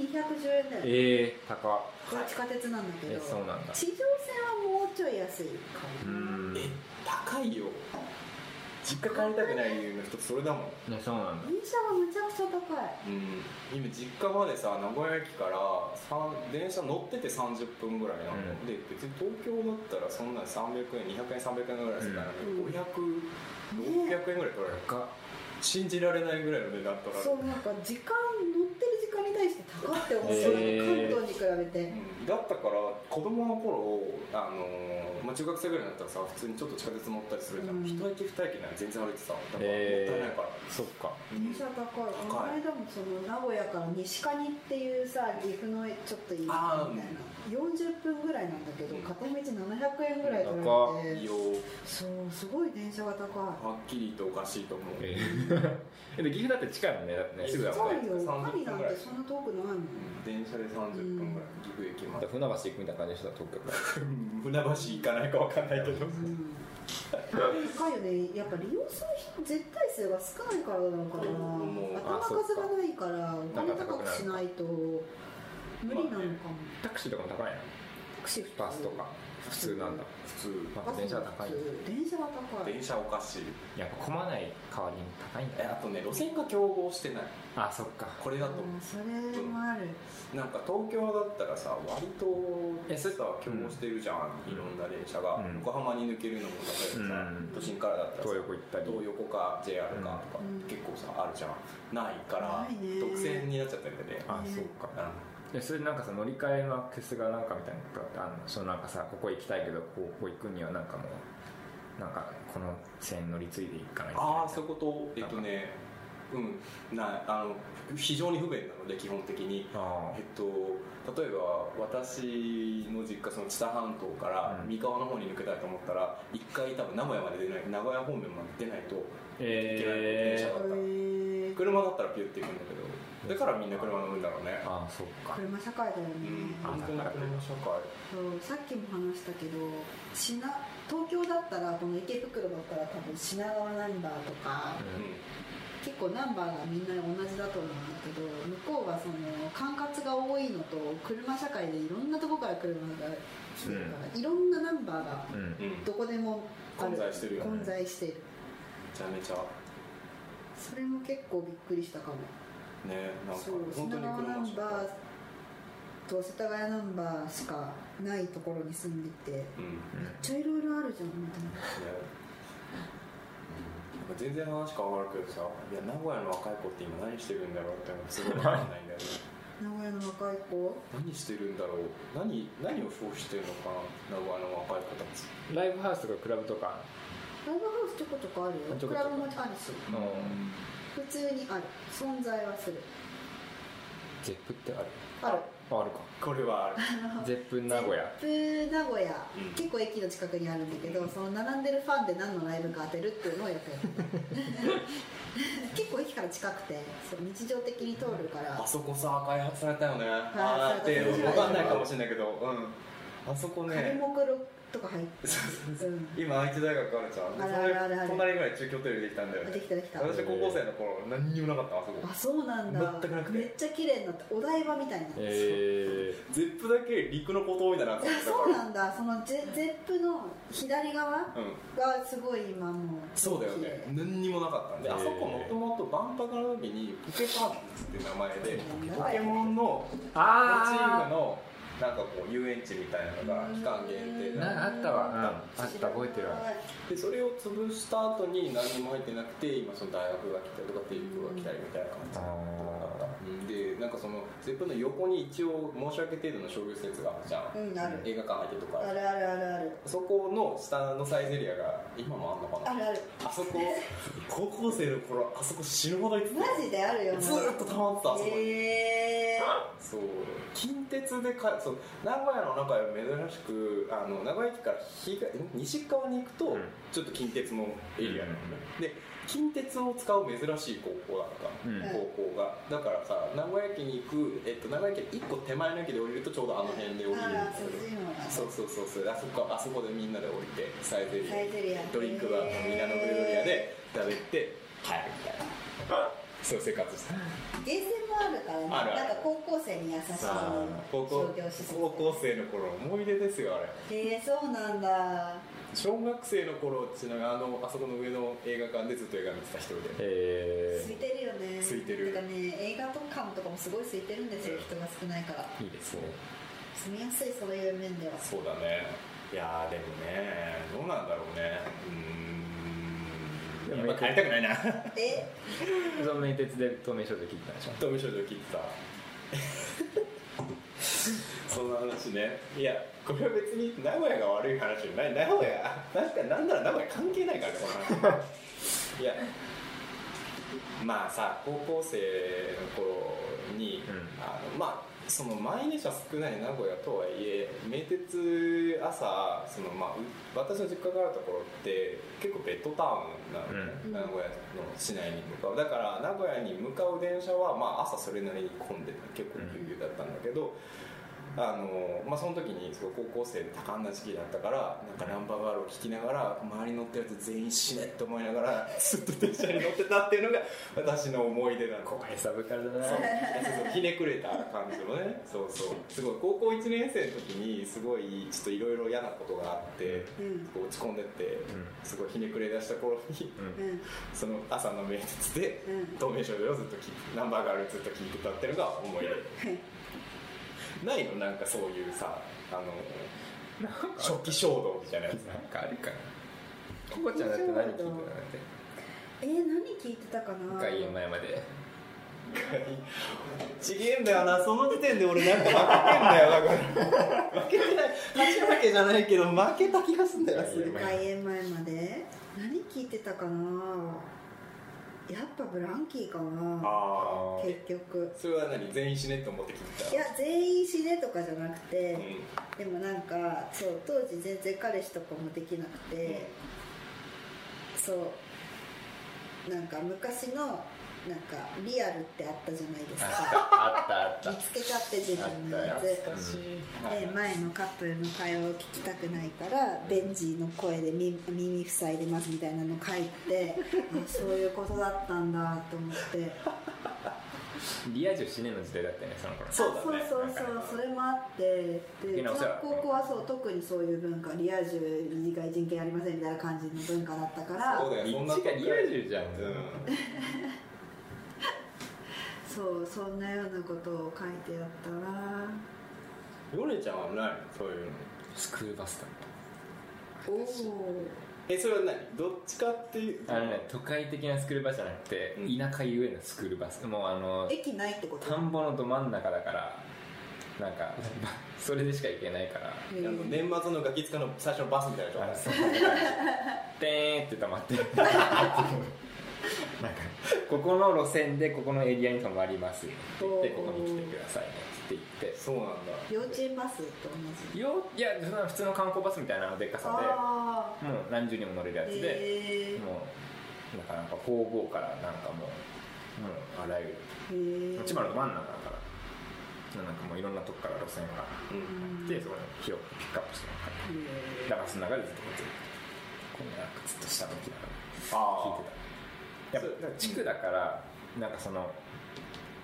Speaker 3: 円だよ
Speaker 1: えー、高
Speaker 3: これ地下鉄なんだけ
Speaker 1: えー、
Speaker 3: ど
Speaker 1: そうなんだ
Speaker 3: 地上線はもうちょい安いか
Speaker 1: う
Speaker 3: も
Speaker 1: ん
Speaker 2: え高いよ実家帰りたくない理由の一つそれだもん
Speaker 1: ねそうなんだ
Speaker 3: 電車はむちゃくちゃ高い
Speaker 2: うん今実家までさ名古屋駅からさん電車乗ってて30分ぐらいなの、
Speaker 1: うん
Speaker 2: で別に東京だったらそんな300円200円300円ぐらいするから、
Speaker 3: うん
Speaker 2: 500、
Speaker 3: ね
Speaker 2: 600円ぐらい取られる
Speaker 1: 高っ
Speaker 2: 信じられないぐらいの値段取られる
Speaker 3: そうなんか時間乗ってる時間に対して高って思ってた
Speaker 1: へー
Speaker 3: 関東に比べて
Speaker 2: だったから子供の頃、あのーまあ、中学生ぐらいになったらさ普通にちょっと地下鉄乗ったりするじゃん、
Speaker 3: うん
Speaker 2: 一駅二駅なら全然歩いてさだからも
Speaker 1: え
Speaker 2: ったい
Speaker 1: ー
Speaker 2: ないから、
Speaker 1: そっか
Speaker 3: 電車高いこの間もその名古屋から西蟹っていうさ岐阜のちょっといいみた
Speaker 2: あ
Speaker 3: いな
Speaker 2: ー
Speaker 3: 40分ぐらいなんだけど
Speaker 2: うん
Speaker 3: 片道700円ぐらい取
Speaker 1: 高
Speaker 3: られ
Speaker 2: い
Speaker 3: て
Speaker 2: よ
Speaker 3: そうすごい電車が高
Speaker 2: はっきりとおかしいと思う、
Speaker 1: えーでも岐阜だって近いもんねだってねすぐだ
Speaker 3: い
Speaker 1: も
Speaker 3: そ
Speaker 1: んね
Speaker 3: うよ
Speaker 2: 30
Speaker 3: パリなんてそんな遠くないもん
Speaker 2: 電車で30分ぐらい岐阜駅ま
Speaker 1: だ
Speaker 2: で
Speaker 1: から船橋行くみたいな感じでした東京から
Speaker 2: 船橋行かないかわかんないけど
Speaker 3: うん高いよねやっぱ利用する人絶対数が少ないからなのか
Speaker 2: もう
Speaker 3: な
Speaker 1: あ
Speaker 3: 頭数がないからお金高くしないと無理なのかも
Speaker 1: タクシーとかも高いな
Speaker 3: タクシー普通
Speaker 1: バスとか普通なんだ
Speaker 2: 普通
Speaker 1: まあ電車は高い
Speaker 3: バスも普通電車は高い
Speaker 2: 電車おかしい
Speaker 1: やっぱ混まない代わりに高いんだ
Speaker 2: え
Speaker 1: よ
Speaker 2: あとね路線が競合してない
Speaker 1: あそっか
Speaker 2: これだと思
Speaker 3: うんそれもある
Speaker 2: うなんか東京だったらさ割と
Speaker 1: えそ
Speaker 2: さ競合してるじゃん、
Speaker 1: うん
Speaker 2: いろんな電車が、
Speaker 1: うん
Speaker 2: 横浜に抜けるのも例えばさ、
Speaker 1: うん
Speaker 2: 都心からだったらさ
Speaker 1: 東横行ったり
Speaker 2: 東横か JR かとか
Speaker 3: うん
Speaker 2: 結構さあるじゃんないから
Speaker 3: ないね
Speaker 2: 独占になっちゃってるんだよね
Speaker 1: あそうかでそれでなんかさ乗り換えのアクセスがなんかみたいなことってあんのそのなんかさここ行きたいけどこうここ行くにはなんかもうなんかこの線乗り継いでいかないといけない
Speaker 2: ああーそういうことえっとねうんないあの非常に不便なので基本的に
Speaker 1: あ
Speaker 2: えっと、例えば私の実家その知多半島から
Speaker 1: うん
Speaker 2: 三河の方に抜けたいと思ったら一回多分名古屋まで出ない名古屋方面まで出ないと
Speaker 1: ーえ
Speaker 2: 電
Speaker 1: ー
Speaker 2: 車だった
Speaker 3: へー
Speaker 2: 車だったらピュッて行くんだけどだからみんな車乗るんだろうね
Speaker 1: ああそうか
Speaker 3: 車社会だよね、
Speaker 2: うん
Speaker 1: あ
Speaker 2: 本当に車社会
Speaker 3: そうさっきも話したけど品東京だったらこの池袋だったら多分品川ナンバーとか
Speaker 1: うん
Speaker 2: う
Speaker 3: 結構ナンバーがみんな同じだと思うんだけど向こうはその管轄が多いのと車社会でいろんなとこから車が来てるから、いろんなナンバーが
Speaker 1: うん
Speaker 2: んうん
Speaker 3: どこでもある
Speaker 2: 混在してるよね
Speaker 3: 混在してる
Speaker 2: めちゃめちゃ
Speaker 3: それも結構びっくりしたかも
Speaker 2: ねなんか
Speaker 3: そう
Speaker 2: 本当
Speaker 3: 品
Speaker 2: に
Speaker 3: 川ナ
Speaker 2: 車
Speaker 3: ン
Speaker 2: 社
Speaker 3: バ
Speaker 2: 会
Speaker 3: ーと世田谷ナンバーしかないところに住んでて
Speaker 2: うん
Speaker 1: うん
Speaker 2: ね
Speaker 3: めっちゃいろいろあるじゃんみたいな
Speaker 2: なんか全然話変わるけどさいや名古屋の若い子って今何してるんだろうってのがすごい分かんないんだ よね
Speaker 3: 名古屋の若い子
Speaker 2: 何してるんだろう何何を消費してるのかな名古屋の若い子たち
Speaker 1: ライブハウスとかクラブとか
Speaker 3: ライブハウスちょこちょこあるよ
Speaker 1: ちょ
Speaker 3: ク
Speaker 1: こちょ
Speaker 3: ラ
Speaker 1: こ
Speaker 3: ブもあるし
Speaker 1: の
Speaker 3: 普通にある存在はする
Speaker 1: ゼップってある
Speaker 3: ある
Speaker 1: あある
Speaker 2: これはある
Speaker 1: かゼップ名古屋
Speaker 3: ゼップ名古屋、
Speaker 2: うん
Speaker 3: 結構駅の近くにあるんだけどその並んでるファンで何のライブか当てるっていうのをよくやる 結構駅から近くてそう日常的に通るから
Speaker 2: あそこさ開発されたよね
Speaker 3: 開
Speaker 2: あ
Speaker 3: 発
Speaker 2: ー
Speaker 3: さ
Speaker 2: っ
Speaker 3: れ
Speaker 2: て
Speaker 3: た
Speaker 2: 分かんないかもしれないけどうんあそこ
Speaker 3: カリ
Speaker 2: ね
Speaker 3: モクロとか入ってうん
Speaker 2: 今愛知大学あるじゃんで
Speaker 3: あるあるある
Speaker 2: そ
Speaker 3: ある
Speaker 2: れ隣ぐらい中京テレビできたんだよ
Speaker 3: あで
Speaker 2: ね
Speaker 3: きたできた
Speaker 2: 私高校生の頃何にもなかったあそこ
Speaker 3: あそうなんだ
Speaker 2: 全くなくて
Speaker 3: めっちゃ綺麗になってお台場みたいな
Speaker 1: え
Speaker 2: ゼップだけ陸の孤島みたいになって
Speaker 3: あ
Speaker 2: た
Speaker 3: そう
Speaker 2: か
Speaker 3: なんだそのゼゼップの左側
Speaker 2: らうん
Speaker 3: がすごい今もう
Speaker 2: そうだよね何にもなかったんで
Speaker 1: へー
Speaker 2: あそこもともと万博の時にポケパークって名前で
Speaker 3: うん
Speaker 2: ポケモンの
Speaker 1: ー、
Speaker 2: チーム
Speaker 1: あ
Speaker 2: のなんかこう遊園地みたいなのが期間限定
Speaker 1: ーな
Speaker 2: な
Speaker 1: あったわ、うん、あった覚えてるわ
Speaker 2: でそれを潰した後に何にも入ってなくて今その大学が来たりとか帝国が来たりみたいな感じ
Speaker 1: あー
Speaker 2: うんでなんかそのゼップの横に一応申し訳程度の商業施設があるじゃん、
Speaker 3: うんある
Speaker 2: 映画館入ってるとかあ
Speaker 3: あ
Speaker 2: る
Speaker 3: るあるあるある
Speaker 2: そこの下のサイズエリアが今もあんのかな
Speaker 3: あるある
Speaker 2: あそこ高校生の頃あそこ死ぬほど行って
Speaker 3: マジであるよ
Speaker 2: たずーっと溜まってたあそこに
Speaker 3: え
Speaker 2: そう近鉄でかそう名古屋の中では珍しくあの名古屋駅から東ん西側に行くと、
Speaker 1: うん
Speaker 2: ちょっと近鉄のエリアなのね、で近鉄を使う珍しい高校だった、
Speaker 1: うん
Speaker 2: 高校がだからさ名古屋駅に行く、えっと、名古屋駅1個手前の駅で降りるとちょうどあの辺で降りるん
Speaker 3: あ
Speaker 2: だ
Speaker 3: ら
Speaker 2: け
Speaker 3: そっ
Speaker 2: ど
Speaker 3: ちにも
Speaker 2: そうそうそうそうあそこあそこでみんなで降りてサイゼリ
Speaker 3: サイゼリ
Speaker 2: ヤ
Speaker 3: ヤ
Speaker 2: ドリンクバーのミラノブルドリアで食べて帰るみたいなそういう生活してた
Speaker 3: ゲーセンもあるからね
Speaker 2: あるあ
Speaker 3: な
Speaker 2: る
Speaker 3: んか高校生に優しい
Speaker 2: 高校
Speaker 3: 商業施設
Speaker 2: 高校生の頃思い出ですよあれ
Speaker 3: へえそうなんだ
Speaker 2: 小学生の頃ちなみにあのあそこの上の映画館でずっと映画見てた一人で
Speaker 1: え
Speaker 3: 空いてるよね
Speaker 2: 空いてる
Speaker 3: なんかね映画とかとかもすごい空いてるんですよ
Speaker 2: うん
Speaker 3: 人が少ないから
Speaker 1: ー、いいですね
Speaker 3: 住みやすいそういう 面では
Speaker 2: そうだねいやーでもねどうなんだろうねうーん
Speaker 1: でも
Speaker 2: やっぱ帰りたくないな
Speaker 3: え
Speaker 1: その名鉄で透明少女聞いたでしょ
Speaker 2: 富少女聞いてた そんな話ねいやこれは別に名古屋が悪い話じゃない名古屋確かになんなら名古屋関係ないからねこの話いやまあさ高校生の頃に、
Speaker 1: うん
Speaker 2: あのまあその満員電車少ない名古屋とはいえ名鉄朝その、まあ、う私の実家があるところって結構ベッドタウンなの、ね
Speaker 3: うん
Speaker 2: 名古屋の市内に向かうだから名古屋に向かう電車は、まあ、朝それなりに混んでて結構ぎゅうぎゅうだったんだけど、あのまあ、その時にそう高校生で多感な時期だったからなんかナンバーガールを聴きながら周りに乗ってるやつ全員死ねって思いながらずっと電車に乗ってたっていうのが私の思い出なの
Speaker 1: 怖いサブカルだな
Speaker 2: そうそうひねくれた感じのねそうそうすごい高校1年生の時にすごいちょっといろいろ嫌なことがあって
Speaker 3: うん
Speaker 2: こう落ち込んでって
Speaker 1: ん
Speaker 2: すごいひねくれ出した頃に
Speaker 1: うん
Speaker 3: うん
Speaker 2: その朝の面接で
Speaker 3: うん
Speaker 2: 透明少女をずっと聞いナンバーガールずっと聞いてたっていうのが思い
Speaker 3: はい
Speaker 2: 出ないのなんかそういうさあの初期衝動みたいなやつ
Speaker 1: なんかあるかなココちゃんだって何聞いてたのだって
Speaker 3: えー、何聞いてたかな
Speaker 1: 外苑前まで
Speaker 2: ちげえんだよなその時点で俺なんか負けてんだよだから負けてない勝ち負けじゃないけど負けた気がすんだよなそれ
Speaker 3: 開演前まで何聞いてたかなやっぱブランキーかな
Speaker 2: あ
Speaker 3: 結局
Speaker 2: それは何全員死ねって思って聞いた
Speaker 3: いや全員死ねとかじゃなくて、
Speaker 2: うん
Speaker 3: でもなんかそう当時全然彼氏とかもできなくて、そうなんか昔のなんかリアルってあったじゃないですか
Speaker 1: あったあった
Speaker 3: 見つけちゃって自分のや
Speaker 1: あ
Speaker 3: つ
Speaker 1: った
Speaker 2: 懐かしい
Speaker 3: で前のカップルの会話を聞きたくないからベンジーの声で耳耳塞いでますみたいなの書いてあそういうことだったんだと思って
Speaker 1: リア充死ねの時代だったよねその頃
Speaker 2: そうだね
Speaker 3: そうそうそうそれもあってで
Speaker 1: み
Speaker 3: うんち
Speaker 1: な
Speaker 3: の
Speaker 1: お世話
Speaker 3: 高校はそう特にそういう文化リア充以外人権ありませんみたいな感じの文化だったから
Speaker 2: そうだよ
Speaker 1: リ
Speaker 2: そんな
Speaker 1: ッチがリア充じゃん
Speaker 2: うん
Speaker 3: そうそんなようなことを書いてやったな
Speaker 2: ヨネちゃんはないそういうの
Speaker 1: スクールバスだっ
Speaker 3: おお
Speaker 2: えそれは何どっちかっていう
Speaker 1: たあのね都会的なスクールバスじゃなくて
Speaker 2: うん
Speaker 1: 田舎ゆえのスクールバスもうあの
Speaker 3: 駅ないってこと
Speaker 1: 田んぼのど真ん中だからなんかそれでしか行けないから
Speaker 3: へ
Speaker 2: あの
Speaker 3: ー
Speaker 2: 年末のガキ使の最初のバスみたいな状
Speaker 1: あの
Speaker 2: 態
Speaker 1: そんな感じでーんって溜まってるなんかここの路線でここのエリアに止まりますって言ってここに来てくださいねって言って
Speaker 2: そうなんだ
Speaker 3: 幼稚園バスと同じ
Speaker 1: よいやそんな普通の観光バスみたいなのでっかさ
Speaker 3: あ
Speaker 1: でもう何十人も乗れるや
Speaker 3: あ
Speaker 1: つ
Speaker 3: へ
Speaker 1: で、
Speaker 3: え
Speaker 1: もうなかなか方々からなんかもうもうあらゆ
Speaker 3: へ
Speaker 1: る
Speaker 3: え
Speaker 1: 千葉の真ん中だからなんかもういろんなとこから路線があ
Speaker 2: うん
Speaker 1: ってそこに広くピックアップしてもらって
Speaker 3: へー
Speaker 1: だからその中でずっとこうずっとこうなんかずっと下向きながら聞
Speaker 2: あ
Speaker 1: いてたやっぱだから地区だからなんかその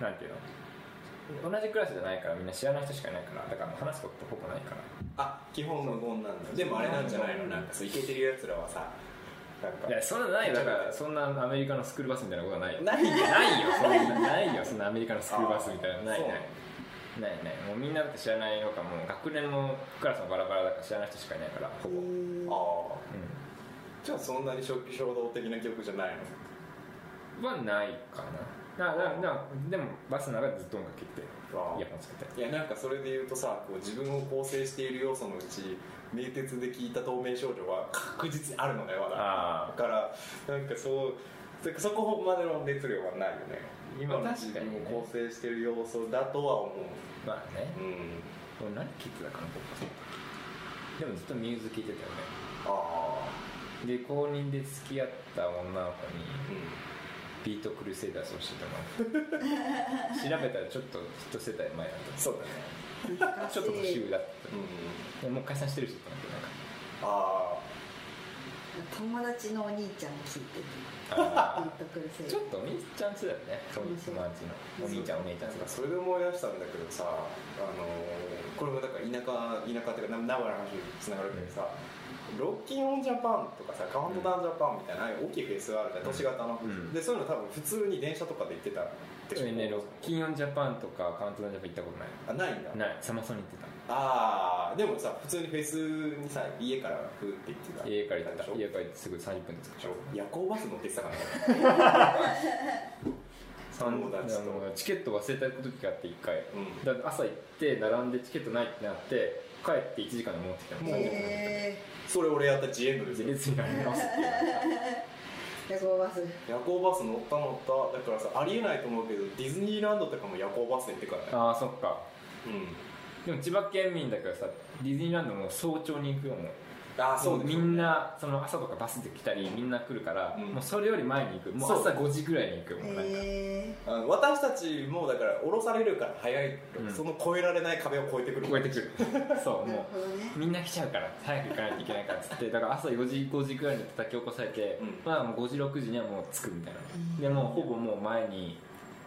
Speaker 1: なんていうの同じクラスじゃないからみんな知らない人しかいないからだからもう話すことほぼないから
Speaker 2: ああ基本無言なんだでもあれなんじゃないのなんかそうイケてるやつらはさなんか
Speaker 1: いやそんなのないよだからそんなアメリカのスクールバスみたいなことはないよ
Speaker 2: ないよ
Speaker 1: ないよそんなないよそんなアメリカのスクールバスみたいなのない
Speaker 2: そ
Speaker 1: ないない
Speaker 2: う
Speaker 1: ないもうみんなだって知らないのかもう学年もクラスもバラバラだから知らない人しかいないからほぼ、うん、
Speaker 2: ああじゃあそんなに初期衝動的な曲じゃないの
Speaker 1: はないかななななでもバスの中でずっと音楽聴いて
Speaker 2: あー
Speaker 1: イヤホンつけて
Speaker 2: いやなんかそれで言うとさこう自分を構成している要素のうち名鉄で聞いた透明少女は確実にあるのねまだだ
Speaker 1: あ
Speaker 2: からなんかそうなんかそこまでの熱量はないよね今の自分を構成している要素だとは思う
Speaker 1: あまあね
Speaker 2: うん
Speaker 1: 俺何聴いてたかな高校生の時でもずっとミューズ聴いてたよね
Speaker 2: ああ
Speaker 1: で公認で付き合った女の子に
Speaker 2: う
Speaker 1: ビートクルセイダーズをしてたの調べたらちょっと一世代前だった
Speaker 2: んそうだね
Speaker 3: 懐かし
Speaker 1: ちょっと年
Speaker 3: い
Speaker 1: 上だった
Speaker 2: うん
Speaker 1: でもう解散してるしってなって
Speaker 2: あ
Speaker 3: 友達のお兄ちゃん聞いてて
Speaker 1: なんか
Speaker 3: 言っ
Speaker 1: あ
Speaker 3: てくるせ
Speaker 1: ー
Speaker 3: い
Speaker 1: ちょっとお兄ちゃん世代だねそう友達のお兄ちゃんお姉
Speaker 2: あ
Speaker 1: ちゃん世代
Speaker 2: それで思い出したんだけどさあのーこれもだから田舎田舎っていうかな名古屋の話につながるけどさ、ロッキンオンジャパンとかさカウントダウンジャパンみたいな、ああいう大きいフェスがあるじゃん都市型の、
Speaker 1: うん
Speaker 2: でそういうの多分普通に電車とかで行ってたでしょ
Speaker 1: 俺ねロッキンオンジャパンとかカウントダウンジャパン行ったことない
Speaker 2: あないんだ
Speaker 1: ないサマソニ行ってた
Speaker 2: ああでもさ普通にフェスにさ家からふーって行ってた
Speaker 1: 家から行って
Speaker 2: でしたょ
Speaker 1: 家から行ってすぐ30分で着くでしょ
Speaker 2: 夜行バス乗ってたからね
Speaker 1: 三
Speaker 2: 友達
Speaker 1: あ
Speaker 2: と
Speaker 1: のチケット忘れた時があって1回
Speaker 2: うん
Speaker 1: だから朝行って並んでチケットないってなって帰って1時間で戻ってきた
Speaker 2: もう
Speaker 3: へ
Speaker 2: それ俺やった GM です
Speaker 1: 自
Speaker 2: よ
Speaker 1: 列になり ますって言われた
Speaker 3: ー夜行バス
Speaker 2: 夜行バス乗った乗っただからさありえないと思うけどディズニーランドとかも夜行バスで行ってからね
Speaker 1: ああそっかでも千葉県民だからさディズニーランドも早朝に行くよもう
Speaker 2: ああそうで
Speaker 1: み
Speaker 2: す
Speaker 1: んなその朝とかバスで来たりみんな来るから、
Speaker 2: うん
Speaker 1: もうそれより前に行くもう朝5時ぐらいに行くよもうなんか、
Speaker 3: え
Speaker 2: あの私たちもだから降ろされるから早い、
Speaker 1: うん
Speaker 2: その越えられない壁を越えてくる
Speaker 1: 超えてくる そ
Speaker 3: ー、
Speaker 1: う
Speaker 3: なる
Speaker 1: も
Speaker 3: ほどね
Speaker 1: うみんな来ちゃうから早く行かないといけないからっつってだから朝4時5時ぐらいに叩き起こされて、
Speaker 2: うん
Speaker 1: まあもう5時6時にはもう着くみたいな、
Speaker 3: うん
Speaker 1: でもうほぼもう前に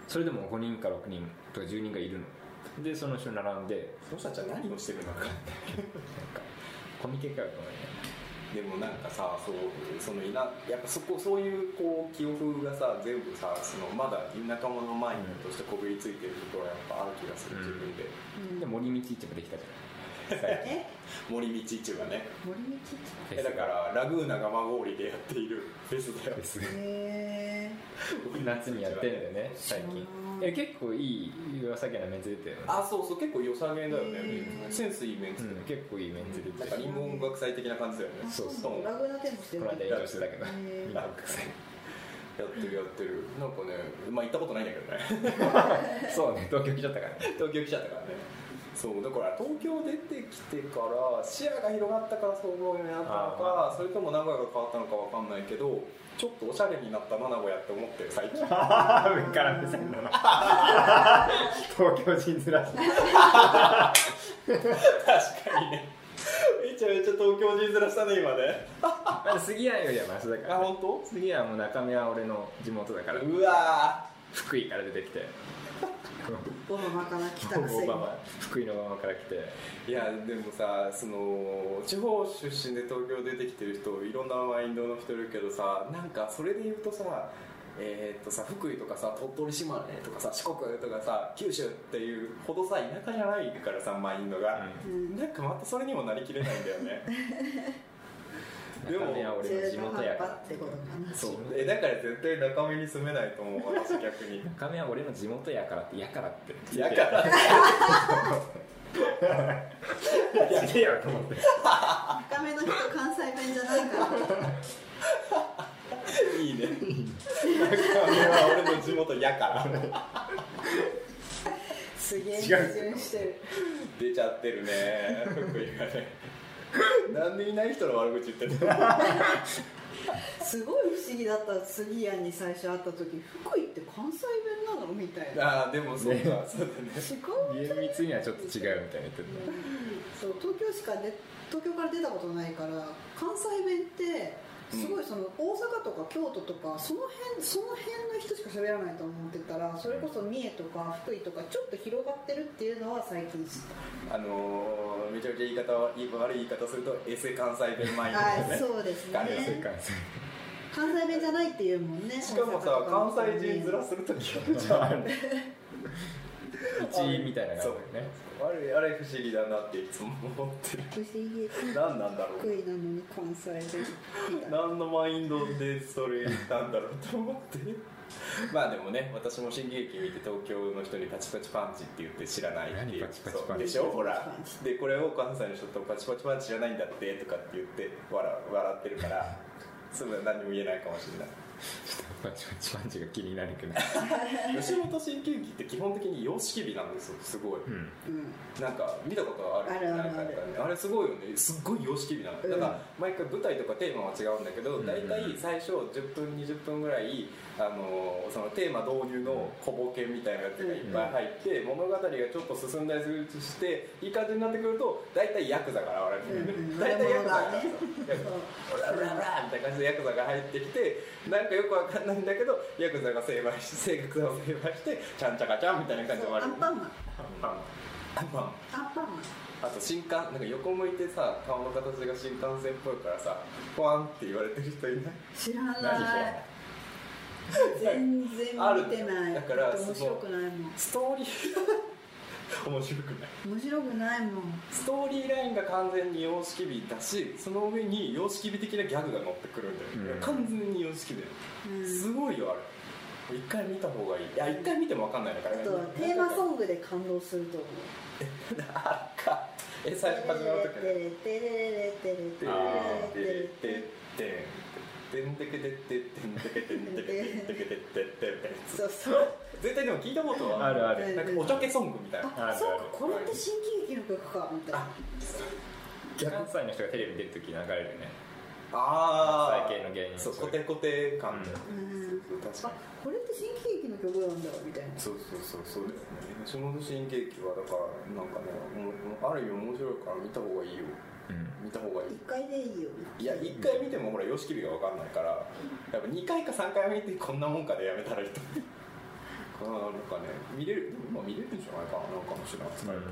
Speaker 1: それでも5人か6人とか10人がいるのでその人並んで
Speaker 2: その人たちは何をしてるのか
Speaker 1: なんかコミケかよと思いながら
Speaker 2: でもなんかさそうそのいなやっぱそこそういうこう記憶がさ全部さそのまだ田舎者のマインドとしてこびりついてるところはやっぱある気がする、
Speaker 1: うん
Speaker 2: 自分で
Speaker 3: うん
Speaker 1: で森道市場できたじゃない
Speaker 3: え
Speaker 2: 森道市場ね
Speaker 3: 森道市
Speaker 2: えだからラグーナ蒲氷でやっているフェスだよ
Speaker 1: です
Speaker 3: 場へえ
Speaker 1: 夏にやってるんだよね最
Speaker 3: 知
Speaker 1: 近
Speaker 3: らない
Speaker 1: え結構いい良さげなメンツ出てるよね
Speaker 2: あそうそう結構良さげだよね、
Speaker 3: うん
Speaker 2: センスいいメン
Speaker 1: う
Speaker 2: ツだよ
Speaker 1: ん
Speaker 2: ね、
Speaker 1: 結構いいメンツ出
Speaker 2: なん
Speaker 1: て
Speaker 2: か
Speaker 1: る
Speaker 2: リンゴ音楽祭的な感じだよね
Speaker 3: あ
Speaker 1: そう
Speaker 3: なのラグナテンもして
Speaker 1: こ
Speaker 3: る
Speaker 1: の間営業してたけど
Speaker 3: へー
Speaker 1: 見たくさい
Speaker 2: やってるやってるなんかねまあ行ったことないんだけどね
Speaker 1: そうね東京来ちゃったからね
Speaker 2: 東京来ちゃったからねそうだから東京出てきてから視野が広がったからそう思うようになったのかそれとも名古屋が変わったのかわかんないけどちょっとおしゃれになったな名古屋って思ってる 最 近
Speaker 1: 上から目線なの東京人ずらし
Speaker 2: 確かにねめちゃめちゃ東京人ずらしたね今ね
Speaker 1: まだ杉谷よりはマシだか
Speaker 2: あ
Speaker 1: ら
Speaker 2: 本当
Speaker 1: 杉谷はもう中身は俺の地元だから
Speaker 2: うわ
Speaker 1: 福井から出てきて
Speaker 3: オバマから来たくせ
Speaker 1: オ
Speaker 3: に
Speaker 1: バマ福井のままから来て
Speaker 2: ーいやでもさその地方出身で東京出てきてる人いろんなマインドの人いるけどさなんかそれで言うとさえーっとさ福井とかさ鳥取島根とかさ四国とかさ九州っていうほどさ田舎じゃないからさマインドが、
Speaker 3: うん
Speaker 2: なんかまたそれにもなりきれないんだよねで
Speaker 1: 中身は
Speaker 2: も
Speaker 1: 俺の地元やか
Speaker 3: 中途半端ってことかな
Speaker 1: らそう
Speaker 2: えだから絶対中身に住めないと思う私 逆に
Speaker 1: 中身は俺の地元やからってやからって
Speaker 2: やから
Speaker 1: やけやと思って
Speaker 3: 高めの人関西弁じゃないから
Speaker 2: いいね。なんか俺は俺の地元やから
Speaker 3: すげえ矛
Speaker 1: 違う
Speaker 3: 盾してる
Speaker 2: 出ちゃってるね。 福井がね。なんでいない人の悪口言っ てた。
Speaker 3: すごい不思議だった杉谷に最初会った時福井って関西弁なのみたいな
Speaker 2: ああでもそうか。
Speaker 1: ね
Speaker 2: そうだね。
Speaker 3: 違う
Speaker 1: 厳密にはちょっと違うみたいな言ってる
Speaker 3: そう東京しかで東京から出たことないから関西弁ってすごいその大阪とか京都とかその辺その辺の人しか喋らないと思ってたらそれこそ三重とか福井とかちょっと広がってるっていうのは最近知っ
Speaker 2: あのー、めちゃめちゃ言い方悪い言い方するとエセ関西弁マイン
Speaker 3: た
Speaker 2: ドだよ
Speaker 3: はい
Speaker 2: ね。
Speaker 3: そうです
Speaker 2: あれは
Speaker 1: そう
Speaker 3: ね
Speaker 1: かそう
Speaker 3: 関西弁じゃないっていうもんね
Speaker 2: しかもさ
Speaker 3: 大阪とか
Speaker 2: 関
Speaker 3: の
Speaker 2: 西人ずらするときはじ ゃある。
Speaker 1: うちみたいな
Speaker 2: そ
Speaker 1: 感
Speaker 2: う
Speaker 1: じだよね
Speaker 2: あれあれ不思議だなっていつも思ってる。
Speaker 3: 不思議
Speaker 2: 何なんだろ
Speaker 3: 福
Speaker 2: う。
Speaker 3: 井なのに関西弁 みたいな
Speaker 2: 何のマインドでそれなんだろうと思って まあでもね私も新喜劇見て東京の人にパチパチパンチって言って知らないっていう
Speaker 1: 何パチパチパンチ
Speaker 2: そうでしょほらでこれを関西の人とパチパチパンチ知らないんだってとかって言って笑笑ってるからそういうのは何も言えないかもしれない
Speaker 1: ちょっとパチパチパンチが気になるけど
Speaker 2: 吉本新喜劇って基本的に様式美なんですよすごい、
Speaker 1: うん
Speaker 3: うん
Speaker 2: なんか見たことある
Speaker 3: あるある
Speaker 2: なんかやっぱねあれすごいよねすっごい様式美なの、
Speaker 3: うん
Speaker 2: だから毎回舞台とかテーマは違うんだけど
Speaker 1: うん
Speaker 2: 大体、最初10分20分ぐらい、あのーそのテーマ導入の小ボケみたいなやつがいっぱい入って、物語がちょっと進んだりするとしていい感じになってくると大体ヤクザが現れるんだよね、
Speaker 3: う
Speaker 2: 大
Speaker 3: ん
Speaker 2: 体ヤクザが
Speaker 3: うん
Speaker 2: ヤクザオラオラオラみたいな感じでヤクザが入ってきてなんかよくわかんないんだけどヤクザが成敗し性格を成敗してちゃんちゃかちゃんみたいな感じで終わ
Speaker 3: ア
Speaker 2: る
Speaker 3: ンパンマン
Speaker 2: パンアンパン
Speaker 3: アンパンマン
Speaker 2: あと新幹なんか横向いてさ顔の形が新幹線っぽいからさポワンって言われてる人いない
Speaker 3: 知ら
Speaker 1: 何
Speaker 3: ない全然見てない
Speaker 2: あるだから
Speaker 3: だって面白くないもん
Speaker 2: ストーリー面白くない
Speaker 3: 面白くないもん
Speaker 2: ストーリーラインが完全に様式美だしその上に様式美的なギャグが乗ってくるんだよ、
Speaker 1: うん
Speaker 2: 完全に様式美だよ、
Speaker 3: うん
Speaker 2: すごいよあれ一回見た方がいいいや一回見ても分かんないか
Speaker 3: あ
Speaker 2: ら
Speaker 3: とはテーマソ
Speaker 2: ング
Speaker 3: ングで感動すると思う
Speaker 2: かえ最初始まる時
Speaker 3: テレテレテレテレテレテレテレ
Speaker 2: でてんてけてってってんてけてんてけてってけてってってみたいな
Speaker 3: そうそう
Speaker 2: 絶対でも聞いたことは
Speaker 1: あるある
Speaker 2: なんかおちゃけソングみたいな
Speaker 1: あ
Speaker 3: あ
Speaker 1: る
Speaker 3: そうか
Speaker 1: ある
Speaker 3: これって新喜劇の曲かみたいな
Speaker 1: 関西の人がテレビ出るとき流れるね
Speaker 2: あー
Speaker 1: 関西系の芸人
Speaker 2: そうコテコテ感で、
Speaker 3: うん
Speaker 2: 確か
Speaker 3: あ
Speaker 2: に
Speaker 3: これって新喜劇の曲なんだみたいな
Speaker 2: そうそうそうそうですねその新喜劇はだからなんかねもうある意味面白いから見た方がいいよ
Speaker 1: うん
Speaker 2: 見た方がいい
Speaker 3: 一回でいいよ
Speaker 2: いや1回見てもほら様式美が分かんないからやっぱ2回か3回見てこんなもんかでやめたらいいと 思うあーなんかね見れる今見れるんじゃないかななんかもしれない使える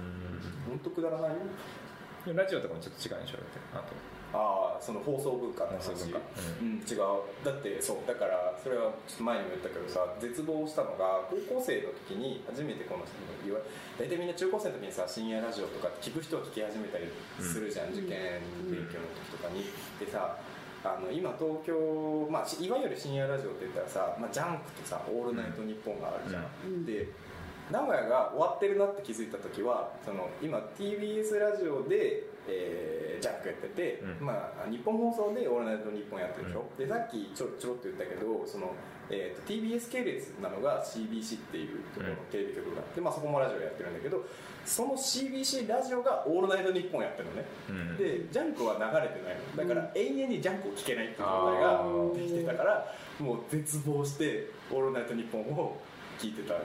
Speaker 2: 本当くだらないよ
Speaker 1: でもラジオとかもちょっと違うんでしょだってあと
Speaker 2: ああその放送文化の話
Speaker 1: 放送文化
Speaker 2: うん、違うだってそうだからそれはちょっと前にも言ったけどさ絶望したのが高校生の時に初めてこの人のいわ大体みんな中高生の時にさ深夜ラジオとか聞く人は聞き始めたりするじゃん、
Speaker 3: うん
Speaker 2: 受験勉強の時とかに、でさあの今東京、まあ、しいわゆる深夜ラジオって言ったらさ、まあ、ジャンクとさ「オールナイトニッポン」があるじゃん、
Speaker 3: うん
Speaker 2: で名古屋が終わってるなって気づいた時はその今 TBS ラジオで、えージャンクやってて、
Speaker 1: うん
Speaker 2: まあ、日本放送で「オールナイトニッポン」やってるでしょ、でさっきちょちょろっと言ったけどその、えーと TBS 系列なのが CBC っていうところのテレビ局があって、まあ、そこもラジオやってるんだけどその CBC ラジオが「オールナイトニッポン」やってるのね
Speaker 1: うんうん
Speaker 2: でジャンクは流れてないのだから永遠にジャンクを聴けないっていう状態
Speaker 1: あ
Speaker 2: が
Speaker 1: ー
Speaker 2: できてたからもう絶望して「オールナイトニッポン」を聴いてた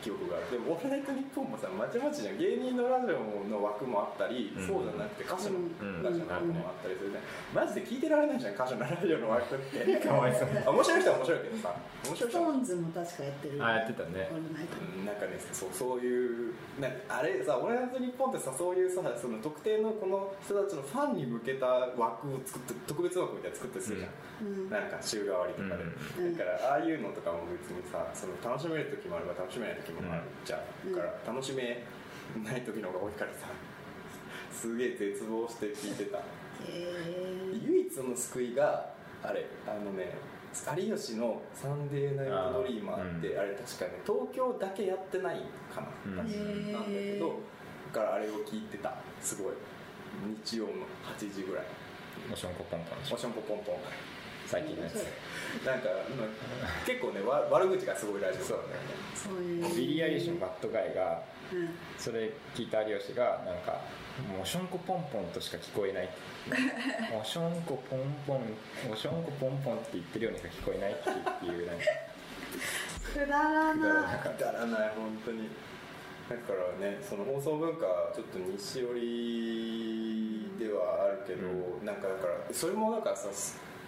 Speaker 2: 記憶があるでも「オールナイトニッポン」もさまちまちじゃん芸人のラジオの枠もあったり、
Speaker 1: うん
Speaker 2: そうじゃなくて歌手の
Speaker 1: うん
Speaker 2: ラジオの枠もあったりするじゃん、マジで聴いてられないじゃん歌手のラジオの枠って かわいそう面白い人は面白いけどさ面白い
Speaker 3: ス
Speaker 2: 人
Speaker 3: ト
Speaker 2: は
Speaker 3: ーンズも確かやってる
Speaker 1: あやってたね
Speaker 3: オールナイト
Speaker 2: うんなんかねそうそういうなんかあれさ「俺の日本」ってさそういうさその特定のこの人たちのファンに向けた枠を作って特別枠みたいなの作ってするじゃん、
Speaker 3: うん
Speaker 2: なんか週替わりとかで、
Speaker 3: うん
Speaker 2: だからああいうのとかも別にさその楽しめる時もあれば楽しめない時もあるじゃん、
Speaker 3: うん
Speaker 2: だから楽しめない時の方が多いからさすげえ絶望して聞いてた
Speaker 3: へー
Speaker 2: 唯一の救いがあれあのね有吉の「サンデーナイトドリーマー」ってあ,、れ確かね東京だけやってないかな、
Speaker 1: うん
Speaker 2: 確か
Speaker 3: へー
Speaker 2: なんだけどだからあれを聞いてたすごい日曜の8時ぐらい
Speaker 1: おしょんこポンポンでし
Speaker 2: お
Speaker 1: ょ
Speaker 2: しゃんこポンポン
Speaker 1: 最近のやつ
Speaker 2: なんか、まあ結構ねわ悪口がすごいラジオそう
Speaker 3: そういう
Speaker 1: ビリー・アイリッシュのバッドガイが
Speaker 3: うん
Speaker 1: それ聞いた有吉がなんか「もうおしょんこポンポン」としか聞こえない「おしょんこポンポンおしょんこポンポン」って言ってるようにしか聞こえないっていうなんか
Speaker 3: くだら
Speaker 2: くだら
Speaker 3: な
Speaker 2: ないくだらない本当にだからねその放送文化ちょっと西寄りではあるけど、
Speaker 1: う
Speaker 2: なんかだからそれもなんかさ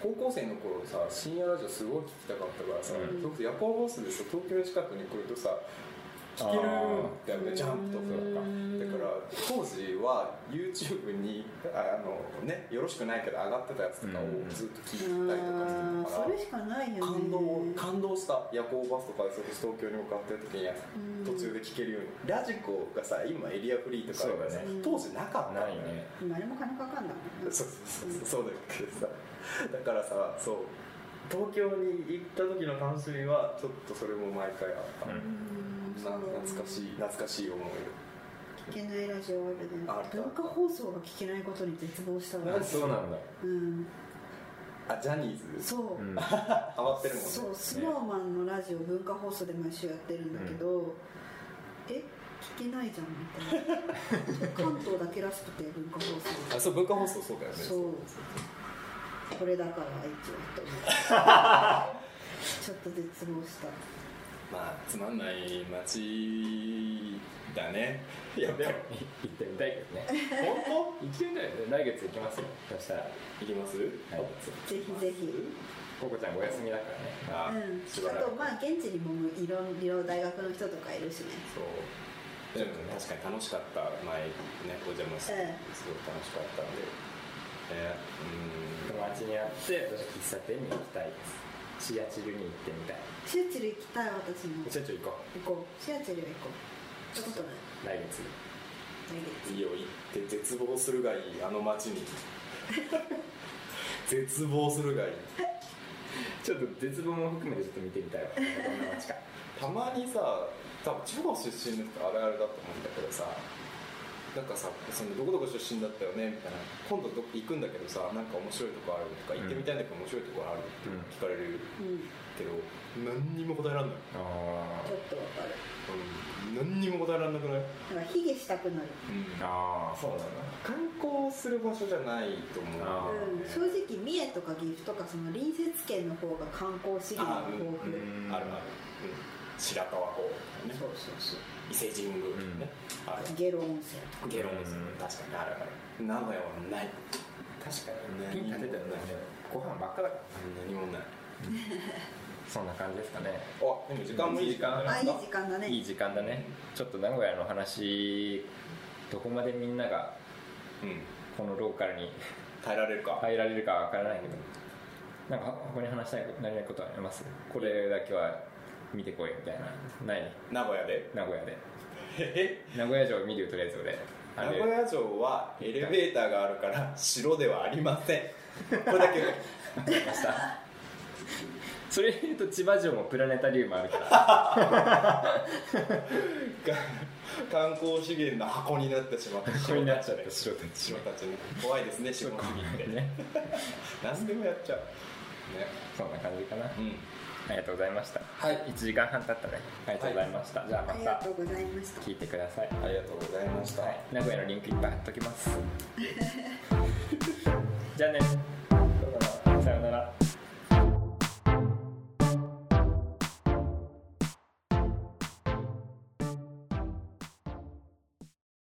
Speaker 2: 高校生の頃さ深夜ラジオすごい聞きたかったからさ、
Speaker 1: うん
Speaker 2: それこそ夜行バスでさ東京の近くに来るとさ聞けるんだよね
Speaker 3: あー
Speaker 2: ジャンプとか
Speaker 3: うん
Speaker 2: だから当時は YouTube にああのねよろしくないけど上がってたやつとかをずっと聞いてたりとかしてたから、
Speaker 3: それしかないよね
Speaker 2: 感動感動した夜行バスとかでそれこそ東京に向かってる時に
Speaker 3: うん
Speaker 2: 途中で聴けるように、ラジコがさ今エリアフリーとかあるからさ
Speaker 1: そう
Speaker 3: だね
Speaker 2: 当時なかったんだ
Speaker 1: な
Speaker 2: よ
Speaker 1: いね
Speaker 3: 誰も金かかんだもんな
Speaker 2: そうそうそうそうだけどさだからさそう東京に行った時の楽しみはちょっとそれも毎回あった、
Speaker 1: うん
Speaker 3: うん
Speaker 2: な懐かしい懐かしい思い
Speaker 3: 聞けないラジオあるね
Speaker 2: ある
Speaker 3: 文化放送が聞けないことに絶望したわ
Speaker 1: そうなんだ
Speaker 3: うん
Speaker 2: をあジャニーズ
Speaker 3: そううん
Speaker 2: ハマってるもんね
Speaker 3: そうスノーマンのラジオ文化放送で毎週やってるんだけどえ聞けないじゃんみたいな関東だけらしくて文化放
Speaker 2: あ
Speaker 3: 送
Speaker 2: そう文化放送そうだよね
Speaker 3: そうこれだからあいつはと思ってちょっと絶望した
Speaker 2: まあつまんない街だねいやでも
Speaker 1: 行ってみたいけどね
Speaker 2: 本当
Speaker 1: 行ってみたいよね来月行きますよそしたら
Speaker 2: いきます、
Speaker 1: はい
Speaker 3: ぜひぜひ
Speaker 1: ココちゃんお休みだからね
Speaker 2: あ
Speaker 3: うん、
Speaker 2: しばら
Speaker 3: あ
Speaker 2: く
Speaker 3: とまあ現地にもいろいろ大学の人とかいるしね
Speaker 2: そうでも確かに楽しかった前ねお邪魔して、
Speaker 3: え
Speaker 2: すごい楽しかったんでえー、
Speaker 1: 友
Speaker 2: う
Speaker 1: 達に会って私は喫茶店に行きたいですシアチルに行ってみたい
Speaker 3: シューチル行きたい私も
Speaker 1: ちょっと行こ
Speaker 3: 行こうシューチルは行こうちょっとね
Speaker 1: う来月
Speaker 2: んいいよ行って絶望するがいいあの街 に絶望するがいい
Speaker 1: ちょっと絶望も含めてちょっと見てみ たいわどんな街か
Speaker 2: たまにさ多分地方出身の人あるあるだと思うんだけどさなんかさそのどこどこ出身だったよねみたいな今度どっか行くんだけどさなんか面白いとこあるとか行ってみたいんだけど面白いとこあるって聞かれる
Speaker 3: うん
Speaker 2: けど、何にも答えらんない、
Speaker 1: あ
Speaker 3: ちょっとわかる
Speaker 2: うん、何にも答えらんなくない、
Speaker 3: なんか卑下したくなる、
Speaker 1: ーあーそうなんだ
Speaker 2: 観光する場所じゃないと思う
Speaker 1: あー
Speaker 3: うん、正直三重とか岐阜とかその隣接県の方が観光資源が
Speaker 2: あー
Speaker 3: 豊富、
Speaker 1: うん
Speaker 2: あるある、うん、白川湖とかね
Speaker 3: そうそうそう
Speaker 2: 伊勢神宮とかね、ある
Speaker 3: 下呂温泉
Speaker 2: ゲロンズ
Speaker 1: うん
Speaker 2: 確かにあるある名古屋はない
Speaker 1: 確かにピン立てたよねご飯ばっかだから
Speaker 2: 何もない
Speaker 1: そんな感じですかね
Speaker 2: あでも時間もいい時間
Speaker 3: あ
Speaker 2: だ
Speaker 3: いい時間だね
Speaker 1: いい時間だねちょっと名古屋の話どこまでみんなが
Speaker 2: うん
Speaker 1: このローカルに
Speaker 2: 耐えられるか、
Speaker 1: 入られるかわからないけどなんか他に話したいなりないことはありますこれだけは見てこいみたいなない
Speaker 2: 名古屋で
Speaker 1: 名古屋で名古屋城見るよとりあえず俺
Speaker 2: 名
Speaker 1: あれ
Speaker 2: 古屋城はエレベーターがあるから城ではありませんこれだけ言う
Speaker 1: ましたそれ言うと千葉城もプラネタリウムある から
Speaker 2: 観光資源の箱になってしまった
Speaker 1: ここになっちゃった
Speaker 2: 城
Speaker 1: 城
Speaker 2: た
Speaker 1: た
Speaker 2: ち
Speaker 1: ち
Speaker 2: ね城たちね怖いですね城の資源って
Speaker 1: ね
Speaker 2: 何でもやっちゃうね
Speaker 1: そんな感じかな
Speaker 2: うん
Speaker 1: ありがとうございました
Speaker 2: はい
Speaker 1: 1時間半経ったねありがとうございました、じゃあ
Speaker 3: あ
Speaker 1: ま
Speaker 3: りが
Speaker 1: た
Speaker 3: とうございました
Speaker 1: 聞いてください
Speaker 2: ありがとうございました、
Speaker 1: はい名古屋のリンクいっぱい貼っときますじゃあね